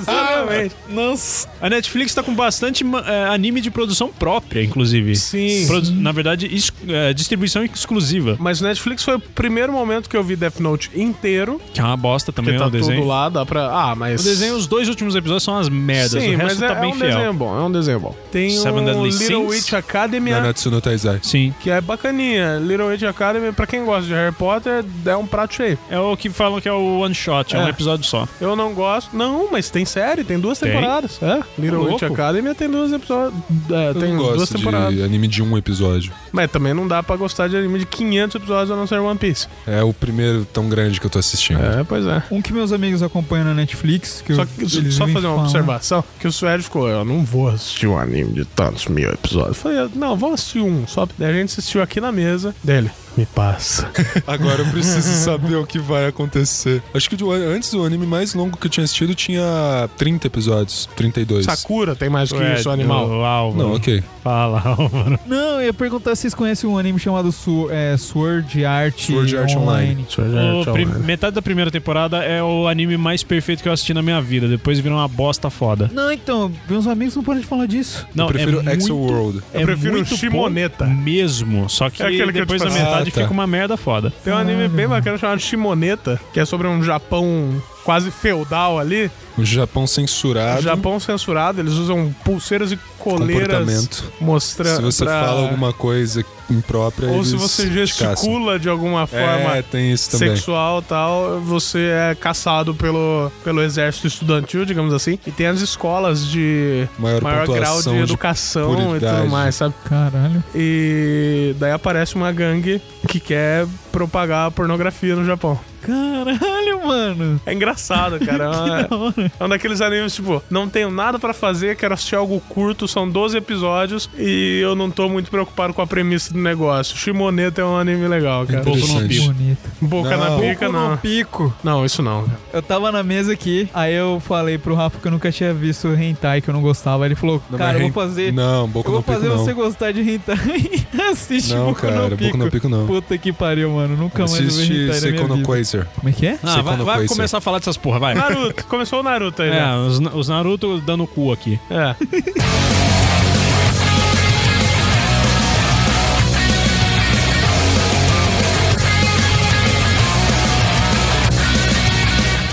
Speaker 1: exatamente.
Speaker 2: Nossa. A Netflix tá com bastante ma- é, anime de produção própria, inclusive.
Speaker 1: Sim.
Speaker 2: Produ- Na verdade, is- é, distribuição exclusiva.
Speaker 1: Mas o Netflix foi o primeiro momento que eu vi Death Note inteiro.
Speaker 2: Que é uma bosta
Speaker 1: Porque
Speaker 2: também, né,
Speaker 1: tá
Speaker 2: o desenho.
Speaker 1: tudo lá, dá pra. Ah, mas.
Speaker 2: O desenho, os dois últimos episódios são as merdas. o resto
Speaker 1: é,
Speaker 2: tá bem
Speaker 1: é um
Speaker 2: fiel.
Speaker 1: desenho bom, é um desenho bom. Tem
Speaker 2: Seven
Speaker 1: o
Speaker 2: Deadly
Speaker 1: Little
Speaker 2: Sins.
Speaker 1: Witch Academy,
Speaker 3: Nanatsu no Taizai.
Speaker 2: Sim.
Speaker 1: que é bacaninha. Little Witch Academy, pra quem gosta de Harry Potter, é um prato cheio.
Speaker 2: É o que falam que é o one shot, é, um
Speaker 1: É.
Speaker 2: episódio só.
Speaker 1: Eu não gosto. Não, mas tem série, tem duas
Speaker 2: Tem?
Speaker 1: temporadas. É, Little
Speaker 2: Tá
Speaker 1: Witch
Speaker 2: louco.
Speaker 1: Academy tem duas episódios. É,
Speaker 3: Eu
Speaker 1: tem
Speaker 3: não
Speaker 1: duas
Speaker 3: gosto
Speaker 1: temporadas.
Speaker 3: de anime de um episódio.
Speaker 1: Mas também não dá pra gostar de anime de 500 episódios a não ser One Piece.
Speaker 3: É o primeiro tão grande que eu tô assistindo.
Speaker 1: É, pois é.
Speaker 7: Um que meus amigos acompanham na Netflix. Que
Speaker 1: Só,
Speaker 7: eu-
Speaker 1: que-
Speaker 7: eles né?
Speaker 1: só
Speaker 7: vivem
Speaker 1: fazer uma
Speaker 7: falando.
Speaker 1: observação, que o Suede ficou, eu não vou assistir um anime de tantos mil episódios. Eu falei, não, vamos assistir um, só daí a gente assistiu aqui na mesa dele. Me passa.
Speaker 3: [LAUGHS] Agora eu preciso saber o que vai acontecer. Acho que o- antes o anime mais longo que eu tinha assistido tinha 30 episódios, 32.
Speaker 1: Sakura tem mais que
Speaker 2: Ué,
Speaker 1: isso, animal.
Speaker 2: o Álvaro.
Speaker 3: Não, ok.
Speaker 2: Fala, Álvaro.
Speaker 7: Não, eu ia perguntar se vocês conhecem um anime chamado Su- é, Sword Art
Speaker 3: Sword Art Online.
Speaker 1: Sword
Speaker 5: É,
Speaker 2: O
Speaker 1: Art
Speaker 2: prim-
Speaker 1: Online.
Speaker 2: Metade da primeira temporada é o anime mais perfeito que eu assisti na minha vida. Depois virou uma bosta foda.
Speaker 7: Não, então, meus amigos não param de falar disso.
Speaker 2: Não,
Speaker 3: eu prefiro
Speaker 2: é
Speaker 3: Exo
Speaker 2: muito,
Speaker 3: World.
Speaker 1: Eu prefiro
Speaker 2: muito bom
Speaker 1: Shimoneta.
Speaker 2: Mesmo, só que
Speaker 1: É aquele que eu
Speaker 2: depois
Speaker 1: te
Speaker 2: da
Speaker 1: falei.
Speaker 2: metade
Speaker 3: Ah, tá.
Speaker 2: fica uma merda foda.
Speaker 1: Tem um anime bem bacana chamado Shimoneta, que é sobre um Japão quase feudal ali.
Speaker 3: O Um Japão censurado.
Speaker 1: Japão censurado, eles usam pulseiras e coleiras
Speaker 3: comportamento.
Speaker 1: mostrando.
Speaker 3: Se você fala alguma coisa imprópria,
Speaker 1: Ou se
Speaker 3: eles
Speaker 1: você
Speaker 3: te caçam.
Speaker 1: gesticula de alguma forma
Speaker 3: É, tem isso também.
Speaker 1: sexual e tal, você é caçado pelo, pelo exército estudantil, digamos assim, e tem as escolas de
Speaker 3: Maior,
Speaker 1: maior grau de
Speaker 3: pontuação de
Speaker 1: educação e tudo
Speaker 3: puridade.
Speaker 1: mais, sabe?
Speaker 7: Caralho.
Speaker 1: E daí aparece uma gangue que quer propagar a pornografia no Japão.
Speaker 7: Caralho, mano.
Speaker 1: É engraçado, cara.
Speaker 7: [LAUGHS]
Speaker 1: É, uma-
Speaker 7: Da hora.
Speaker 1: é um daqueles animes, tipo, não tenho nada pra fazer, quero assistir algo curto, são 12 episódios e eu não tô muito preocupado com a premissa do negócio. Shimoneta é um anime legal, cara.
Speaker 2: Pouco no
Speaker 3: Interessante.
Speaker 2: pico.
Speaker 7: Bonito.
Speaker 1: Boca na
Speaker 3: Não.
Speaker 1: pica, não.
Speaker 7: Pico.
Speaker 1: Não, isso não.
Speaker 7: Eu tava na mesa aqui, aí eu falei pro Rafa que eu nunca tinha visto hentai, que eu não gostava. Ele falou,
Speaker 3: Não,
Speaker 7: cara, eu
Speaker 3: mas
Speaker 7: vou fazer...
Speaker 3: Não, Boku
Speaker 7: eu vou
Speaker 3: no Pico
Speaker 7: fazer um
Speaker 3: não.
Speaker 7: você gostar de hentai. [LAUGHS] Assiste
Speaker 3: Não,
Speaker 7: Boku
Speaker 3: cara,
Speaker 7: no
Speaker 3: Boku
Speaker 7: Pico.
Speaker 3: no Pico não.
Speaker 7: Puta que pariu, mano. Nunca mais eu vi
Speaker 3: Assiste
Speaker 7: hentai na
Speaker 3: Seiko
Speaker 7: minha
Speaker 3: no
Speaker 7: vida.
Speaker 3: Quasar.
Speaker 7: Como é que é?
Speaker 2: Ah,
Speaker 3: Sei
Speaker 2: vai,
Speaker 3: quando
Speaker 2: vai
Speaker 3: foi,
Speaker 2: começar a falar dessas porra, vai.
Speaker 1: Naruto, começou o Naruto aí,
Speaker 2: É,
Speaker 1: né?
Speaker 2: os, na- os Naruto dando cu aqui.
Speaker 1: É.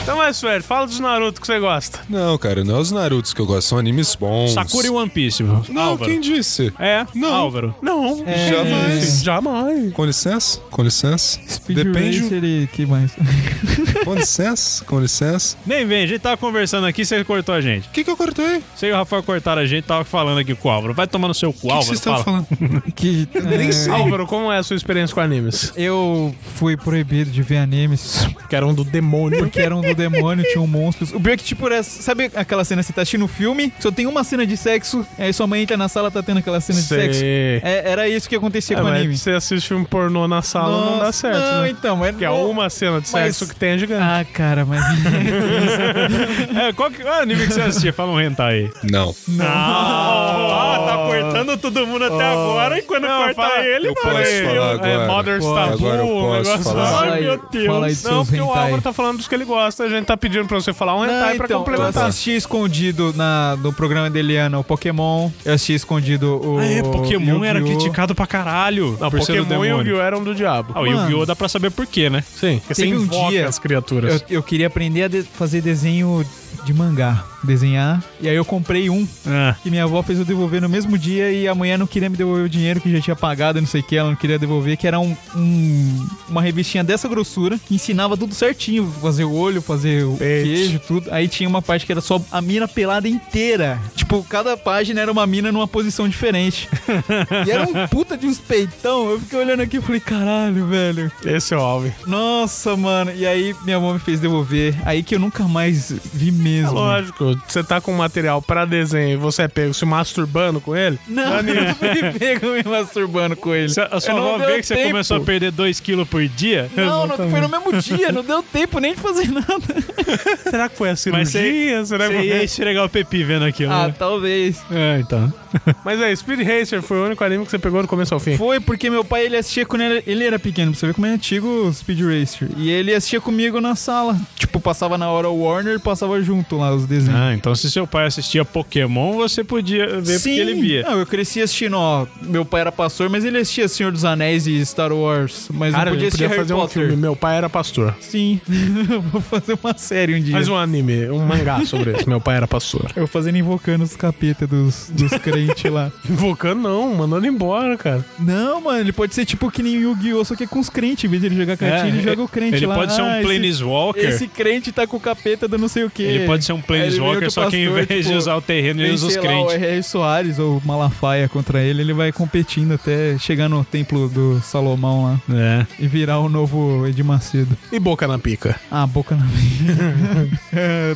Speaker 1: Então é, Sueli, fala dos Naruto que você gosta.
Speaker 3: Não, cara, não é os Narutos que eu gosto, são animes bons.
Speaker 2: Sakura e One Piece.
Speaker 3: Não,
Speaker 2: Álvaro.
Speaker 3: quem disse?
Speaker 2: É,
Speaker 3: Não.
Speaker 2: Álvaro.
Speaker 1: Não,
Speaker 3: [LAUGHS]
Speaker 7: É.
Speaker 3: Jamais.
Speaker 1: jamais.
Speaker 3: Com licença, com licença,
Speaker 7: Speed
Speaker 3: Depende-
Speaker 7: Racer e
Speaker 3: [LAUGHS]
Speaker 7: que mais?
Speaker 3: com licença, com licença.
Speaker 2: Nem vem, a gente tava conversando aqui, você cortou a gente.
Speaker 3: O que, que eu cortei? O que
Speaker 2: Você e o Rafael cortaram a gente, tava falando aqui com o Álvaro. Vai tomar no seu cu,
Speaker 3: que
Speaker 2: Álvaro.
Speaker 3: vocês estão
Speaker 2: fala.
Speaker 3: falando?
Speaker 7: [LAUGHS] que
Speaker 1: É.
Speaker 3: Nem sei.
Speaker 1: Álvaro, como é a sua experiência com animes?
Speaker 7: eu fui proibido de ver animes
Speaker 1: Que era um do
Speaker 7: [LAUGHS]
Speaker 1: demônio.
Speaker 7: porque eram do demônio, tinham monstros. O pior é que, tipo, era, sabe aquela cena que você tá assistindo um filme, só tem uma cena de sexo, aí sua mãe entra na sala tá tendo aquela cena de sexo.
Speaker 1: Sei.
Speaker 7: É, era isso que acontecia
Speaker 1: É,
Speaker 7: com o
Speaker 1: mas
Speaker 7: anime.
Speaker 1: Você assiste um pornô na sala, não dá
Speaker 7: Nossa,
Speaker 1: certo,
Speaker 7: Não,
Speaker 1: né?
Speaker 7: então, mas
Speaker 1: Que é uma cena de
Speaker 7: Mas-
Speaker 1: sexo que tem é
Speaker 7: [LAUGHS]
Speaker 1: gigante.
Speaker 7: Ah, cara, mas.
Speaker 2: É, qual que é o anime que você assistia? Fala um hentai aí.
Speaker 3: Não.
Speaker 2: Não! Ah, tá cortando todo mundo até agora e quando
Speaker 1: Não,
Speaker 2: corta
Speaker 1: fala-
Speaker 2: ele,
Speaker 3: Ah. Eu
Speaker 2: não.
Speaker 3: posso
Speaker 2: é,
Speaker 1: um,
Speaker 3: falar
Speaker 2: é,
Speaker 3: agora?
Speaker 2: Mother
Speaker 3: Pode.
Speaker 2: Tabu,
Speaker 3: Agora eu
Speaker 2: um
Speaker 3: posso
Speaker 2: negócio.
Speaker 1: assim.
Speaker 3: falar.
Speaker 2: Ai,
Speaker 7: Fala aí-
Speaker 2: meu
Speaker 7: fala aí
Speaker 2: Deus.
Speaker 7: dos
Speaker 1: Não,
Speaker 7: seus
Speaker 1: porque o
Speaker 7: hentai.
Speaker 1: Álvaro tá falando dos que ele gosta, a gente tá pedindo pra você falar um hentai pra
Speaker 7: então, Eu
Speaker 1: complementar.
Speaker 7: assisti escondido na, no programa da Eliana o Pokémon. Eu assisti escondido o.
Speaker 2: Ah, é, Pokémon era
Speaker 7: Yu-Gi-Oh!
Speaker 2: criticado pra caralho.
Speaker 1: Não,
Speaker 2: por
Speaker 3: é
Speaker 2: ser do
Speaker 1: Pokémon e
Speaker 2: é demônio.
Speaker 1: Yu-Gi-Oh! eram do diabo.
Speaker 2: Ah, o
Speaker 7: Mano.
Speaker 2: Yu-Gi-Oh! dá pra saber por quê, né?
Speaker 1: Sim, porque você
Speaker 7: Teve um
Speaker 1: invoca
Speaker 7: dia-
Speaker 1: as criaturas.
Speaker 7: Eu, eu queria aprender a de- fazer desenho de mangá. Desenhar. E aí eu comprei um
Speaker 2: Ah,
Speaker 7: que minha avó fez eu devolver no mesmo dia e a mulher não queria me devolver o dinheiro que já tinha pagado, e não sei o que, ela não queria devolver, que era um, um- uma revistinha dessa grossura que ensinava tudo certinho, fazer o olho, fazer o
Speaker 1: Peito.
Speaker 7: queijo, tudo. Aí tinha uma parte que era só a mina pelada inteira. Tipo, cada página era uma mina numa posição diferente. [LAUGHS] e era um puta de uns peitão. Eu fiquei olhando aqui e falei, caralho, velho.
Speaker 1: Esse é o Alvin.
Speaker 7: Nossa, mano. E aí minha mãe me fez devolver. Aí que eu nunca mais vi
Speaker 1: Tá
Speaker 7: mesmo.
Speaker 1: Lógico, você tá com material pra desenho e você é pego se masturbando com ele,
Speaker 7: [LAUGHS] Não, eu fui pego me masturbando com ele.
Speaker 2: Cê- a sua
Speaker 7: Eu não
Speaker 2: avó
Speaker 7: deu
Speaker 2: vê que você
Speaker 7: tempo.
Speaker 2: começou a perder 2kg por dia?
Speaker 7: [LAUGHS] Não, não foi no mesmo dia, não deu tempo nem de [LAUGHS] fazer nada.
Speaker 1: será que foi a cirurgia?
Speaker 2: Mas
Speaker 1: será que
Speaker 2: Você ia
Speaker 1: foi...
Speaker 2: esfregar o Pepi vendo aquilo.
Speaker 7: Ah,
Speaker 2: né?
Speaker 7: talvez.
Speaker 2: É, então.
Speaker 1: Mas aí, Speed Racer foi o único anime que você pegou do começo ao fim.
Speaker 7: Foi porque meu pai ele assistia quando ele, ele era pequeno, pra você ver como é antigo o Speed Racer. E ele assistia comigo na sala. Tipo, passava na hora o Warner e passava junto lá os desenhos.
Speaker 2: Ah, então se seu pai assistia Pokémon, você podia ver porque
Speaker 7: Ah,
Speaker 2: ele via.
Speaker 7: Não, eu cresci assistindo, ó. Meu pai era pastor, mas ele assistia Senhor dos Anéis e Star Wars. Mas
Speaker 1: Cara,
Speaker 7: não
Speaker 1: eu
Speaker 7: podia assistir
Speaker 1: podia
Speaker 7: Harry
Speaker 1: fazer um
Speaker 7: Potter.
Speaker 1: filme. Meu pai era pastor.
Speaker 7: Sim. [LAUGHS] Eu Vou fazer uma série um
Speaker 1: [LAUGHS]
Speaker 7: dia.
Speaker 1: Faz um anime, um mangá sobre isso. Meu pai era pastor.
Speaker 7: Eu fazendo invocando os capetas dos, dos gente lá.
Speaker 1: Invocando não, mandando embora, cara.
Speaker 7: Não, mano, ele pode ser tipo que nem Yu-Gi-Oh! Só que é com os crentes. Em vez de ele jogar cartinha,
Speaker 2: É,
Speaker 7: ele joga o crente
Speaker 2: Ele
Speaker 7: lá.
Speaker 2: pode ser um
Speaker 7: Ah, esse-
Speaker 2: Planeswalker.
Speaker 7: Esse crente tá com o capeta do não sei o quê.
Speaker 2: Ele pode ser um
Speaker 7: Aí ele vem
Speaker 2: Planeswalker,
Speaker 7: outro
Speaker 2: só que em
Speaker 7: pastor,
Speaker 2: vez de
Speaker 7: tipo,
Speaker 2: usar o terreno, ele
Speaker 7: Vem,
Speaker 2: usa os
Speaker 7: sei lá, O
Speaker 2: crentes.
Speaker 7: R.R. Soares ou o Malafaia contra ele, ele vai competindo até chegar no templo do Salomão lá
Speaker 2: É.
Speaker 7: e virar o novo Edir Macedo.
Speaker 1: E boca na pica.
Speaker 7: Ah, boca na
Speaker 2: [LAUGHS]
Speaker 7: minha.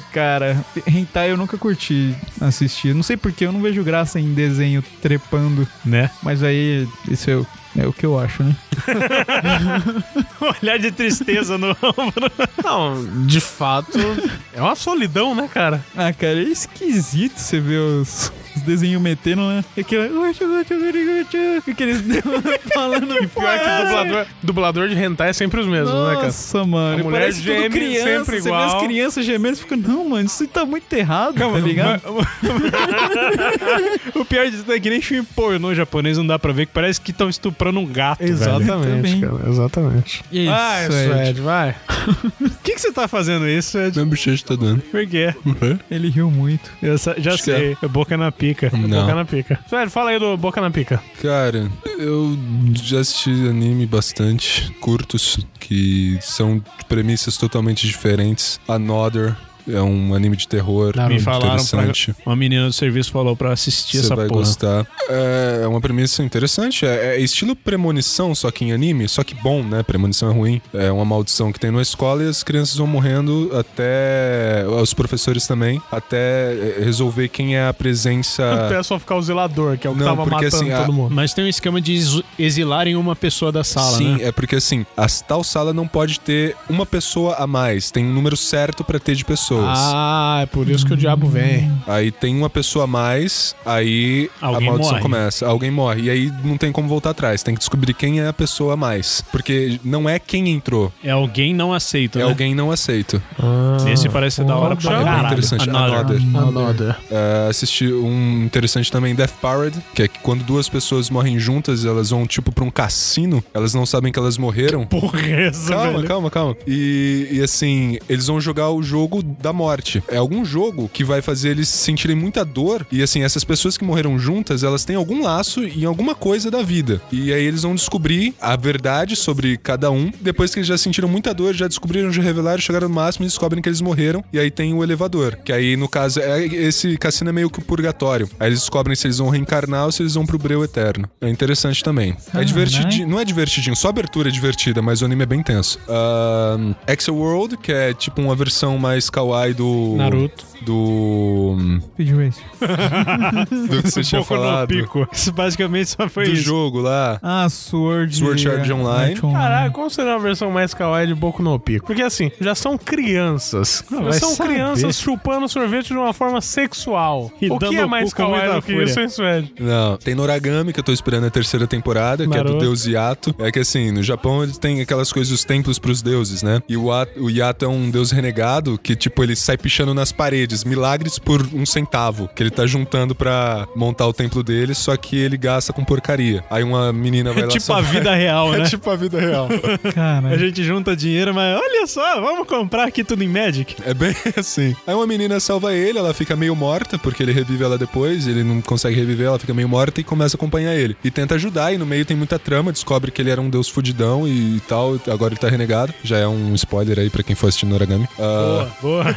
Speaker 7: [LAUGHS] Cara, Hentai eu nunca curti assistir. Não sei porque eu não vejo graça em desenho trepando,
Speaker 2: Né? [LAUGHS]
Speaker 7: mas aí isso é o, é o que eu acho, né?
Speaker 2: Um Olhar de tristeza no [LAUGHS] ombro.
Speaker 1: Não, de fato, é uma solidão, né, cara?
Speaker 7: Ah, cara, é esquisito você ver os, os desenhos metendo, né? Aquele... Aqueles [LAUGHS] falando que é
Speaker 1: Pior que dublador, dublador de hentai é sempre os mesmos, né, cara?
Speaker 7: Nossa, mano.
Speaker 1: A mulher
Speaker 7: parece tudo
Speaker 1: geme
Speaker 7: criança,
Speaker 1: sempre
Speaker 7: você Vê
Speaker 1: igual.
Speaker 7: as crianças gemendo e fica, não, mano, isso tá muito errado, tá ligado?
Speaker 2: o pior disso é que nem filme pornô japonês não dá pra ver, que parece que estão estuprando um gato, velho.
Speaker 1: Exatamente,
Speaker 7: Também.
Speaker 1: cara, exatamente.
Speaker 7: Isso,
Speaker 1: Vai, Ah, é Suede, vai.
Speaker 2: Por que, que você tá fazendo isso, Ed?
Speaker 3: Minha bochecha tá dando.
Speaker 2: Por quê?
Speaker 7: Ele riu muito.
Speaker 2: Eu sa- já
Speaker 3: Acho que é.
Speaker 2: sei. É Boca na pica.
Speaker 1: Boca
Speaker 3: Não.
Speaker 1: na pica. Suede, fala aí do boca na pica.
Speaker 3: Cara, eu já assisti anime bastante, curtos, que são de premissas totalmente diferentes. Another é um anime de terror.
Speaker 1: Não,
Speaker 2: Me
Speaker 1: Muito
Speaker 2: falaram pra...
Speaker 3: interessante.
Speaker 2: Uma menina do serviço falou pra assistir
Speaker 3: Você
Speaker 2: essa
Speaker 3: vai
Speaker 2: porra.
Speaker 3: gostar. É é uma premissa interessante. É, é estilo premonição, só que em anime. Só que bom, né? Premonição é ruim. É uma maldição que tem na escola e as crianças vão morrendo até. Os professores também. Até é, resolver quem é a
Speaker 1: [LAUGHS] O
Speaker 3: presença.
Speaker 1: pessoal ficar o zelador, que é o que
Speaker 3: Não,
Speaker 1: tava
Speaker 3: porque,
Speaker 1: matando
Speaker 3: assim, a-
Speaker 1: todo mundo.
Speaker 2: Mas tem um esquema de ex- exilarem uma pessoa da sala,
Speaker 3: Sim,
Speaker 2: né?
Speaker 3: é porque assim, a tal sala não pode ter uma pessoa a mais. Tem um número certo pra ter de pessoas.
Speaker 1: Ah, é por isso que o diabo vem.
Speaker 3: Aí tem uma pessoa a mais, aí
Speaker 2: Alguém
Speaker 3: a maldição
Speaker 2: morre.
Speaker 3: começa. Alguém morre. E aí não tem como voltar atrás. Tem que descobrir quem é a pessoa a mais. Porque não é quem entrou,
Speaker 2: É alguém não aceito,
Speaker 3: é
Speaker 2: né?
Speaker 3: alguém não aceito. É
Speaker 2: Esse parece da hora pra
Speaker 1: Chama?
Speaker 2: caralho.
Speaker 3: Interessante.
Speaker 2: Another. Um
Speaker 3: Another.
Speaker 1: Another.
Speaker 3: É, assisti um interessante também, Death Parade, que é que quando duas pessoas morrem juntas, elas vão tipo pra um cassino, elas não sabem que elas morreram.
Speaker 2: Porra, essa,
Speaker 3: Calma,
Speaker 2: velho.
Speaker 3: calma, calma. né? E, e, assim, eles vão jogar o jogo da morte. É algum jogo que vai fazer eles sentirem muita dor. E assim, essas pessoas que morreram juntas, elas têm algum laço em alguma coisa da vida. E aí eles vão descobrir a verdade sobre cada um. Depois que eles já sentiram muita dor, já descobriram, já revelaram, chegaram no máximo e descobrem que eles morreram. E aí tem o elevador. Que aí, no caso, é, esse cassino é meio que o purgatório. Aí eles descobrem se eles vão reencarnar ou se eles vão pro breu eterno. É interessante também. É divertidinho. Não é divertidinho, só a abertura é divertida, mas o anime é bem tenso. Ahn, Exo World, que é tipo uma versão mais kawaii do.
Speaker 2: Naruto. [LAUGHS]
Speaker 3: Do.
Speaker 7: Pediu esse.
Speaker 3: Do que você tinha
Speaker 2: Boca Um no
Speaker 3: falado.
Speaker 2: pico. Isso basicamente só foi
Speaker 3: Do
Speaker 2: isso.
Speaker 3: jogo lá.
Speaker 7: Ah, Sword... É,
Speaker 3: Sword Art Online.
Speaker 7: Art
Speaker 1: Caraca, como será a versão mais kawaii de Boku no Pico? Porque assim, já são crianças. já
Speaker 2: vai
Speaker 1: são
Speaker 2: saber.
Speaker 1: crianças chupando sorvete de uma forma sexual.
Speaker 2: E
Speaker 1: o que
Speaker 2: dando
Speaker 1: é
Speaker 2: o
Speaker 1: mais
Speaker 2: cu com
Speaker 1: kawaii
Speaker 2: muita
Speaker 1: do que
Speaker 2: fúria.
Speaker 1: isso, hein, Suede?
Speaker 3: Não. Tem Noragami, que eu tô esperando a terceira temporada, que é
Speaker 1: Naruto.
Speaker 3: do deus Yato. É que assim, no Japão eles têm aquelas coisas, os templos pros deuses, né? E o, A- o Yato é um deus renegado que, tipo, ele sai pichando nas paredes, milagres por um centavo, que ele tá juntando pra montar o templo dele, só que ele gasta com porcaria. Aí uma menina vai lá.
Speaker 2: [LAUGHS] tipo a
Speaker 3: salvar-
Speaker 2: vida real, né?
Speaker 3: [LAUGHS] É tipo a vida real.
Speaker 2: A
Speaker 7: Cara,
Speaker 2: gente junta dinheiro, mas olha só, vamos comprar aqui tudo em Magic.
Speaker 3: É bem [LAUGHS] assim. Aí uma menina salva ele, ela fica meio morta, porque ele revive ela depois, ele não consegue reviver, ela fica meio morta e começa a acompanhar ele. E tenta ajudar, e no meio tem muita trama, descobre que ele era um deus fudidão e tal, agora ele tá renegado. Já é um spoiler aí pra quem for assistir Noragami. Ah,
Speaker 2: Boa, boa.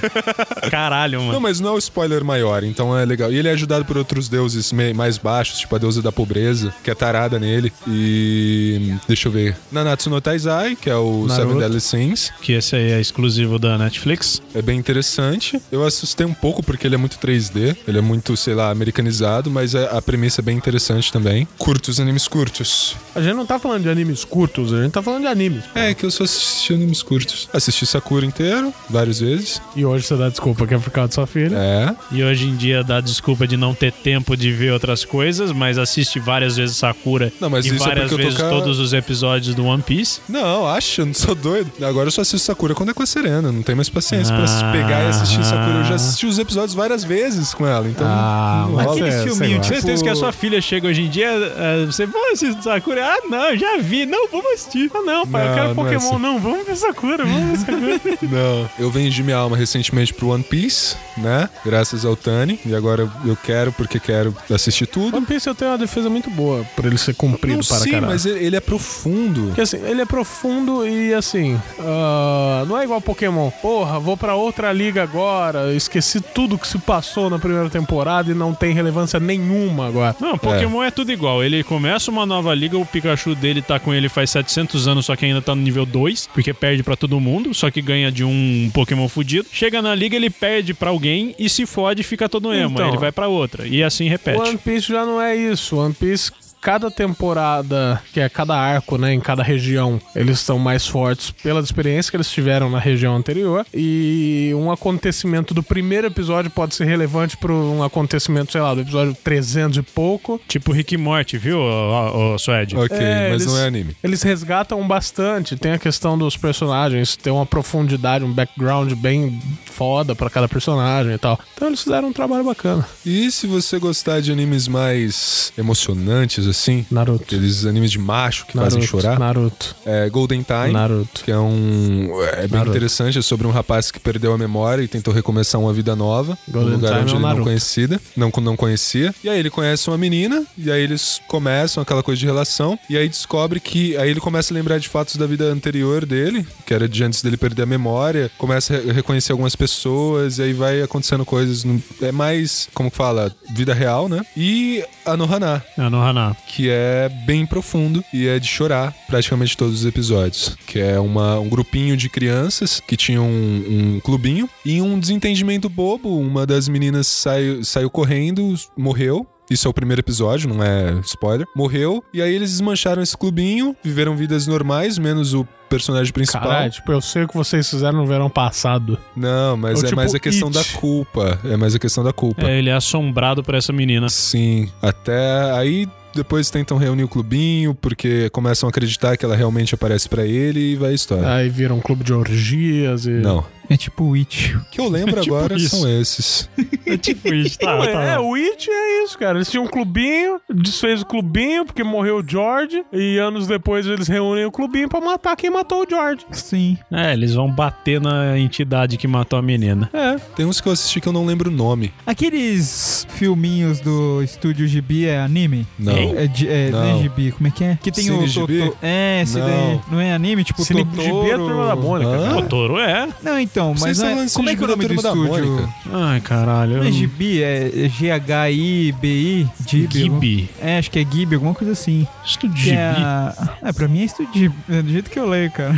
Speaker 2: Caralho,
Speaker 3: não,
Speaker 2: mano.
Speaker 3: mas não é o spoiler maior, então é legal. E ele é ajudado por outros deuses me- mais baixos, tipo a deusa da pobreza, que é tarada nele. E. Deixa eu ver. Nanatsu no Taizai, que é o Seven Deadly Sins.
Speaker 2: Que esse aí é exclusivo da Netflix.
Speaker 3: É bem interessante. Eu assustei um pouco porque ele é muito 3D, ele é muito, sei lá, americanizado, mas a, a premissa é bem interessante também. Curtos animes curtos.
Speaker 1: A gente não tá falando de animes curtos, a gente tá falando de animes.
Speaker 3: É, que eu só assisti animes curtos. Assisti Sakura inteiro, várias vezes.
Speaker 1: E hoje você dá desculpa que é por causa de sua filha.
Speaker 3: É.
Speaker 2: E hoje em dia dá desculpa de não ter tempo de ver outras coisas, mas assiste várias vezes Sakura
Speaker 3: Não, mas
Speaker 2: e
Speaker 3: isso é
Speaker 2: várias
Speaker 3: porque eu tô
Speaker 2: vezes
Speaker 3: ca-
Speaker 2: todos os episódios do One Piece.
Speaker 3: Não, acha, eu não sou doido. Agora eu só assisto Sakura quando é com a Serena, não tenho mais paciência
Speaker 2: Ah.
Speaker 3: pra pegar e assistir Sakura. Eu já assisti os episódios várias vezes com ela, então.
Speaker 1: Ah,
Speaker 3: não
Speaker 1: mas
Speaker 3: rola.
Speaker 1: aquele
Speaker 3: É, sei
Speaker 1: filminho
Speaker 3: lá.
Speaker 1: de-
Speaker 2: Certeza que a sua filha chega hoje em dia, é, você vai assistir Sakura? Ah, não, já vi, não, vamos assistir. Ah, não,
Speaker 1: Pai, eu
Speaker 3: Não,
Speaker 1: quero
Speaker 3: não é
Speaker 1: Pokémon,
Speaker 3: assim.
Speaker 2: [LAUGHS]
Speaker 1: não. Vamos ver Sakura, vamos ver Sakura.
Speaker 3: Não, eu vendi minha alma recentemente pro One Piece, né? Graças ao Tani. E agora eu quero porque quero assistir tudo.
Speaker 1: [LAUGHS] One Piece eu tenho uma defesa muito boa pra ele ser cumprido
Speaker 3: Não,
Speaker 1: para
Speaker 3: sim,
Speaker 1: caralho.
Speaker 3: mas ele ele é profundo.
Speaker 1: Porque assim, ele é profundo e assim, ah, não é igual Pokémon. Porra, vou pra outra liga agora, esqueci tudo que se passou na primeira temporada e não tem relevância nenhuma agora.
Speaker 2: Não, Pokémon é. tudo igual. Ele começa uma nova liga, o Pikachu dele tá com ele faz 700 anos, só que ainda tá no nível 2, porque perde pra todo mundo, só que ganha de um Pokémon fudido. Chega na liga, ele perde pra alguém e se fode, fica todo emo.
Speaker 1: Então.
Speaker 2: Aí ele vai pra outra. E assim repete.
Speaker 1: One Piece já não é isso. One Piece, cada temporada, que é cada arco, né, em cada região, eles são mais fortes pela experiência que eles tiveram na região anterior. E um acontecimento do primeiro episódio pode ser relevante para um acontecimento, sei lá, do episódio 300 e pouco.
Speaker 2: Tipo Rick e Morty, viu, ô, ô, ô, Suede?
Speaker 3: Ok,
Speaker 1: É,
Speaker 3: mas
Speaker 1: eles-
Speaker 3: não é anime.
Speaker 1: Eles resgatam bastante. Tem a questão dos personagens, tem uma profundidade, um background bem foda pra cada personagem e tal. Então eles fizeram um trabalho bacana.
Speaker 3: E se você gostar de animes mais emocionantes, assim,
Speaker 1: Naruto.
Speaker 3: aqueles animes de macho que
Speaker 1: Naruto,
Speaker 3: fazem chorar,
Speaker 1: Naruto.
Speaker 3: é Golden Time.
Speaker 1: Naruto.
Speaker 3: Que é um. É bem
Speaker 1: Naruto.
Speaker 3: interessante, é sobre um rapaz que perdeu a memória e tentou recomeçar uma vida nova.
Speaker 1: Golden
Speaker 3: num lugar
Speaker 1: Time
Speaker 3: onde
Speaker 1: é o
Speaker 3: ele não
Speaker 1: Naruto.
Speaker 3: conhecida. Não, não conhecia. E aí ele conhece uma menina, e aí eles começam aquela coisa de relação. E aí descobre que. Aí ele começa a lembrar de fatos da vida anterior dele, que era de antes dele perder a memória. Começa a re- reconhecer algumas pessoas, e aí vai acontecendo coisas. no- É mais, como que fala? Vida real, né? E a Nohana,
Speaker 2: Ah, no Haná.
Speaker 3: que é bem profundo e é de chorar praticamente todos os episódios. Que é uma, um grupinho de crianças que tinha um, um clubinho e um desentendimento bobo. Uma das meninas saiu, saiu correndo, morreu. Isso é o primeiro episódio, não é spoiler. Morreu, e aí eles desmancharam esse clubinho, viveram vidas normais, menos o personagem principal.
Speaker 1: Caralho, tipo, eu sei o que vocês fizeram no verão passado.
Speaker 3: Não, mas
Speaker 1: Ou
Speaker 3: é
Speaker 1: tipo
Speaker 3: mais a questão
Speaker 1: It.
Speaker 3: da culpa. É mais a questão da culpa.
Speaker 2: É, ele é assombrado por essa menina.
Speaker 3: Sim, até aí depois tentam reunir o clubinho porque começam a acreditar que ela realmente aparece pra ele e vai a história.
Speaker 1: Aí viram um clube de orgias e.
Speaker 3: É. Não.
Speaker 7: É tipo Witch.
Speaker 3: O que eu lembro
Speaker 2: Tipo
Speaker 3: agora
Speaker 2: isso.
Speaker 3: são esses.
Speaker 2: [LAUGHS] É tipo isso, tá,
Speaker 1: Não, é,
Speaker 2: tá.
Speaker 1: é, o It é isso, cara. Eles tinham um clubinho, desfez o clubinho porque morreu o George, e anos depois eles reúnem o clubinho pra matar quem matou o George.
Speaker 7: Sim.
Speaker 2: É, eles vão bater na entidade que matou a menina.
Speaker 3: Tem uns que eu assisti que eu não lembro o nome.
Speaker 7: Aqueles filminhos do estúdio Gibi é anime?
Speaker 3: Não.
Speaker 2: Hein?
Speaker 7: É, de, é,
Speaker 3: Não.
Speaker 7: não é gibi, como é que é? Que tem
Speaker 3: Cine
Speaker 7: o
Speaker 3: Gibi?
Speaker 7: Totoro. É, esse
Speaker 3: Não.
Speaker 7: daí. Não é anime? Tipo,
Speaker 1: Cine
Speaker 7: Totoro.
Speaker 1: Gibi é a turma da Mônica,
Speaker 7: Ah.
Speaker 3: Hã?
Speaker 1: cara.
Speaker 2: Totoro é.
Speaker 7: Não, então,
Speaker 3: Vocês
Speaker 7: mas não
Speaker 3: estão
Speaker 7: é,
Speaker 3: falando
Speaker 7: como é que é o
Speaker 3: Cine
Speaker 7: nome do
Speaker 3: Gibi da turma da
Speaker 7: estúdio?
Speaker 3: Mônica?
Speaker 2: Ai, caralho. eu
Speaker 7: Não é
Speaker 2: não-
Speaker 7: Gibi, é G-H-I-B-I? Gibi. alguma-
Speaker 2: um Gibi.
Speaker 7: É, acho que é Gibi, alguma coisa assim.
Speaker 2: Estúdio
Speaker 7: Que
Speaker 2: Gibi.
Speaker 7: É, a- é, pra mim é estúdio Gibi, é do jeito que eu leio, [LAUGHS] cara.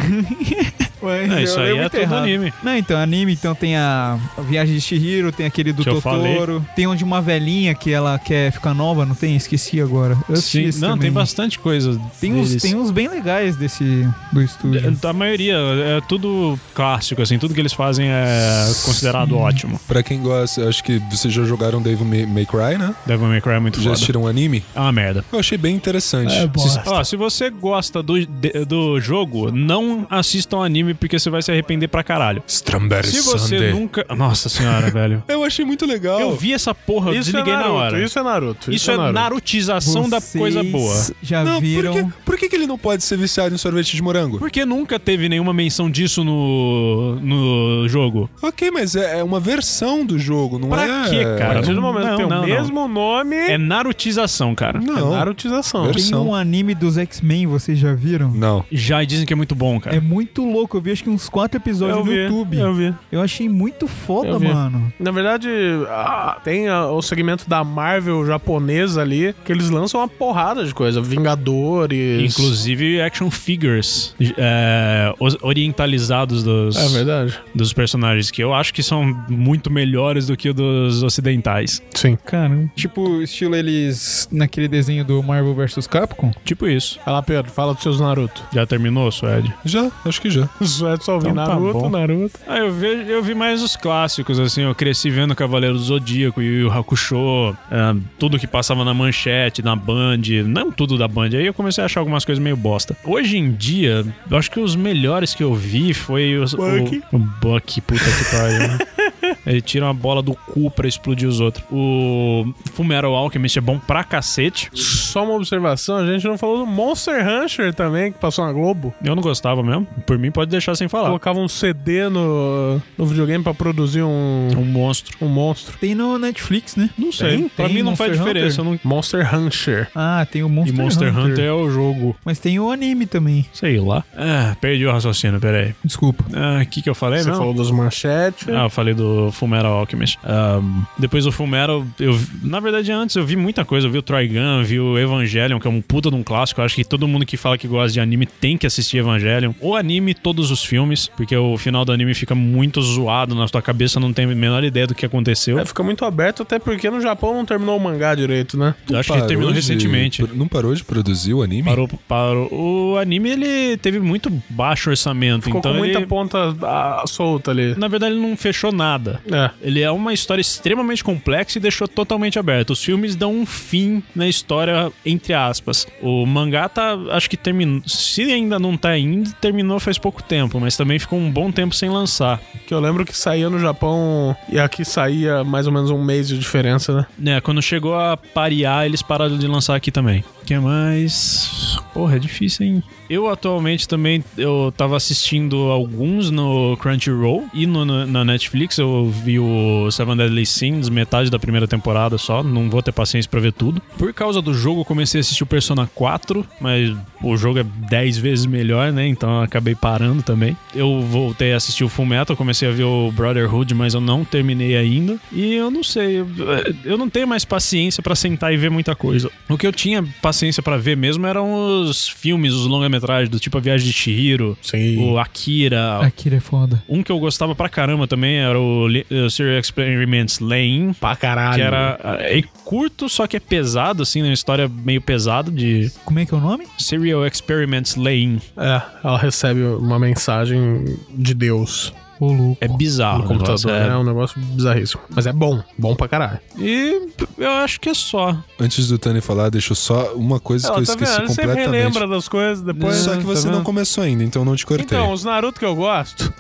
Speaker 7: Mas
Speaker 2: É, isso
Speaker 7: eu
Speaker 2: aí
Speaker 7: leio
Speaker 2: é
Speaker 7: muito
Speaker 2: tudo
Speaker 7: errado.
Speaker 2: anime.
Speaker 7: Não, então, anime, então tem a a Viagem de Shihiro, tem aquele do
Speaker 2: Que eu
Speaker 7: Totoro, tem onde uma velhinha que ela quer ficar nova, não tem? Esqueci agora. Eu assisti
Speaker 2: Sim,
Speaker 7: esse
Speaker 2: não,
Speaker 7: também.
Speaker 2: tem bastante coisa.
Speaker 7: Tem uns,
Speaker 2: deles.
Speaker 7: tem uns bem legais desse do estúdio.
Speaker 2: A maioria é tudo clássico, assim, tudo que eles fazem é considerado ótimo.
Speaker 3: Pra quem gosta, acho que vocês já jogaram Devil May, May Cry, né?
Speaker 2: Devil May Cry é muito
Speaker 3: Já
Speaker 2: foda.
Speaker 3: assistiram um anime?
Speaker 2: É uma merda.
Speaker 3: Eu achei bem interessante.
Speaker 7: É,
Speaker 2: Se, ó, se você gosta do, de- do jogo, não assista um anime porque você vai se arrepender pra caralho.
Speaker 3: Strawberry
Speaker 2: Se você
Speaker 3: Sunday.
Speaker 2: nunca. Nossa senhora,
Speaker 7: [LAUGHS]
Speaker 2: velho.
Speaker 3: Eu achei muito
Speaker 7: Oh.
Speaker 3: legal.
Speaker 2: Eu vi essa porra, eu
Speaker 7: é
Speaker 2: desliguei na hora. Isso,
Speaker 1: Isso é Naruto.
Speaker 2: é narutização da coisa boa.
Speaker 7: Vocês Já
Speaker 3: Não,
Speaker 7: viram?
Speaker 3: por, que, por que que ele não pode ser viciado em sorvete de morango?
Speaker 2: Porque nunca teve nenhuma menção disso no, no jogo.
Speaker 3: Ok, mas é, é uma versão do jogo, não
Speaker 2: Pra
Speaker 3: é?
Speaker 2: quê, cara?
Speaker 1: A partir do momento
Speaker 2: Não,
Speaker 1: que tem
Speaker 2: não,
Speaker 1: o
Speaker 2: não.
Speaker 1: mesmo nome,
Speaker 2: É
Speaker 1: é,
Speaker 2: narutização, cara.
Speaker 3: Não.
Speaker 1: Narutização.
Speaker 3: Eu-
Speaker 7: Tem
Speaker 3: versão.
Speaker 7: um anime dos X-Men, vocês já viram?
Speaker 3: Não.
Speaker 2: Já dizem que é muito bom, cara.
Speaker 7: É muito louco, eu vi acho que uns quatro episódios
Speaker 1: Eu
Speaker 7: no
Speaker 1: vi,
Speaker 7: YouTube.
Speaker 1: eu vi.
Speaker 7: Eu achei muito foda,
Speaker 1: Eu vi.
Speaker 7: mano.
Speaker 1: Na verdade, ah, tem ah, o segmento da Marvel japonesa ali, que eles lançam uma porrada de coisa. Vingadores.
Speaker 2: Inclusive action figures é, os- orientalizados dos,
Speaker 1: É verdade.
Speaker 2: dos personagens, que eu acho que são muito melhores do que o dos ocidentais.
Speaker 1: Sim.
Speaker 7: Cara, tipo, estilo eles naquele desenho do Marvel vs Capcom.
Speaker 2: Tipo isso.
Speaker 1: Vai lá, Pedro, fala dos seus Naruto.
Speaker 2: Já terminou, Suede?
Speaker 3: Já, acho que já.
Speaker 1: [LAUGHS] Só é só ouvir
Speaker 2: Então tá
Speaker 1: Naruto,
Speaker 2: bom.
Speaker 1: Naruto.
Speaker 2: Ah, eu vi, eu vi mais os clássicos, assim. Eu cresci vendo Cavaleiro do Zodíaco e Yu Yu Hakusho, ah, tudo que passava na manchete, na Band, não tudo da Band. Aí eu comecei a achar algumas coisas meio bosta. Hoje em dia, eu acho que os melhores que eu vi foi os,
Speaker 1: Bucky.
Speaker 2: [LAUGHS] o, o Bucky, puta que pariu. né? Ele tira uma bola do cu pra explodir os outros. O Fumero Alchemist é bom pra cacete.
Speaker 1: Só uma observação, a gente não falou do Monster Rancher também, que passou na Globo.
Speaker 2: Eu não gostava mesmo. Por mim, pode deixar sem falar.
Speaker 1: Colocava um CD no, no videogame pra produzir um,
Speaker 2: Um monstro.
Speaker 1: um monstro.
Speaker 7: Tem no Netflix, né?
Speaker 1: Não sei.
Speaker 2: pra
Speaker 7: tem
Speaker 2: mim não
Speaker 7: Monster
Speaker 2: faz diferença. eu não-
Speaker 1: Monster Rancher.
Speaker 7: Ah, tem o Monster,
Speaker 2: e Monster Hunter.
Speaker 7: Hunter.
Speaker 2: é o jogo.
Speaker 7: Mas tem o anime também.
Speaker 2: Sei lá. Ah, perdi o raciocínio, peraí.
Speaker 7: Desculpa.
Speaker 2: Ah, o que que eu falei
Speaker 1: Você
Speaker 2: mesmo?
Speaker 1: É, falou das manchetes.
Speaker 2: Ah, eu falei do Fumero Alchemist. Ahm, depois do Fumero, eu, na verdade, antes eu vi muita coisa. Eu vi o Trigun, vi o Evangelion, que é um puta de um clássico. Eu acho que todo mundo que fala que gosta de anime tem que assistir Evangelion. O anime, todos os filmes, porque o final do anime fica muito zoado na sua cabeça, não tem a menor ideia do que aconteceu.
Speaker 1: É, fica muito aberto, até porque no Japão não terminou o mangá direito, né?
Speaker 2: Eu acho que ele
Speaker 3: Parou
Speaker 2: terminou
Speaker 3: de-
Speaker 2: recentemente.
Speaker 3: Não parou de produzir o anime?
Speaker 2: Parou, parou. O anime, ele teve muito baixo orçamento.
Speaker 1: Ficou
Speaker 2: então
Speaker 1: com muita
Speaker 2: ele-
Speaker 1: ponta ah, solta ali.
Speaker 2: Na verdade, ele não fechou nada.
Speaker 1: É.
Speaker 2: Ele é uma história extremamente complexa e deixou totalmente aberto. Os filmes dão um fim na história, entre aspas. O mangá tá, acho que terminou. Se ainda não tá indo, terminou faz pouco tempo, mas também ficou um bom tempo sem lançar.
Speaker 1: Que eu lembro que saía no Japão e aqui saía mais ou menos um mês de diferença, né?
Speaker 2: Né, quando chegou a parear, eles pararam de lançar aqui também. O que mais? Porra, é difícil, hein? Eu atualmente também, eu tava assistindo alguns no Crunchyroll e no- no- na Netflix. Eu vi o Seven Deadly Sins, metade da primeira temporada só. Não vou ter paciência pra ver tudo. Por causa do jogo, eu comecei a assistir o Persona 4, mas o jogo é 10 vezes melhor, né? Então eu acabei parando também. Eu voltei a assistir o Full Metal, comecei a ver o Brotherhood, mas eu não terminei ainda. E eu não sei, eu- eu não tenho mais paciência pra sentar e ver muita coisa. O que eu tinha paciência pra ver mesmo eram os filmes, os longa-metragens, do tipo A Viagem de Chihiro,
Speaker 1: Sim.
Speaker 2: o Akira,
Speaker 7: Akira é foda.
Speaker 2: um que eu gostava pra caramba também era o Le- o Serial Experiments Lane.
Speaker 1: Pra caralho.
Speaker 2: Que era. É curto, só que é pesado, assim, né? Uma história meio pesada de
Speaker 7: Como é que é o nome?
Speaker 2: Serial Experiments Lane.
Speaker 1: É, ela recebe uma mensagem de Deus
Speaker 7: Ô, louco.
Speaker 2: É bizarro.
Speaker 3: Ah,
Speaker 1: no
Speaker 2: o
Speaker 1: computador.
Speaker 2: negócio, é.
Speaker 1: É. um negócio bizarríssimo. Mas é bom. Bom pra caralho.
Speaker 2: E eu acho que é só.
Speaker 3: Antes do Tani falar, deixa eu só uma coisa que eu
Speaker 1: Tá
Speaker 3: esqueci completamente.
Speaker 1: das coisas
Speaker 2: né?
Speaker 3: Só que você não começou ainda, então não te cortei.
Speaker 1: Então, os Naruto que eu gosto.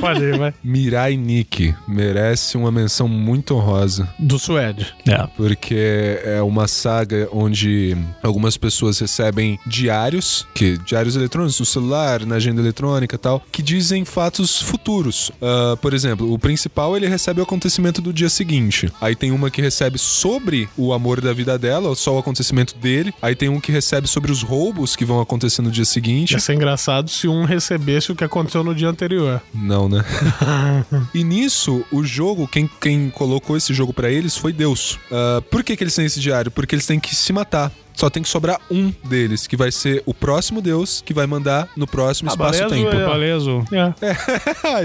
Speaker 1: Pode ir, vai.
Speaker 3: Mirai Nikki merece uma menção muito honrosa.
Speaker 1: Do Suede.
Speaker 2: É.
Speaker 3: porque é uma saga onde algumas pessoas recebem diários, que diários eletrônicos no celular, na agenda eletrônica e tal, que dizem fatos futuros. Ah, por exemplo, o principal ele recebe o acontecimento do dia seguinte. Aí tem uma que recebe sobre o amor da vida dela, ou só o acontecimento dele. Aí tem um que recebe sobre os roubos que vão acontecer no dia seguinte.
Speaker 1: Ia ser engraçado se um recebesse o que aconteceu no dia anterior.
Speaker 3: Não,
Speaker 1: [LAUGHS]
Speaker 3: né? e nisso, o jogo, quem, quem colocou esse jogo pra eles foi Deus. Ah, por que, que eles têm esse diário? Porque eles têm que se matar. Só tem que sobrar um deles, que vai ser o próximo Deus que vai mandar no próximo
Speaker 1: Ah,
Speaker 3: espaço-tempo.
Speaker 1: beleza,
Speaker 2: Balezo.
Speaker 3: [LAUGHS]
Speaker 1: [LAUGHS]
Speaker 3: Ai, É,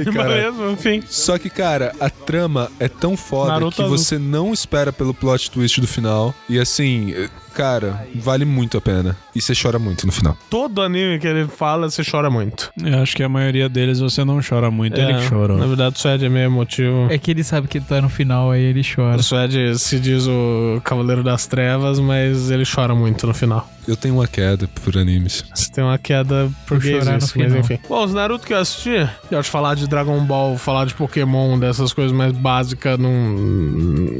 Speaker 3: cara.
Speaker 1: Beleza, É, enfim.
Speaker 3: Só que, cara, a trama é tão foda
Speaker 1: Naruto
Speaker 3: que
Speaker 1: azul.
Speaker 3: você não espera pelo plot twist do final. E assim, cara, vale muito a pena. E você chora muito no final.
Speaker 1: Todo anime que ele fala, você chora muito.
Speaker 2: Eu acho que a maioria deles você não chora muito, ele que
Speaker 1: Na
Speaker 2: chora.
Speaker 1: verdade, o Suede é meio emotivo.
Speaker 7: É que ele sabe que ele tá no final, aí ele chora.
Speaker 1: O Suede se diz o Cavaleiro das Trevas, mas ele chora muito no final.
Speaker 3: Eu tenho uma queda por animes.
Speaker 1: Você tem uma queda por
Speaker 7: Por chorar
Speaker 1: chorar
Speaker 7: no
Speaker 1: mas
Speaker 7: final.
Speaker 1: enfim. Bom, os Naruto que eu assisti, eu te falar de Dragon Ball, falar de Pokémon, dessas coisas mais básicas, não.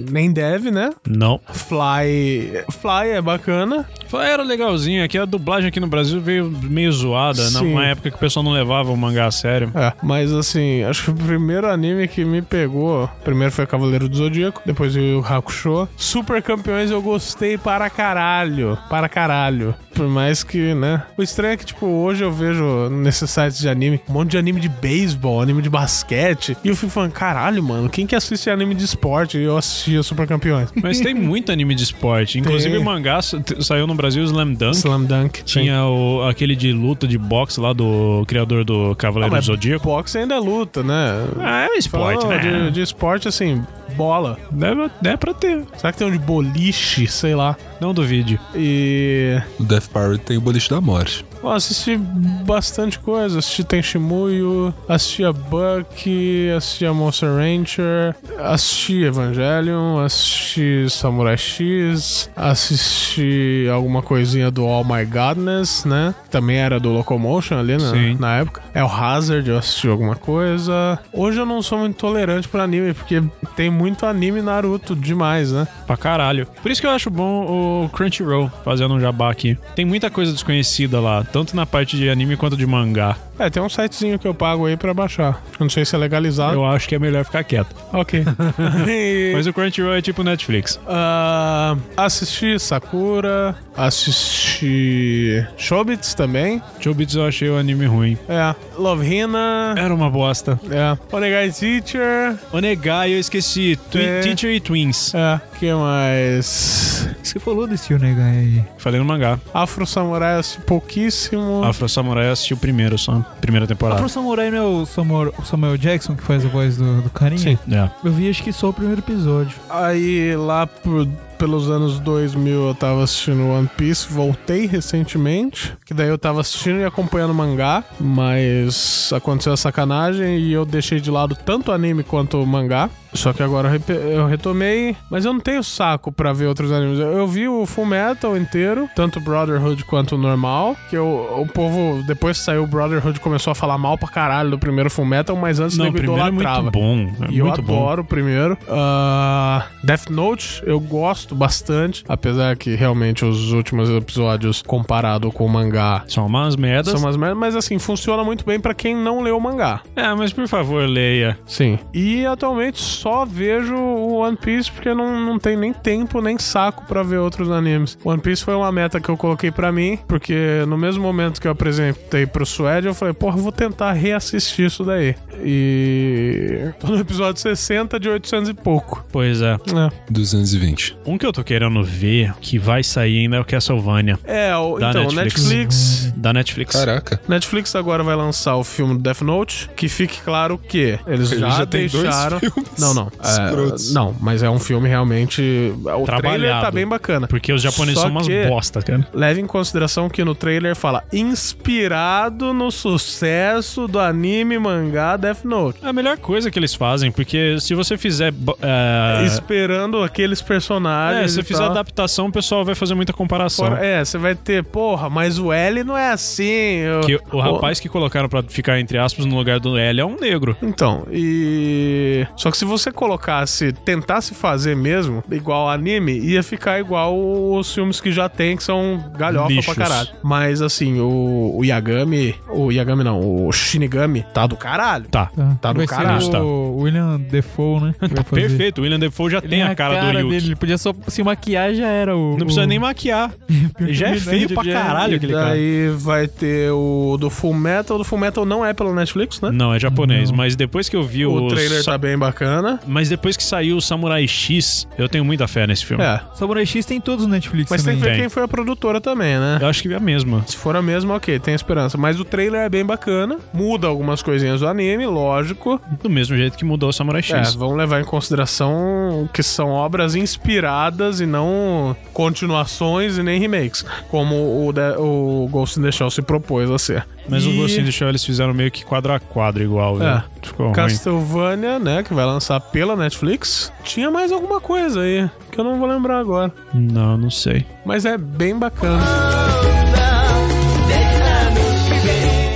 Speaker 1: Nem deve, né?
Speaker 2: Não.
Speaker 1: Fly. Fly é bacana.
Speaker 2: Era legalzinho, aqui a dublagem aqui no Brasil veio meio zoada,
Speaker 1: Sim.
Speaker 2: numa época que o pessoal não levava o mangá
Speaker 1: [LAUGHS]
Speaker 2: a sério.
Speaker 1: É, mas assim, acho que o primeiro anime que me pegou, primeiro foi Cavaleiro do Zodíaco, depois o Yu Hakusho. Super Campeões eu gostei para caralho, para caralho. Por mais que, né? O estranho é que, tipo, hoje eu vejo nesses sites de anime um monte de anime de beisebol, anime de basquete, e eu fico falando, caralho, mano, quem que assiste anime de esporte? E eu assistia Super Campeões.
Speaker 2: Mas tem muito anime de esporte. Inclusive
Speaker 1: Tem.
Speaker 2: o mangá sa- saiu no Brasil, Slam Dunk.
Speaker 1: Slam Dunk.
Speaker 2: Tinha o- aquele de luta de boxe lá do criador do
Speaker 1: Ah,
Speaker 2: Cavaleiro do Zodíaco.
Speaker 1: Boxe ainda é luta, né?
Speaker 2: Ah, é um esporte,
Speaker 1: Falando de,
Speaker 2: né?
Speaker 1: de esporte, assim, bola.
Speaker 2: É, é pra ter.
Speaker 1: Será que tem um de boliche, sei lá?
Speaker 2: Não duvide.
Speaker 1: E
Speaker 3: O Death Pirate tem o boliche da morte.
Speaker 1: Eu assisti bastante coisa. Assisti Tenshimuyo, assisti a Buck, assisti a Monster Rancher, assisti Evangelion, assisti Samurai X, assisti alguma coisinha do All My Godness, né? Que Também era do Locomotion ali na,
Speaker 2: Sim.
Speaker 1: na época. É o Hazard, eu assisti alguma coisa. Hoje eu não sou muito tolerante pra anime, porque tem muito anime Naruto demais, né?
Speaker 2: Pra caralho. Por isso que eu acho bom o Crunchyroll fazendo um jabá aqui. Tem muita coisa desconhecida lá, tanto na parte de anime quanto de mangá.
Speaker 1: É, tem um sitezinho que eu pago aí pra baixar. Eu Não sei se é legalizado.
Speaker 2: Eu acho que é melhor ficar quieto.
Speaker 1: Ok. E,
Speaker 2: Mas o Crunchyroll é tipo Netflix.
Speaker 1: ah, assisti Sakura, assisti Shobits também.
Speaker 2: Chobits eu achei o anime ruim.
Speaker 1: É, Love Hina,
Speaker 2: Era uma bosta.
Speaker 1: é, Onegai Teacher,
Speaker 2: Onegai, eu esqueci. Twi-
Speaker 1: É.
Speaker 2: Teacher e Twins.
Speaker 1: é, que mais?
Speaker 7: Você falou desse Onegai aí.
Speaker 2: Falei no mangá.
Speaker 1: Afro Samurai eu assisti pouquíssimo.
Speaker 2: Afro Samurai eu assisti o primeiro só. Primeira temporada.
Speaker 7: Afro Samurai não é o Samuel, o Samuel Jackson que faz a voz do, do carinha?
Speaker 1: Sim.
Speaker 2: É.
Speaker 7: Eu vi acho que só o primeiro episódio.
Speaker 1: Aí lá por- pelos anos 2000 eu tava assistindo One Piece, voltei recentemente, que daí eu tava assistindo e acompanhando mangá, mas aconteceu a sacanagem e eu deixei de lado tanto anime quanto mangá. Só que agora eu repe- eu retomei, mas eu não tenho saco pra ver outros animes. Eu eu vi o Full Metal inteiro, tanto Brotherhood quanto o normal, que eu- o povo, depois que saiu o Brotherhood, começou a falar mal pra caralho do primeiro Full Metal, mas antes
Speaker 2: Não, o
Speaker 1: nego
Speaker 2: primeiro é muito
Speaker 1: idolatrava.
Speaker 2: bom. É
Speaker 1: E eu
Speaker 2: muito bom.
Speaker 1: adoro o primeiro. Ah, Death Note, eu gosto bastante. Apesar que realmente os últimos episódios, comparado com o mangá,
Speaker 2: São umas merdas.
Speaker 1: são umas merdas. Mas assim, funciona muito bem pra quem não leu o mangá.
Speaker 2: É, mas por favor, leia.
Speaker 1: Sim. E atualmente só vejo o One Piece porque não, não tem nem tempo nem saco pra ver outros animes. One Piece foi uma meta que eu coloquei pra mim, porque no mesmo momento que eu apresentei pro Suede, eu falei, porra, eu vou tentar reassistir isso daí. E tô no episódio 60 de 800 e pouco.
Speaker 2: Pois é.
Speaker 1: né?
Speaker 3: 220.
Speaker 2: Um que eu tô querendo ver, que vai sair ainda, é o Castlevania,
Speaker 1: É, o,
Speaker 2: Da
Speaker 1: então,
Speaker 2: Netflix.
Speaker 1: Netflix.
Speaker 2: da Netflix.
Speaker 3: Caraca.
Speaker 1: Netflix agora vai lançar o filme do Death Note, que fique claro que eles
Speaker 3: Ele
Speaker 1: já,
Speaker 3: já tem dois
Speaker 1: deixaram.
Speaker 3: filmes
Speaker 1: não, não. É,
Speaker 3: escrotos.
Speaker 1: não, mas é um filme realmente. O trailer
Speaker 2: Trabalhado.
Speaker 1: tá bem bacana.
Speaker 2: Porque os japoneses
Speaker 1: Só
Speaker 2: são umas
Speaker 1: que-
Speaker 2: bosta, cara.
Speaker 1: Leve em consideração que no trailer fala inspirado no sucesso do anime mangá Death Note.
Speaker 2: É a melhor coisa que eles fazem, porque se você fizer. bo- É,
Speaker 1: Esperando aqueles
Speaker 2: é,
Speaker 1: personagens.
Speaker 2: se
Speaker 1: e
Speaker 2: fizer
Speaker 1: tal.
Speaker 2: adaptação, o pessoal vai fazer muita comparação.
Speaker 1: tá. Fora- É, você vai ter, porra, mas o L não é assim. eu-
Speaker 2: Que o rapaz que colocaram pra ficar, entre aspas, no lugar do L é um negro.
Speaker 1: Então, e. Só que se você colocasse, tentasse fazer mesmo, igual anime, ia ficar igual os filmes que já tem, que são galhofa
Speaker 2: Lixos.
Speaker 1: pra caralho. Mas assim, o, o Yagami. O Yagami não, o Shinigami tá do caralho.
Speaker 2: Tá.
Speaker 1: Tá do
Speaker 7: Vai
Speaker 1: caralho,
Speaker 7: ser
Speaker 2: tá.
Speaker 7: o William Defoe,
Speaker 2: [LAUGHS]
Speaker 7: né? Vai fazer.
Speaker 2: Perfeito, o William Defoe já
Speaker 7: Ele
Speaker 2: tem
Speaker 7: é
Speaker 2: a cara, do Yuki.
Speaker 7: dele, ele podia só se maquiar já era o.
Speaker 2: Não precisa
Speaker 7: o-
Speaker 2: nem
Speaker 7: [LAUGHS]
Speaker 2: maquiar. Ele já é feio pra
Speaker 7: já é-
Speaker 2: caralho
Speaker 1: E
Speaker 2: aquele cara.
Speaker 1: daí vai ter o do Full Metal. O do Full Metal não é pela Netflix, né?
Speaker 2: Não, é japonês, mas depois que eu vi o.
Speaker 1: O trailer
Speaker 2: sa-
Speaker 1: tá bem bacana.
Speaker 2: Mas depois que saiu o Samurai X, eu tenho muita fé nesse filme.
Speaker 1: É.
Speaker 7: Samurai X tem todos no Netflix
Speaker 1: Mas tem
Speaker 7: também.
Speaker 1: que ver
Speaker 2: Tem.
Speaker 1: quem foi a produtora também, né?
Speaker 2: Eu acho que é a mesma.
Speaker 1: Se for a mesma, ok, tem esperança. Mas o trailer é bem bacana, muda algumas coisinhas do anime, lógico.
Speaker 2: Do mesmo jeito que mudou o Samurai
Speaker 1: É,
Speaker 2: X.
Speaker 1: vão levar em consideração que são obras inspiradas e não continuações e nem remakes, como o, de- o Ghost in the Shell se propôs a ser.
Speaker 2: Mas o
Speaker 1: E
Speaker 2: Ghost in the Shell eles fizeram meio que quadro a quadro igual, viu?
Speaker 1: É.
Speaker 2: Ficou ruim.
Speaker 1: Castlevania, né, que vai lançar pela Netflix. Tinha mais alguma coisa aí, que eu não vou lembrar agora.
Speaker 2: Não, não sei.
Speaker 1: Mas é bem bacana.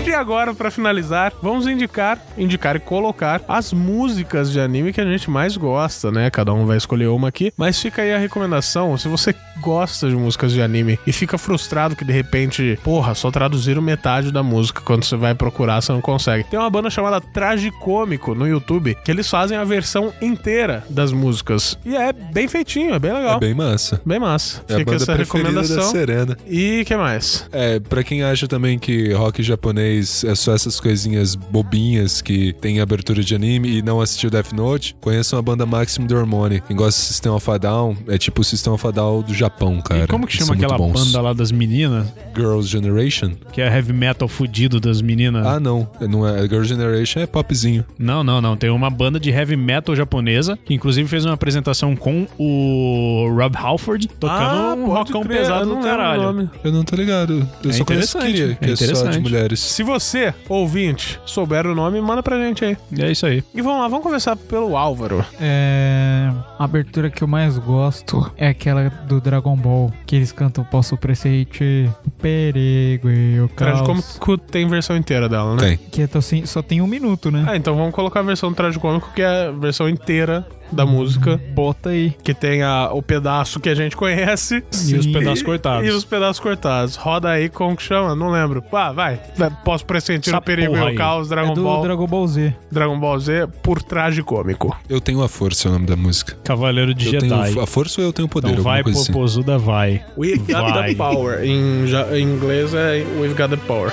Speaker 1: E agora, pra finalizar, vamos indicar, indicar e colocar as músicas de anime que a gente mais gosta, né? Cada um vai escolher uma aqui. Mas fica aí a recomendação: se você gosta de músicas de anime e fica frustrado que de repente, porra, só traduziram metade da música quando você vai procurar, você não consegue. Tem uma banda chamada Tragicômico no YouTube que eles fazem a versão inteira das músicas. E é bem feitinho, é bem legal.
Speaker 3: É bem massa.
Speaker 1: Bem massa.
Speaker 3: É a
Speaker 1: Fica
Speaker 3: banda
Speaker 1: essa
Speaker 3: preferida da
Speaker 1: recomendação.
Speaker 3: Serena.
Speaker 1: E que mais?
Speaker 3: É, pra quem acha também que rock japonês mas é só essas coisinhas bobinhas que tem abertura de anime e não assistiu Death Note, conheçam a banda Maximum do Hormone. Quem gosta de System of a Down, é tipo o System of a Down do Japão, cara.
Speaker 2: E como que
Speaker 3: Eles
Speaker 2: chama
Speaker 3: são muito
Speaker 2: aquela
Speaker 3: bons.
Speaker 2: banda lá das meninas?
Speaker 3: Girls' Generation?
Speaker 2: Que é heavy metal fudido das meninas.
Speaker 3: Ah, não. não é, Girls' Generation é popzinho.
Speaker 2: Não, não, não. Tem uma banda de heavy metal japonesa que inclusive fez uma apresentação com o Rob Halford tocando
Speaker 3: Ah,
Speaker 2: um
Speaker 3: pode
Speaker 2: rockão
Speaker 3: crer, eu
Speaker 2: pesado
Speaker 3: não
Speaker 2: do
Speaker 3: lembro o
Speaker 2: caralho.
Speaker 3: nome. Eu não tô ligado. Eu
Speaker 2: É
Speaker 3: só conheço
Speaker 2: interessante,
Speaker 3: Kyria, que
Speaker 2: é
Speaker 3: é, só de
Speaker 2: interessante.
Speaker 3: mulheres.
Speaker 1: Se você, ouvinte, souber o nome, manda pra gente aí.
Speaker 2: É isso aí.
Speaker 1: E vamos lá, vamos começar pelo Álvaro.
Speaker 7: É. A abertura que eu mais gosto é aquela do Dragon Ball, que eles cantam Posso Preceite, o perigo e o caos.
Speaker 1: Tragicômico tem versão inteira dela, né?
Speaker 3: Tem.
Speaker 7: Que é, assim, só tem um minuto, né?
Speaker 2: É,
Speaker 1: Ah, então vamos colocar a versão do Tragicômico, que é a versão inteira da música,
Speaker 7: Bota aí.
Speaker 1: que tem a- o pedaço que a gente conhece
Speaker 2: E os
Speaker 7: Sim.
Speaker 2: pedaços cortados.
Speaker 1: e os pedaços cortados. Roda aí, como que chama? Não lembro. Ah, vai. Vai, Posso pressentir
Speaker 2: Essa
Speaker 1: o perigo e
Speaker 2: porra
Speaker 1: o
Speaker 2: aí.
Speaker 1: caos, Dragon
Speaker 7: é do
Speaker 1: Ball,
Speaker 7: Dragon Ball Z.
Speaker 1: Dragon Ball Z, por Tragicômico.
Speaker 3: Eu tenho a força, é o nome da música.
Speaker 2: Cavaleiro de
Speaker 3: eu
Speaker 2: Jedi.
Speaker 3: tenho a força ou eu tenho o poder?
Speaker 2: Então
Speaker 3: alguma
Speaker 2: vai,
Speaker 3: coisa assim.
Speaker 2: Popozuda, vai.
Speaker 1: We've got
Speaker 2: Vai.
Speaker 1: the power. Em, ja- em inglês é We've got the power.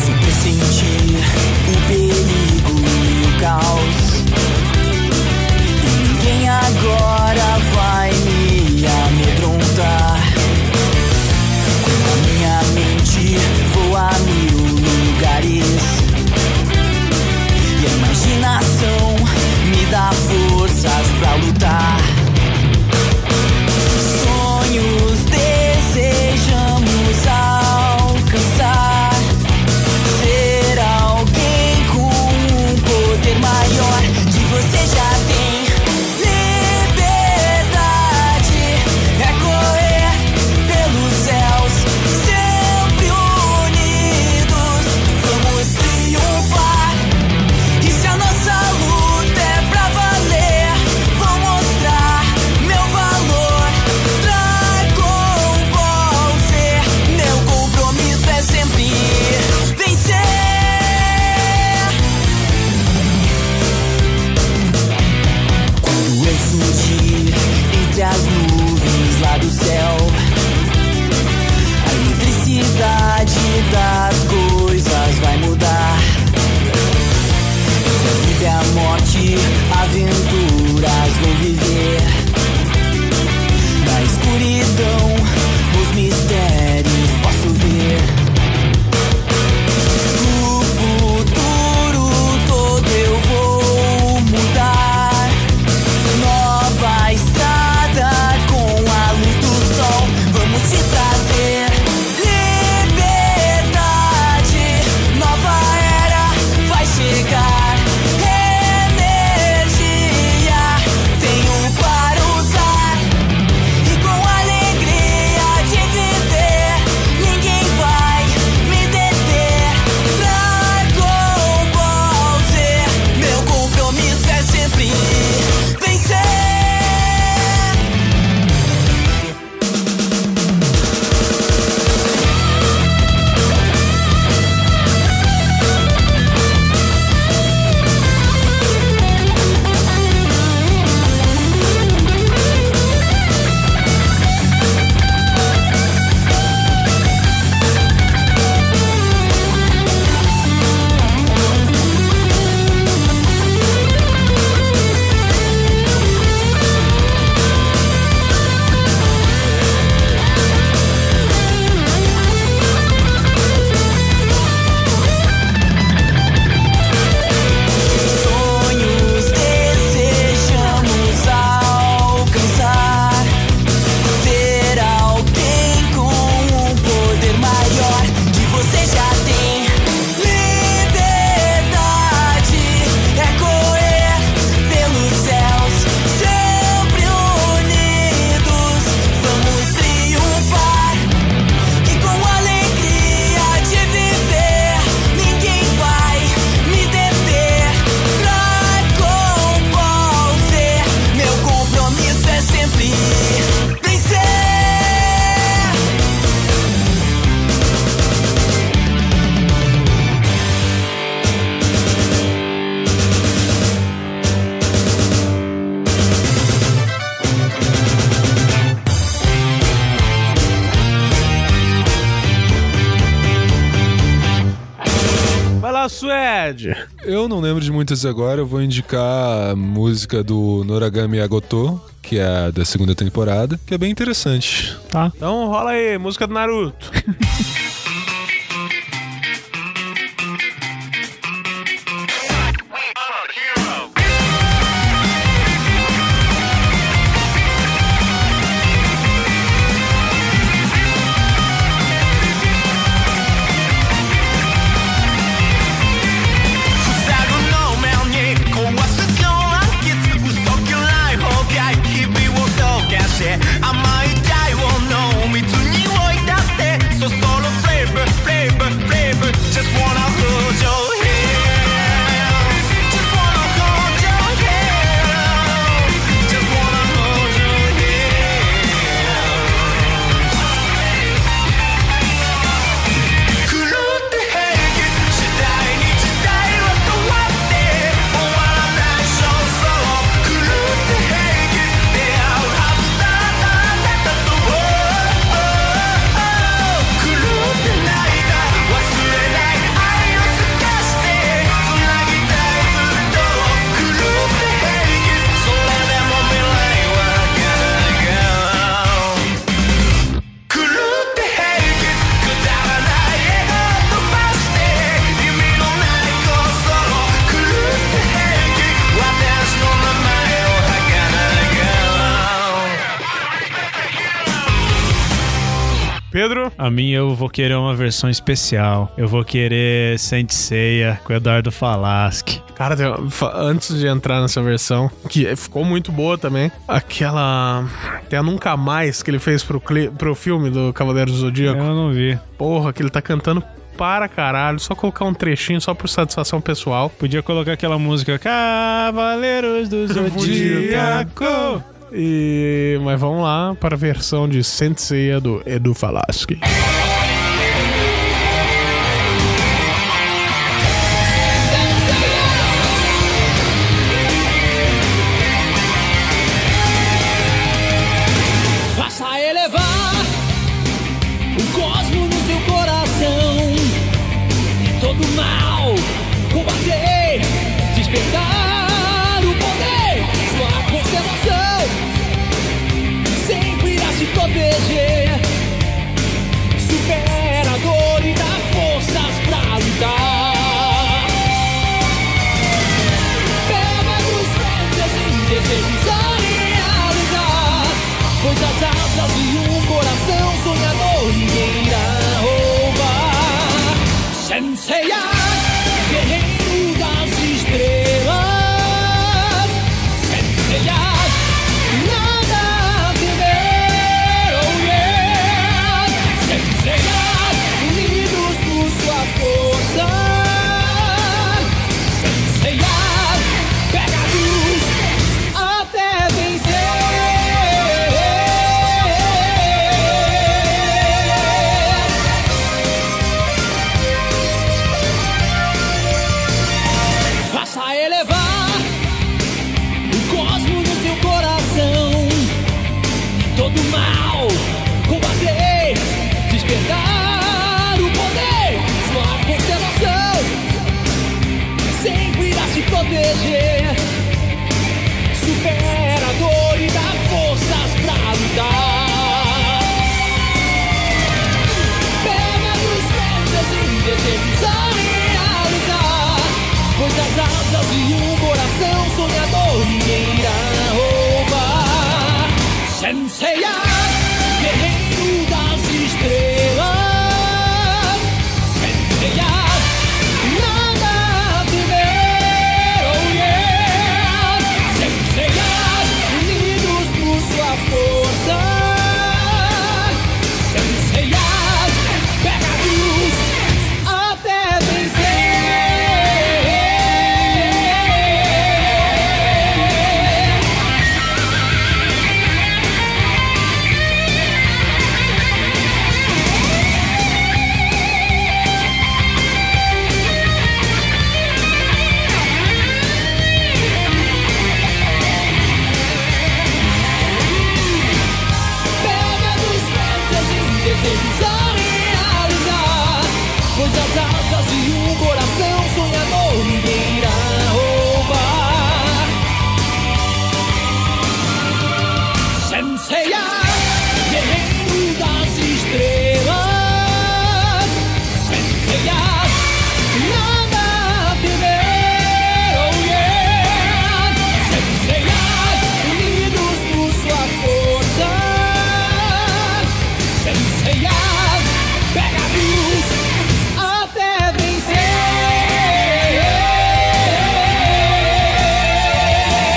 Speaker 9: Se pressentir o perigo e o caos. E ninguém agora vai me amedrontar. Com a minha um É é é é é um é é
Speaker 1: lá, Suede!
Speaker 3: Eu não lembro de muitas agora, eu vou indicar a música do Noragami Agotô, que é da segunda temporada, que é bem interessante.
Speaker 1: Então rola aí, música do Naruto.
Speaker 10: oh
Speaker 1: Pedro,
Speaker 2: A minha eu vou querer uma versão especial. Eu vou querer Saint Seiya com Eduardo Falaschi.
Speaker 1: cara, tem- fa- antes de entrar nessa versão, que é, ficou muito boa também, aquela. Tem a Nunca Mais que ele fez pro, cli- pro filme do Cavaleiro do
Speaker 2: Eu
Speaker 1: Zodíaco.
Speaker 2: não vi.
Speaker 1: Porra, que ele tá cantando para caralho, só colocar um trechinho só por satisfação pessoal.
Speaker 2: Podia colocar aquela música Cavaleiros do Zodíaco.
Speaker 1: E. Mas vamos lá para a versão de Sensei do Edu Falaschi.
Speaker 10: Faça elevar o cosmo no seu coração e todo mal combater, despertar o poder, sua constelação sempre irá se proteger. Supera a dor e dá forças pra lutar. Pega nos pés e desejos a realizar. Pois as asas de um coração sonhador ninguém irá roubar. Sensei, guerreiro das estrelas. Sensei, nada a temer. Oh yeah. Sensei, unidos por sua força. Seiar, pega a luz até vencer. Faça elevar o cosmo no seu coração e todo mal combater, despertar o poder, sua constelação sempre irá se proteger. Supera a dor e dá forças pra lutar. Pega nos pés e desejos a realizar. Pois as asas de um coração sonhador ninguém irá roubar. Sensei, guerreiro das estrelas. Sensei, Nada a temer, oh yeah. Senseias, unidos por sua força. Senseias, pega a luz até vencer.
Speaker 9: atrás de um coração sonhador ninguém irá roubar. Senseiya, guerreiro das estrelas. Senseiya, nada a temer, oh yeah. Senseiya, unidos por sua força. Senseiya, pega vírus até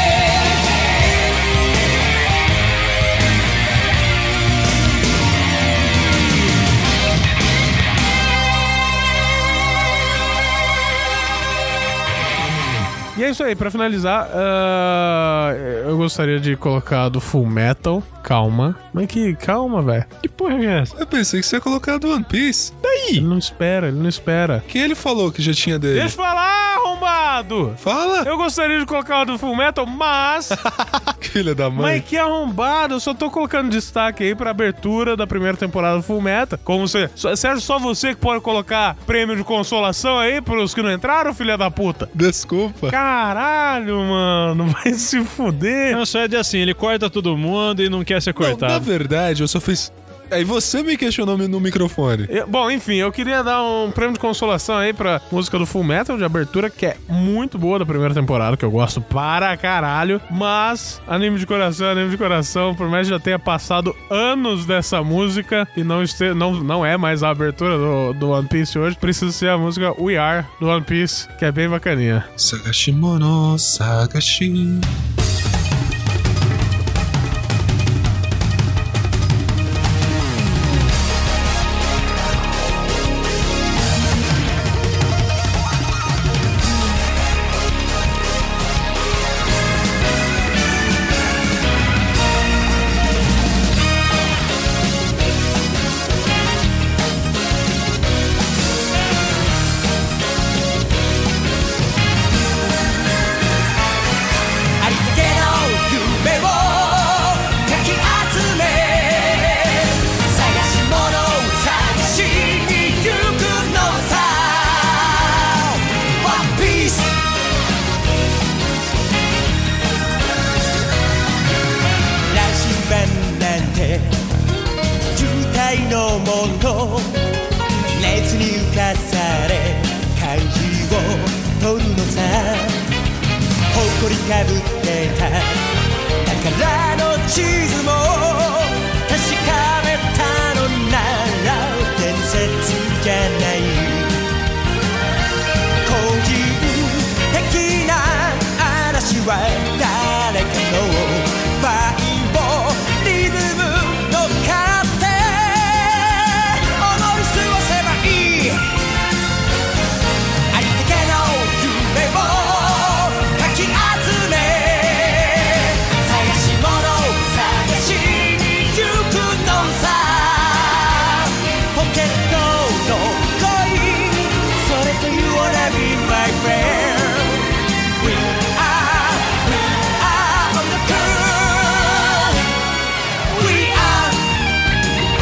Speaker 9: vencer.
Speaker 1: E é isso aí, pra finalizar, ah, eu gostaria de colocar do Full Metal. Calma. Mas que calma, velho. Que porra é essa?
Speaker 3: Eu pensei que você ia colocar do One Piece.
Speaker 1: Ele não espera, ele não espera.
Speaker 3: Que ele falou que já tinha dele.
Speaker 1: Deixa eu falar, arrombado!
Speaker 3: Fala! [LAUGHS]
Speaker 1: Eu gostaria de colocar o do Full Metal, mas.
Speaker 3: Filha da mãe.
Speaker 1: Mas que arrombado! Eu só tô colocando destaque aí pra abertura da primeira temporada do Full Metal. Como você. só- Sérgio, só você que pode colocar prêmio de consolação aí pros que não entraram, filha da puta.
Speaker 3: Desculpa.
Speaker 1: Caralho, mano, [LAUGHS] vai se fuder.
Speaker 2: Não, só é de assim, ele corta todo mundo e não quer ser
Speaker 3: Não, na
Speaker 2: cortado.
Speaker 3: verdade, eu só fiz. Aí você me questionou no microfone.
Speaker 1: Eu- bom, enfim, eu queria dar um prêmio de consolação aí pra música do Full Metal de abertura, que é muito boa da primeira temporada, que eu gosto para caralho. Mas, anime de coração, é anime de coração, por mais que já tenha passado anos dessa música e não, este, não, não é mais a abertura do, do One Piece hoje, precisa ser a música We Are do One Piece, que é bem bacaninha.
Speaker 3: Sagashimono, Sagashi.
Speaker 9: 「ありかけの夢をかき集め」「探し物を探しに行くのさ」「ワンピース」「羅針盤なんて渋滞のもの」「熱に浮かされ漢字を取るのさ」誇りかぶってた宝の地図も確かめたのなら伝説じゃない個人的な嵐は誰かのバイオリズムの糧踊り過ごせばいいありったけの夢をかき集め探し物を探しに行くのさポケットの恋それと You wanna be my friend We are, we are on the cruise We are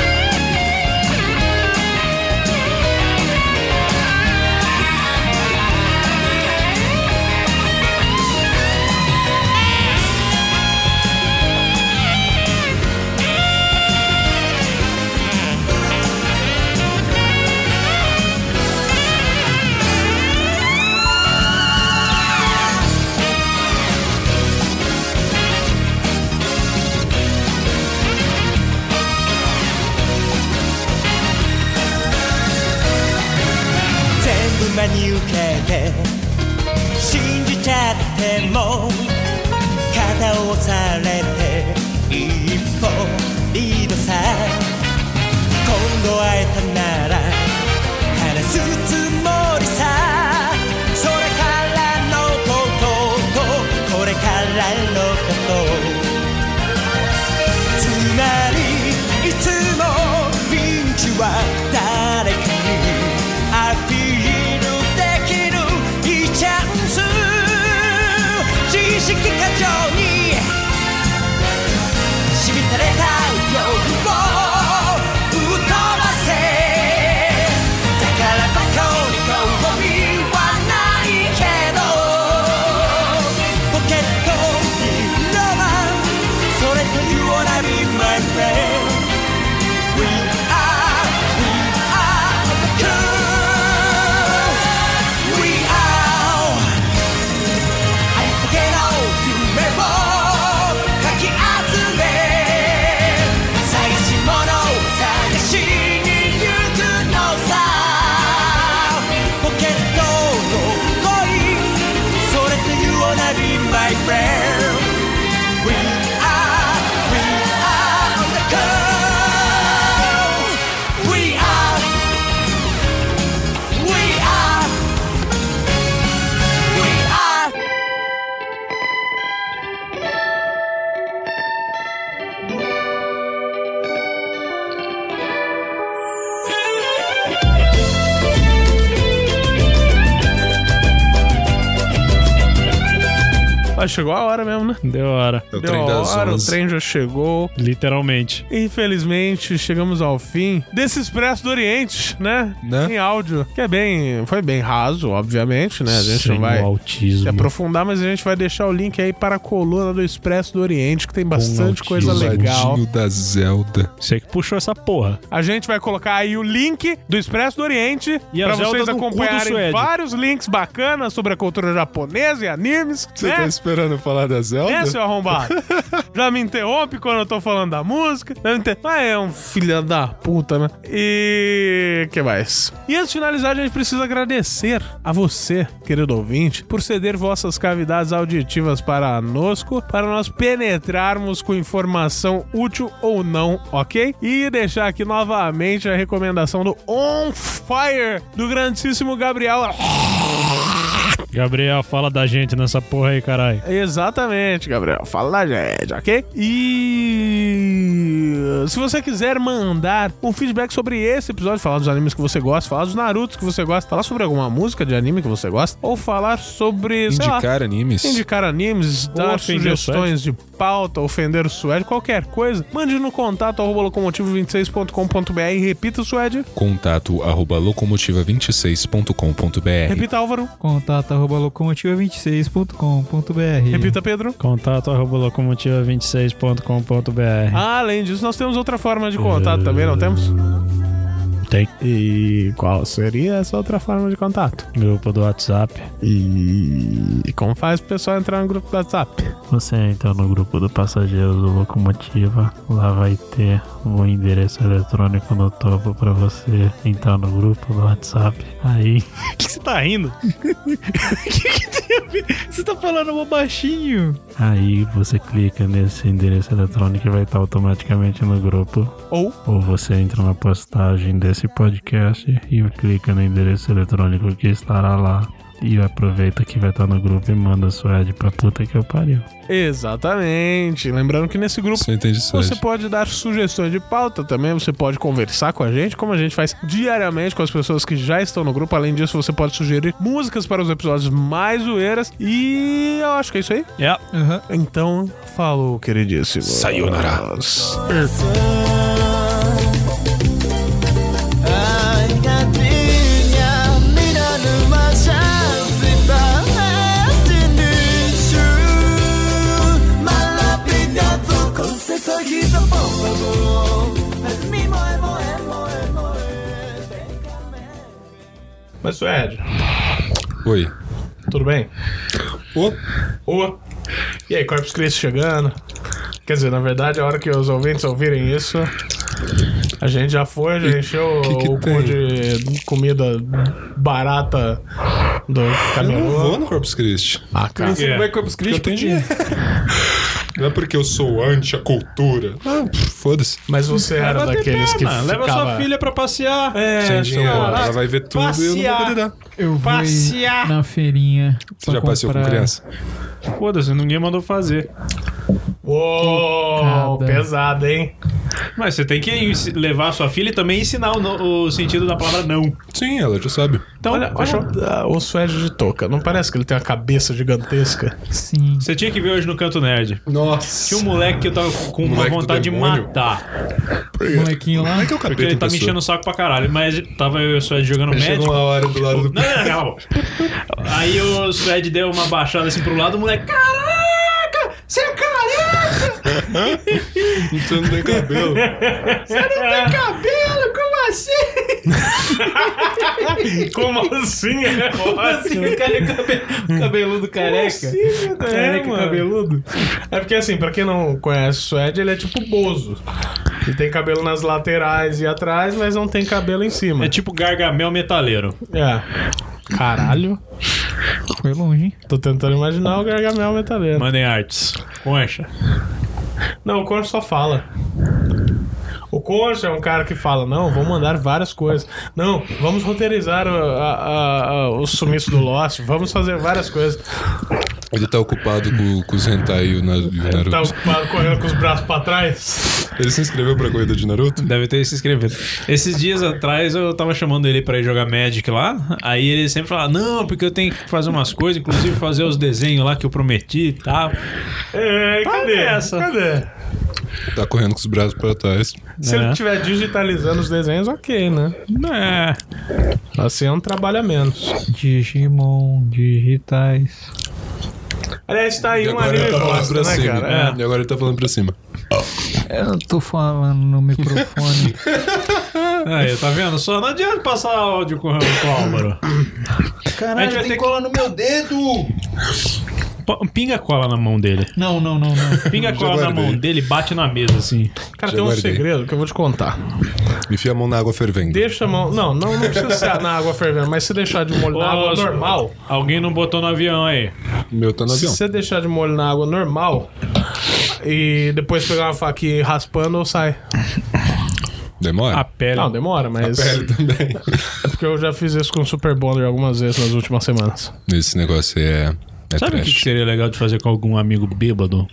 Speaker 9: 「全部真に受けて」「信じちゃっても」「肩を押されて一歩リードさ」「今度会えたなら話すつもりさ」「それからのこととこれからのこと」つまりいつもピンチは誰かにアピールできるいいチャンス知識過剰にしみたれた欲望
Speaker 1: Ó, chegou a hora mesmo, né?
Speaker 2: Deu hora.
Speaker 3: É o
Speaker 1: Deu
Speaker 3: trem
Speaker 1: a
Speaker 3: das
Speaker 1: hora, o
Speaker 3: onze.
Speaker 1: trem já chegou.
Speaker 2: Literalmente.
Speaker 1: Infelizmente, chegamos ao fim desse Expresso do Oriente, né?
Speaker 3: Né?
Speaker 1: Em áudio. Que é bem. Foi bem raso, obviamente, né? A gente
Speaker 2: Sem
Speaker 1: não vai
Speaker 2: o
Speaker 1: se
Speaker 2: autismo.
Speaker 1: aprofundar, mas a gente vai deixar o link aí para a coluna do Expresso do Oriente,
Speaker 2: Um
Speaker 1: que tem bastante
Speaker 2: autismo.
Speaker 1: coisa legal.
Speaker 3: Ladinho da Zelda.
Speaker 2: Você que puxou essa porra.
Speaker 1: A gente vai colocar aí o link do Expresso do Oriente
Speaker 2: E a
Speaker 1: para
Speaker 2: Zelda
Speaker 1: vocês
Speaker 2: no cu do
Speaker 1: acompanharem
Speaker 2: Suede.
Speaker 1: vários links bacanas sobre a cultura japonesa e animes.
Speaker 3: Você
Speaker 1: né?
Speaker 3: tá esperando falar da Zelda?
Speaker 1: É, seu arrombado. Já me interrompe quando eu tô falando da música. Já me inter- Ah, é um filho da puta, né? E. que mais? E antes de finalizar, a gente precisa agradecer a você, querido ouvinte, por ceder vossas cavidades auditivas para Nosco, para nós penetrarmos com informação útil ou não, ok? E deixar aqui novamente a recomendação do On Fire do grandíssimo Gabriel.
Speaker 2: Gabriel, fala da gente nessa porra aí, caralho.
Speaker 1: Exatamente, Gabriel. Fala, gente, ok? E se você quiser mandar um feedback sobre esse episódio, falar dos animes que você gosta, falar dos Narutos que você gosta, falar sobre alguma música de anime que você gosta, ou falar sobre, sei lá,
Speaker 3: Indicar animes.
Speaker 1: indicar animes, dar
Speaker 2: ofender o
Speaker 1: sugestões de pauta, ofender o Suede, qualquer coisa, mande no contato arroba locomotivo26.com.br e repita, Suede.
Speaker 3: Contato arroba locomotiva26.com.br
Speaker 1: Repita, Álvaro.
Speaker 7: Contato arroba locomotiva26.com.br.
Speaker 1: Repita, Pedro.
Speaker 2: Contato arroba locomotiva26.com.br.
Speaker 1: Além disso, nós temos outra forma de contato também, não temos?
Speaker 2: Tem
Speaker 1: E qual seria essa outra forma de contato?
Speaker 2: grupo do WhatsApp.
Speaker 1: E, e como faz o pessoal entrar no grupo do WhatsApp?
Speaker 2: Você entra no grupo do passageiro do Locomotiva, lá vai ter o endereço eletrônico no topo pra você entrar no grupo do WhatsApp. Aí. O que você tá rindo?
Speaker 7: Você tá falando mó baixinho.
Speaker 2: Aí você clica nesse endereço eletrônico e vai estar automaticamente no grupo.
Speaker 1: Ou-
Speaker 2: Ou você entra na postagem desse podcast e clica no endereço eletrônico que estará lá. E aproveita que vai estar no grupo e manda sua ad pra puta que eu pariu.
Speaker 1: Exatamente. Lembrando que nesse grupo
Speaker 3: Você entende isso? né?
Speaker 1: você pode dar sugestões de pauta também, você pode conversar com a gente, como a gente faz diariamente com as pessoas que já estão no grupo. Além disso, você pode sugerir músicas para os episódios mais zoeiras. E eu acho que é isso aí.
Speaker 2: Yeah.
Speaker 1: Então, falou, queridíssimo.
Speaker 3: Sayonara.
Speaker 1: Mas, Suede,
Speaker 3: Oi.
Speaker 1: tudo bem?
Speaker 3: Ô,
Speaker 1: Ô! E aí, Corpus Christi chegando. Quer dizer, na verdade, a hora que os ouvintes ouvirem isso, a gente já foi, já encheu
Speaker 3: que
Speaker 1: o cu
Speaker 3: tem?
Speaker 1: de comida barata do
Speaker 3: eu não vou
Speaker 1: caminhão.
Speaker 3: no Corpus Christi.
Speaker 1: Ah, cara.
Speaker 7: Como é que Corpus
Speaker 3: Eu
Speaker 7: Christi?
Speaker 3: tenho dinheiro. Não é porque eu sou anti a cultura. Ah, pff, foda-se.
Speaker 1: Mas você era daqueles que ficava...
Speaker 2: Leva sua filha pra passear. É.
Speaker 3: Sem dinheiro, ela vai ver tudo e eu não vou poder dar.
Speaker 7: Eu vou
Speaker 2: Passear.
Speaker 7: na feirinha.
Speaker 3: Você já passeou com criança?
Speaker 2: Foda-se, ninguém mandou fazer.
Speaker 1: Uou,
Speaker 7: Cada-
Speaker 1: pesado, hein?
Speaker 2: Mas você tem que ens- levar sua filha e também ensinar o, no- o sentido da palavra não.
Speaker 3: Sim, ela já sabe.
Speaker 2: Então,
Speaker 1: Olha, olha
Speaker 2: fechou.
Speaker 1: ah, o Suede de touca. Não parece que ele tem uma cabeça gigantesca?
Speaker 7: Sim.
Speaker 2: Você tinha que ver hoje no Canto Nerd.
Speaker 3: Nossa.
Speaker 2: Tinha um moleque que eu tava com uma
Speaker 3: Moleque do
Speaker 2: vontade de
Speaker 3: demônio.
Speaker 2: matar.
Speaker 7: Molequinho lá. [LAUGHS]
Speaker 3: Como é que eu
Speaker 2: Porque
Speaker 3: capeta
Speaker 2: ele
Speaker 3: em
Speaker 2: tá me
Speaker 3: pessoa?
Speaker 2: enchendo o saco pra caralho. Mas tava eu e o Suede jogando
Speaker 3: Chega
Speaker 2: médico. Tipo,
Speaker 3: uma hora do lado do...
Speaker 2: Não, não, não, cala a boca. Aí o Suede deu uma baixada assim pro lado, o moleque. Caraca! Você é careca!
Speaker 3: Você não tem cabelo.
Speaker 2: Cabelo, como assim?
Speaker 1: [LAUGHS] Como assim?
Speaker 7: O cara é cabe- cabeludo
Speaker 1: assim,
Speaker 7: careca.
Speaker 1: Careca é cabeludo. É porque assim, pra quem não conhece o Suede, ele é tipo Bozo. Ele tem cabelo nas laterais e atrás, mas não tem cabelo em cima.
Speaker 2: É tipo gargamel metaleiro.
Speaker 1: É. Caralho.
Speaker 7: Foi longe, hein?
Speaker 1: Tô tentando imaginar o Gargamel metaleiro.
Speaker 2: Mandem artes. Concha.
Speaker 1: Não, o Concha só fala. O Concha é um cara que fala, não, vou mandar várias coisas. Não, vamos roteirizar o, a- a- a- o sumiço do Lost, vamos fazer várias coisas.
Speaker 3: Ele tá ocupado com, com os hentai e o Na- e o Naruto.
Speaker 1: Tá ocupado correndo com os braços pra trás?
Speaker 3: Ele se inscreveu pra corrida de Naruto?
Speaker 2: Deve ter se inscrevido. Esses dias atrás eu tava chamando ele pra ir jogar Magic lá. Aí ele sempre fala: Não, porque eu tenho que fazer umas coisas, inclusive fazer os desenhos lá que eu prometi e tal.
Speaker 1: É, cadê?
Speaker 2: dessa.
Speaker 1: Cadê?
Speaker 3: Tá correndo com os braços pra trás.
Speaker 1: Se
Speaker 2: É.
Speaker 1: ele estiver digitalizando os desenhos, ok, né?
Speaker 2: É.
Speaker 1: Assim é um trabalho a menos.
Speaker 7: Digimon digitais.
Speaker 1: Aliás, tá aí
Speaker 3: E
Speaker 1: um
Speaker 3: agora
Speaker 1: anime
Speaker 3: ele tá falando
Speaker 1: bosta,
Speaker 3: pra
Speaker 1: né,
Speaker 3: cima.
Speaker 1: cara? É.
Speaker 3: E agora ele tá falando pra cima.
Speaker 7: Eu tô falando no microfone.
Speaker 2: Aí, tá vendo? Só não adianta passar áudio com, com o Álvaro. A gente
Speaker 5: Caralho,
Speaker 2: vai ter
Speaker 5: tem
Speaker 2: que-
Speaker 5: cola no meu dedo!
Speaker 2: P- Pinga cola na mão dele.
Speaker 7: [LAUGHS] não, não, não, não.
Speaker 2: Pinga
Speaker 3: Já
Speaker 2: cola na
Speaker 3: guardei.
Speaker 2: mão dele, bate na mesa assim.
Speaker 1: Cara,
Speaker 3: Já
Speaker 1: tem um
Speaker 3: guardei.
Speaker 1: segredo que eu vou te contar.
Speaker 3: Enfia a mão na água fervendo.
Speaker 1: Deixa a mão. Não, não, não precisa ser na água fervendo, mas se deixar de molho na
Speaker 2: Ô,
Speaker 1: água
Speaker 2: Osmo.
Speaker 1: normal.
Speaker 2: Alguém não botou no avião aí.
Speaker 3: O meu tá no
Speaker 1: Se
Speaker 3: avião.
Speaker 1: você deixar de molho na água normal e depois pegar uma faquinha e ir raspando, sai.
Speaker 2: A
Speaker 3: Demora?
Speaker 2: pele.
Speaker 1: Não, demora, mas.
Speaker 2: [LAUGHS]
Speaker 3: Pele também.
Speaker 1: É porque eu já fiz isso com o Super Bonder algumas vezes nas últimas semanas.
Speaker 3: Esse negócio aí é. É
Speaker 2: Sabe o que,
Speaker 3: trash.
Speaker 2: que seria legal de fazer com algum amigo bêbado?
Speaker 1: O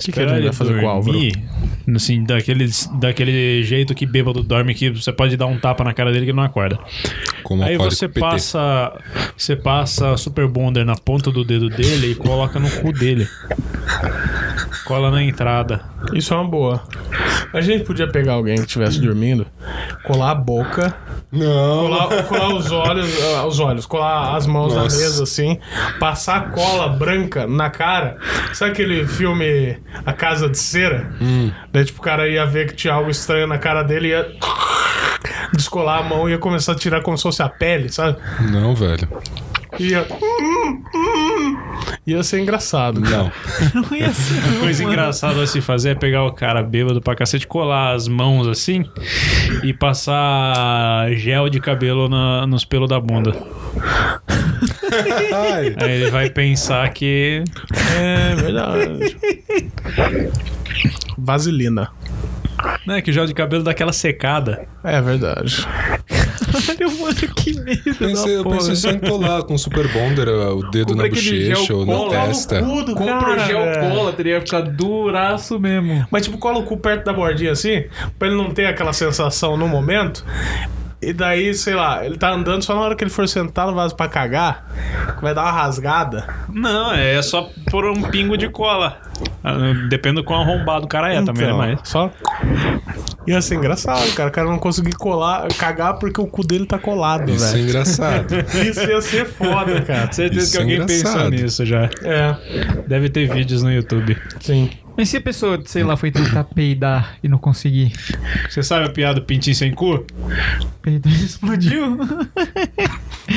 Speaker 1: que, que Hum. ele vai fazer com o Álvaro?
Speaker 2: Álvaro? Assim, daquele, daquele jeito que bêbado dorme, que você pode dar um tapa na cara dele que ele não acorda.
Speaker 3: Como
Speaker 2: tipo, Aí
Speaker 3: alcoólico
Speaker 2: você
Speaker 3: PT.
Speaker 2: passa, você passa Super Bonder na ponta do dedo dele e coloca no cu dele. Cola na entrada.
Speaker 1: Isso é uma boa. A gente podia pegar alguém que estivesse dormindo, colar a boca,
Speaker 3: Não.
Speaker 1: colar, colar os olhos, ah, os olhos, colar as mãos na
Speaker 3: Nossa.
Speaker 1: mesa assim, passar cola branca na cara. Sabe aquele filme A Casa de Cera?
Speaker 3: Hum.
Speaker 1: Daí tipo o cara ia ver que tinha algo estranho na cara dele e ia descolar a mão e ia começar a tirar como se fosse a pele, sabe?
Speaker 3: Não, velho.
Speaker 1: Ia ia ser
Speaker 3: [LAUGHS]
Speaker 1: engraçado.
Speaker 3: Não.
Speaker 2: Coisa engraçada a se fazer é pegar o cara bêbado pra cacete, colar as mãos assim e passar gel de cabelo na- nos pelos da bunda.
Speaker 3: Ai.
Speaker 2: Aí ele vai pensar que.
Speaker 1: É
Speaker 3: [LAUGHS]
Speaker 1: verdade. Vaselina.
Speaker 2: Né, que o gel de cabelo dá aquela secada.
Speaker 1: É verdade.
Speaker 3: Pensei, eu pensei só em colar com Super Bonder uh, o dedo na bochecha ou na testa.
Speaker 7: Compra o gel cola, teria que ficar duraço mesmo.
Speaker 1: Mas tipo, cola o cu perto da bordinha assim, pra ele não ter aquela sensação no momento. E daí, sei lá, ele tá andando só na hora que ele for sentar no vaso pra cagar, que vai dar uma rasgada.
Speaker 2: Não, é só por um pingo de cola. Ah, Depende do quão arrombado o cara é também, né?
Speaker 1: Então,
Speaker 2: Mas.
Speaker 1: Só. Ia ser engraçado, cara. O cara não conseguir colar, cagar porque o cu dele tá colado,
Speaker 3: Isso é [LAUGHS]
Speaker 1: velho.
Speaker 3: engraçado.
Speaker 1: Isso ia ser foda, cara.
Speaker 2: Certeza
Speaker 3: Isso
Speaker 2: que
Speaker 3: é
Speaker 2: alguém pensou
Speaker 3: engraçado.
Speaker 2: nisso já.
Speaker 1: É,
Speaker 2: Deve ter vídeos no YouTube.
Speaker 1: sim.
Speaker 7: Mas se a pessoa, sei lá, foi tentar peidar e não conseguir?
Speaker 2: Você sabe a piada do pintinho sem cu?
Speaker 7: Peidou e explodiu?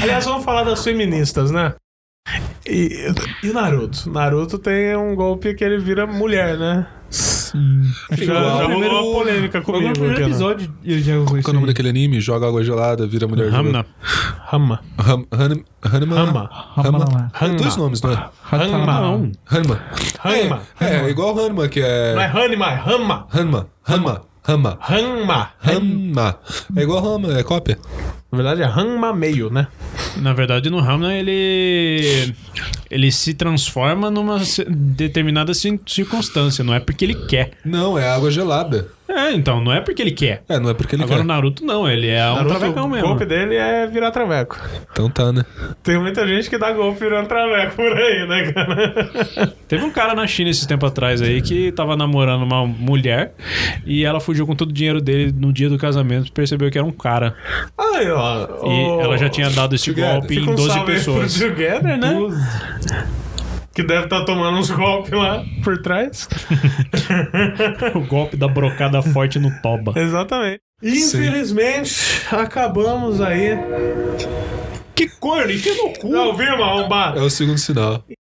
Speaker 1: Aliás, vamos falar das feministas, né? E, e o Naruto? Naruto tem um golpe que ele vira mulher, né? Sim. Já, já rolou
Speaker 7: primeiro-
Speaker 1: uma polêmica comigo. Kenan.
Speaker 7: episódio eu já ouvi
Speaker 3: Qual é o nome daquele anime? Joga água gelada, vira mulher
Speaker 2: Ramna.
Speaker 1: Rama.
Speaker 3: gelada. Hanma. Hanma.
Speaker 1: Rama.
Speaker 3: Hanma.
Speaker 7: Hanma.
Speaker 3: É dois nomes, não é?
Speaker 1: Hanma. Não.
Speaker 3: Hanma.
Speaker 1: Hanma.
Speaker 3: É, é igual Hanma, que
Speaker 1: Não é
Speaker 3: é.
Speaker 1: Hanma, é Rama.
Speaker 3: Hanma. Hanma. Hanma.
Speaker 1: Hanma.
Speaker 3: Hanma. É igual Hanma, é cópia.
Speaker 1: Na verdade é Hanma meio, né?
Speaker 2: Na verdade, no Ramna ele. Ele se transforma numa ci- determinada cin- circunstância, não é porque ele quer.
Speaker 3: Não, é água gelada.
Speaker 2: É, então, não é porque ele quer.
Speaker 3: É, não é porque ele
Speaker 2: Agora o
Speaker 3: quer.
Speaker 2: Naruto não, ele é um travecão
Speaker 1: o
Speaker 2: mesmo.
Speaker 1: golpe dele é virar traveco.
Speaker 3: Então tá, né?
Speaker 1: Tem muita gente que dá golpe virando traveco por aí, né, cara?
Speaker 2: Teve um cara na China esses tempo atrás aí que tava namorando uma mulher e ela fugiu com todo o dinheiro dele no dia do casamento, percebeu que era um cara.
Speaker 1: Aí, ó.
Speaker 2: E ela já tinha dado esse
Speaker 3: Together.
Speaker 2: golpe
Speaker 1: um
Speaker 2: em 12 pessoas.
Speaker 1: Together, né? Que deve estar tomando uns golpes lá por trás.
Speaker 2: [LAUGHS] O golpe da brocada forte no toba.
Speaker 1: Exatamente. Infelizmente, acabamos aí. Que corno, enfia no cu. Não, viu, Maromba?
Speaker 3: É o segundo sinal.